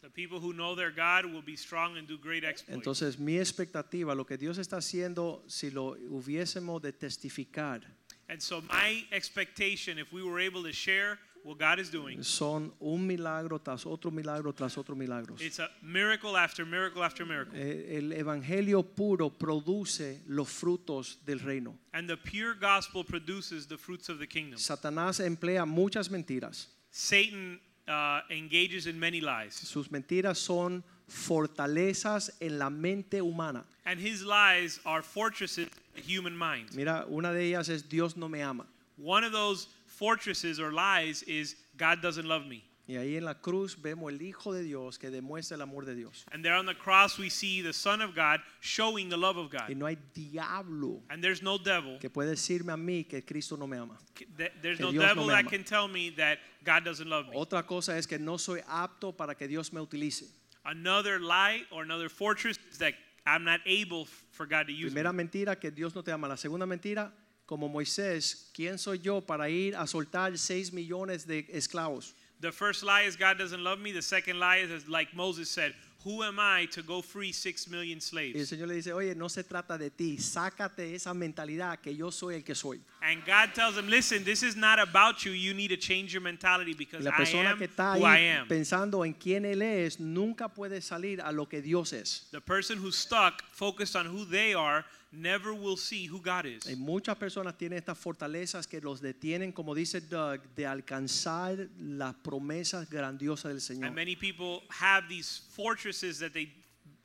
[SPEAKER 2] The people who know their God will be strong and do great exploits.
[SPEAKER 1] Entonces mi expectativa, lo que Dios está haciendo, si lo hubiésemos de testificar,
[SPEAKER 2] and so my expectation, if we were able to share what God is doing,
[SPEAKER 1] son un milagro tras otro milagro tras otro milagro.
[SPEAKER 2] it's a miracle after miracle after miracle.
[SPEAKER 1] Eh, El evangelio puro produce los frutos del reino.
[SPEAKER 2] And the pure gospel produces the fruits of the kingdom.
[SPEAKER 1] Satanás emplea muchas mentiras.
[SPEAKER 2] Satan uh, engages in many lies,
[SPEAKER 1] Sus mentiras son fortalezas en la mente humana.
[SPEAKER 2] and his lies are fortresses in the human mind.
[SPEAKER 1] Mira, una de ellas es Dios no me ama.
[SPEAKER 2] One of those fortresses or lies is God doesn't love me.
[SPEAKER 1] Y ahí en la cruz vemos el Hijo de Dios que demuestra el amor de Dios.
[SPEAKER 2] And there on the cross we see the Son of God showing the love of
[SPEAKER 1] Y
[SPEAKER 2] God.
[SPEAKER 1] no hay diablo
[SPEAKER 2] And there's no devil,
[SPEAKER 1] que puede decirme a mí que Cristo no me ama.
[SPEAKER 2] th- there's
[SPEAKER 1] que
[SPEAKER 2] no
[SPEAKER 1] Dios no
[SPEAKER 2] devil
[SPEAKER 1] me
[SPEAKER 2] that
[SPEAKER 1] ama.
[SPEAKER 2] can tell me that God doesn't love me.
[SPEAKER 1] Otra cosa es que no soy apto para que Dios me utilice.
[SPEAKER 2] Another lie or another fortress is that I'm not able f- for God to use me.
[SPEAKER 1] Primera mentira, que Dios no te ama. La segunda mentira, como Moisés, ¿quién soy yo para ir a soltar 6 millones de esclavos?
[SPEAKER 2] The first lie is God doesn't love me. The second lie is, is like Moses said, Who am I to go free six
[SPEAKER 1] Y
[SPEAKER 2] million
[SPEAKER 1] el
[SPEAKER 2] slaves?
[SPEAKER 1] Señor le dice, oye, no se trata de ti, sácate esa mentalidad que yo soy el que soy.
[SPEAKER 2] And God tells him, Listen, this is not about you. You need to change your mentality
[SPEAKER 1] Y
[SPEAKER 2] because
[SPEAKER 1] la
[SPEAKER 2] I
[SPEAKER 1] persona
[SPEAKER 2] am
[SPEAKER 1] que está
[SPEAKER 2] who I
[SPEAKER 1] ahí
[SPEAKER 2] am.
[SPEAKER 1] pensando en quién Él es, nunca puede salir a lo que Dios es.
[SPEAKER 2] The person who's stuck, focused on who they are, never will see who God is.
[SPEAKER 1] Y muchas personas tienen estas fortalezas que los detienen, como dice Doug, de alcanzar las promesas grandiosas del Señor.
[SPEAKER 2] And many people have these fortresses that they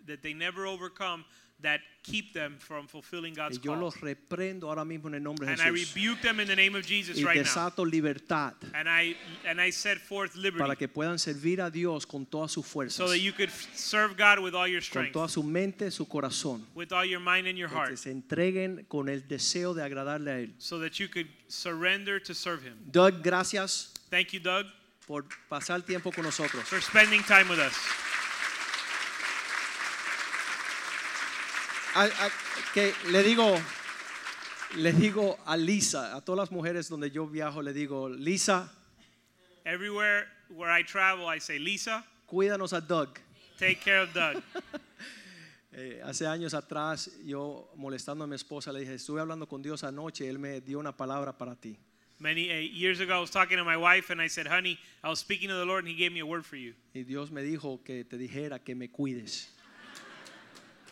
[SPEAKER 2] that they never overcome that keep them from fulfilling God's
[SPEAKER 1] Y yo
[SPEAKER 2] call.
[SPEAKER 1] los reprendo ahora mismo en el nombre de
[SPEAKER 2] And I
[SPEAKER 1] Jesús.
[SPEAKER 2] rebuke them in the name of Jesus
[SPEAKER 1] Y
[SPEAKER 2] right now.
[SPEAKER 1] desato libertad
[SPEAKER 2] And I and I set forth
[SPEAKER 1] para
[SPEAKER 2] liberty
[SPEAKER 1] que puedan servir a Dios con todas sus
[SPEAKER 2] so
[SPEAKER 1] fuerzas,
[SPEAKER 2] that you could f- serve God with all your
[SPEAKER 1] con
[SPEAKER 2] strength,
[SPEAKER 1] toda su mente, su corazón,
[SPEAKER 2] with all your mind and your
[SPEAKER 1] que
[SPEAKER 2] heart,
[SPEAKER 1] se entreguen con el deseo de agradarle a Él.
[SPEAKER 2] so that you could surrender to serve him.
[SPEAKER 1] Doug, gracias
[SPEAKER 2] Thank you, Doug,
[SPEAKER 1] por pasar tiempo con nosotros.
[SPEAKER 2] for spending time with us.
[SPEAKER 1] A- a- Ah, que le digo, le digo a Lisa, a todas las mujeres donde yo viajo, le digo, Lisa,
[SPEAKER 2] Everywhere where I travel, I say, Lisa,
[SPEAKER 1] cuídanos a Doug.
[SPEAKER 2] take care of Doug.
[SPEAKER 1] Eh, hace años atrás, yo molestando a mi esposa, le dije, estuve hablando con Dios anoche, Él me dio una palabra para ti.
[SPEAKER 2] Many uh, years ago, I was talking to my wife, and I said, "Honey, I was speaking to the Lord, and He gave me a word for you."
[SPEAKER 1] Y Dios me dijo que te dijera que me cuides.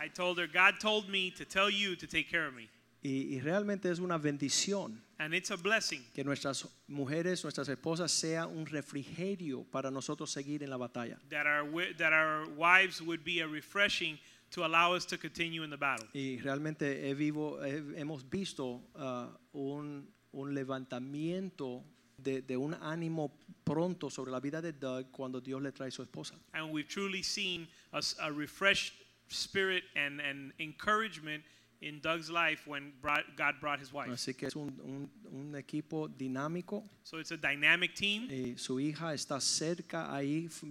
[SPEAKER 2] I told her, "God told me to tell you to take care of me,"
[SPEAKER 1] Y, y realmente es una bendición
[SPEAKER 2] and it's a blessing
[SPEAKER 1] que nuestras mujeres, nuestras esposas, sea un refrigerio para nosotros seguir en la batalla.
[SPEAKER 2] that our wi- that our wives would be a refreshing to allow us to continue in the battle.
[SPEAKER 1] Y realmente he vivo, he- hemos visto ah, un, un levantamiento de, de un ánimo pronto sobre la vida de Doug cuando Dios le trae su esposa.
[SPEAKER 2] And we've truly seen a, s- a refreshed spirit and, and encouragement in Doug's life when brought, God brought his wife.
[SPEAKER 1] Así que es un, un- un equipo dinámico.
[SPEAKER 2] So it's a dynamic team.
[SPEAKER 1] Eh, su hija está cerca ahí f-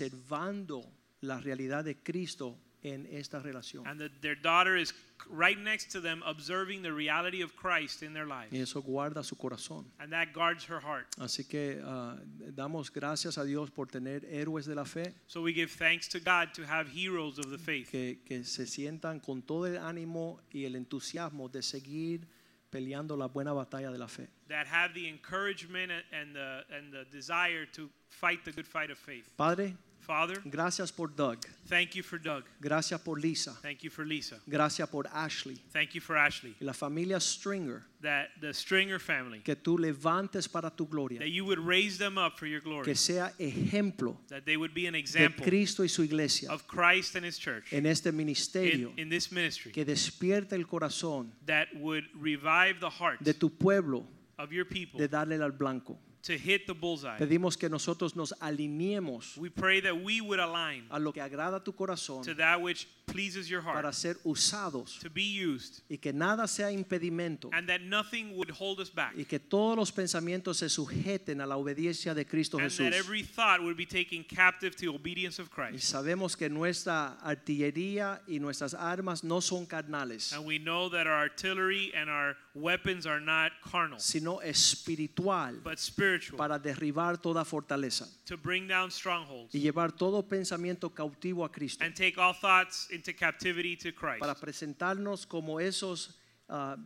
[SPEAKER 1] observando la realidad de Cristo en esta relación.
[SPEAKER 2] And the, their daughter is c- right next to them, observing the reality of Christ in their lives.
[SPEAKER 1] Y eso guarda su corazón.
[SPEAKER 2] And that guards her heart.
[SPEAKER 1] Así que ah, damos gracias a Dios por tener héroes de la fe
[SPEAKER 2] So we give thanks to God to have heroes of the faith
[SPEAKER 1] que, que se sientan con todo el ánimo y el entusiasmo de seguir peleando la buena batalla de la fe.
[SPEAKER 2] that have the encouragement a- and the, and the desire to fight the good fight of faith.
[SPEAKER 1] Padre,
[SPEAKER 2] Father,
[SPEAKER 1] gracias por Doug,
[SPEAKER 2] thank you for Doug.
[SPEAKER 1] gracias por Lisa,
[SPEAKER 2] Thank you for Lisa.
[SPEAKER 1] gracias por Ashley
[SPEAKER 2] Thank you for Ashley.
[SPEAKER 1] y la familia Stringer,
[SPEAKER 2] That the Stringer family,
[SPEAKER 1] que tú levantes para tu gloria,
[SPEAKER 2] that you would raise them up for your
[SPEAKER 1] que
[SPEAKER 2] glory,
[SPEAKER 1] sea ejemplo
[SPEAKER 2] that they would be an
[SPEAKER 1] de
[SPEAKER 2] example
[SPEAKER 1] Cristo y su iglesia
[SPEAKER 2] of Christ and his church
[SPEAKER 1] en este
[SPEAKER 2] in,
[SPEAKER 1] ministerio,
[SPEAKER 2] in this ministry,
[SPEAKER 1] que despierte el corazón
[SPEAKER 2] that would revive the heart
[SPEAKER 1] de tu pueblo
[SPEAKER 2] of your people
[SPEAKER 1] de darle al blanco.
[SPEAKER 2] to hit the bullseye.
[SPEAKER 1] Pedimos que nosotros nos alineemos
[SPEAKER 2] We pray that we would align
[SPEAKER 1] a lo que agrada tu corazón
[SPEAKER 2] to that which pleases your
[SPEAKER 1] para
[SPEAKER 2] heart,
[SPEAKER 1] ser usados
[SPEAKER 2] to be used,
[SPEAKER 1] y que nada sea impedimento
[SPEAKER 2] and that nothing would hold us back,
[SPEAKER 1] y que todos los pensamientos se sujeten a la obediencia de Cristo
[SPEAKER 2] and
[SPEAKER 1] Jesús.
[SPEAKER 2] that every thought would be taken captive to obedience of
[SPEAKER 1] Y
[SPEAKER 2] Christ.
[SPEAKER 1] sabemos que nuestra artillería y nuestras armas no son carnales,
[SPEAKER 2] And we know that our artillery and our weapons are not carnal,
[SPEAKER 1] sino espiritual
[SPEAKER 2] but spiritual,
[SPEAKER 1] para derribar toda fortaleza
[SPEAKER 2] to bring down strongholds
[SPEAKER 1] y llevar todo pensamiento cautivo a Cristo
[SPEAKER 2] and take all thoughts into captivity to Christ,
[SPEAKER 1] para presentarnos como esos ah,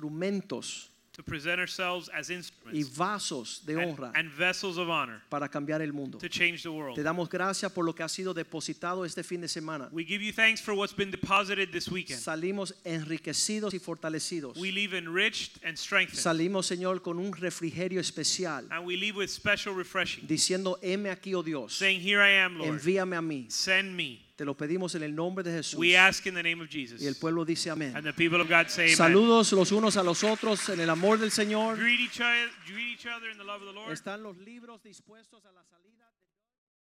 [SPEAKER 1] instrumentos
[SPEAKER 2] to present ourselves as
[SPEAKER 1] y
[SPEAKER 2] instruments
[SPEAKER 1] vasos de
[SPEAKER 2] Pues, and,
[SPEAKER 1] honra
[SPEAKER 2] and vessels of honor
[SPEAKER 1] para cambiar el mundo.
[SPEAKER 2] to change the world.
[SPEAKER 1] Te damos gracias por lo que ha sido depositado este fin de semana.
[SPEAKER 2] We give you thanks for what's been deposited this weekend.
[SPEAKER 1] Salimos enriquecidos y fortalecidos.
[SPEAKER 2] We leave enriched and strengthened,
[SPEAKER 1] Salimos, Señor, con un refrigerio especial,
[SPEAKER 2] and we leave with special refreshing.
[SPEAKER 1] diciendo, heme aquí, oh Dios,
[SPEAKER 2] saying, Here I am, Lord.
[SPEAKER 1] envíame a mí.
[SPEAKER 2] Send me.
[SPEAKER 1] Te lo pedimos en el nombre de Jesús.
[SPEAKER 2] We ask in the name of
[SPEAKER 1] Y el
[SPEAKER 2] Jesus.
[SPEAKER 1] pueblo dice amén.
[SPEAKER 2] And the people of God say, Amen.
[SPEAKER 1] Saludos los unos a los otros en el amor del Señor.
[SPEAKER 2] Greet each, other, greet each other in the love of the Lord.
[SPEAKER 1] Están los libros dispuestos a la salida.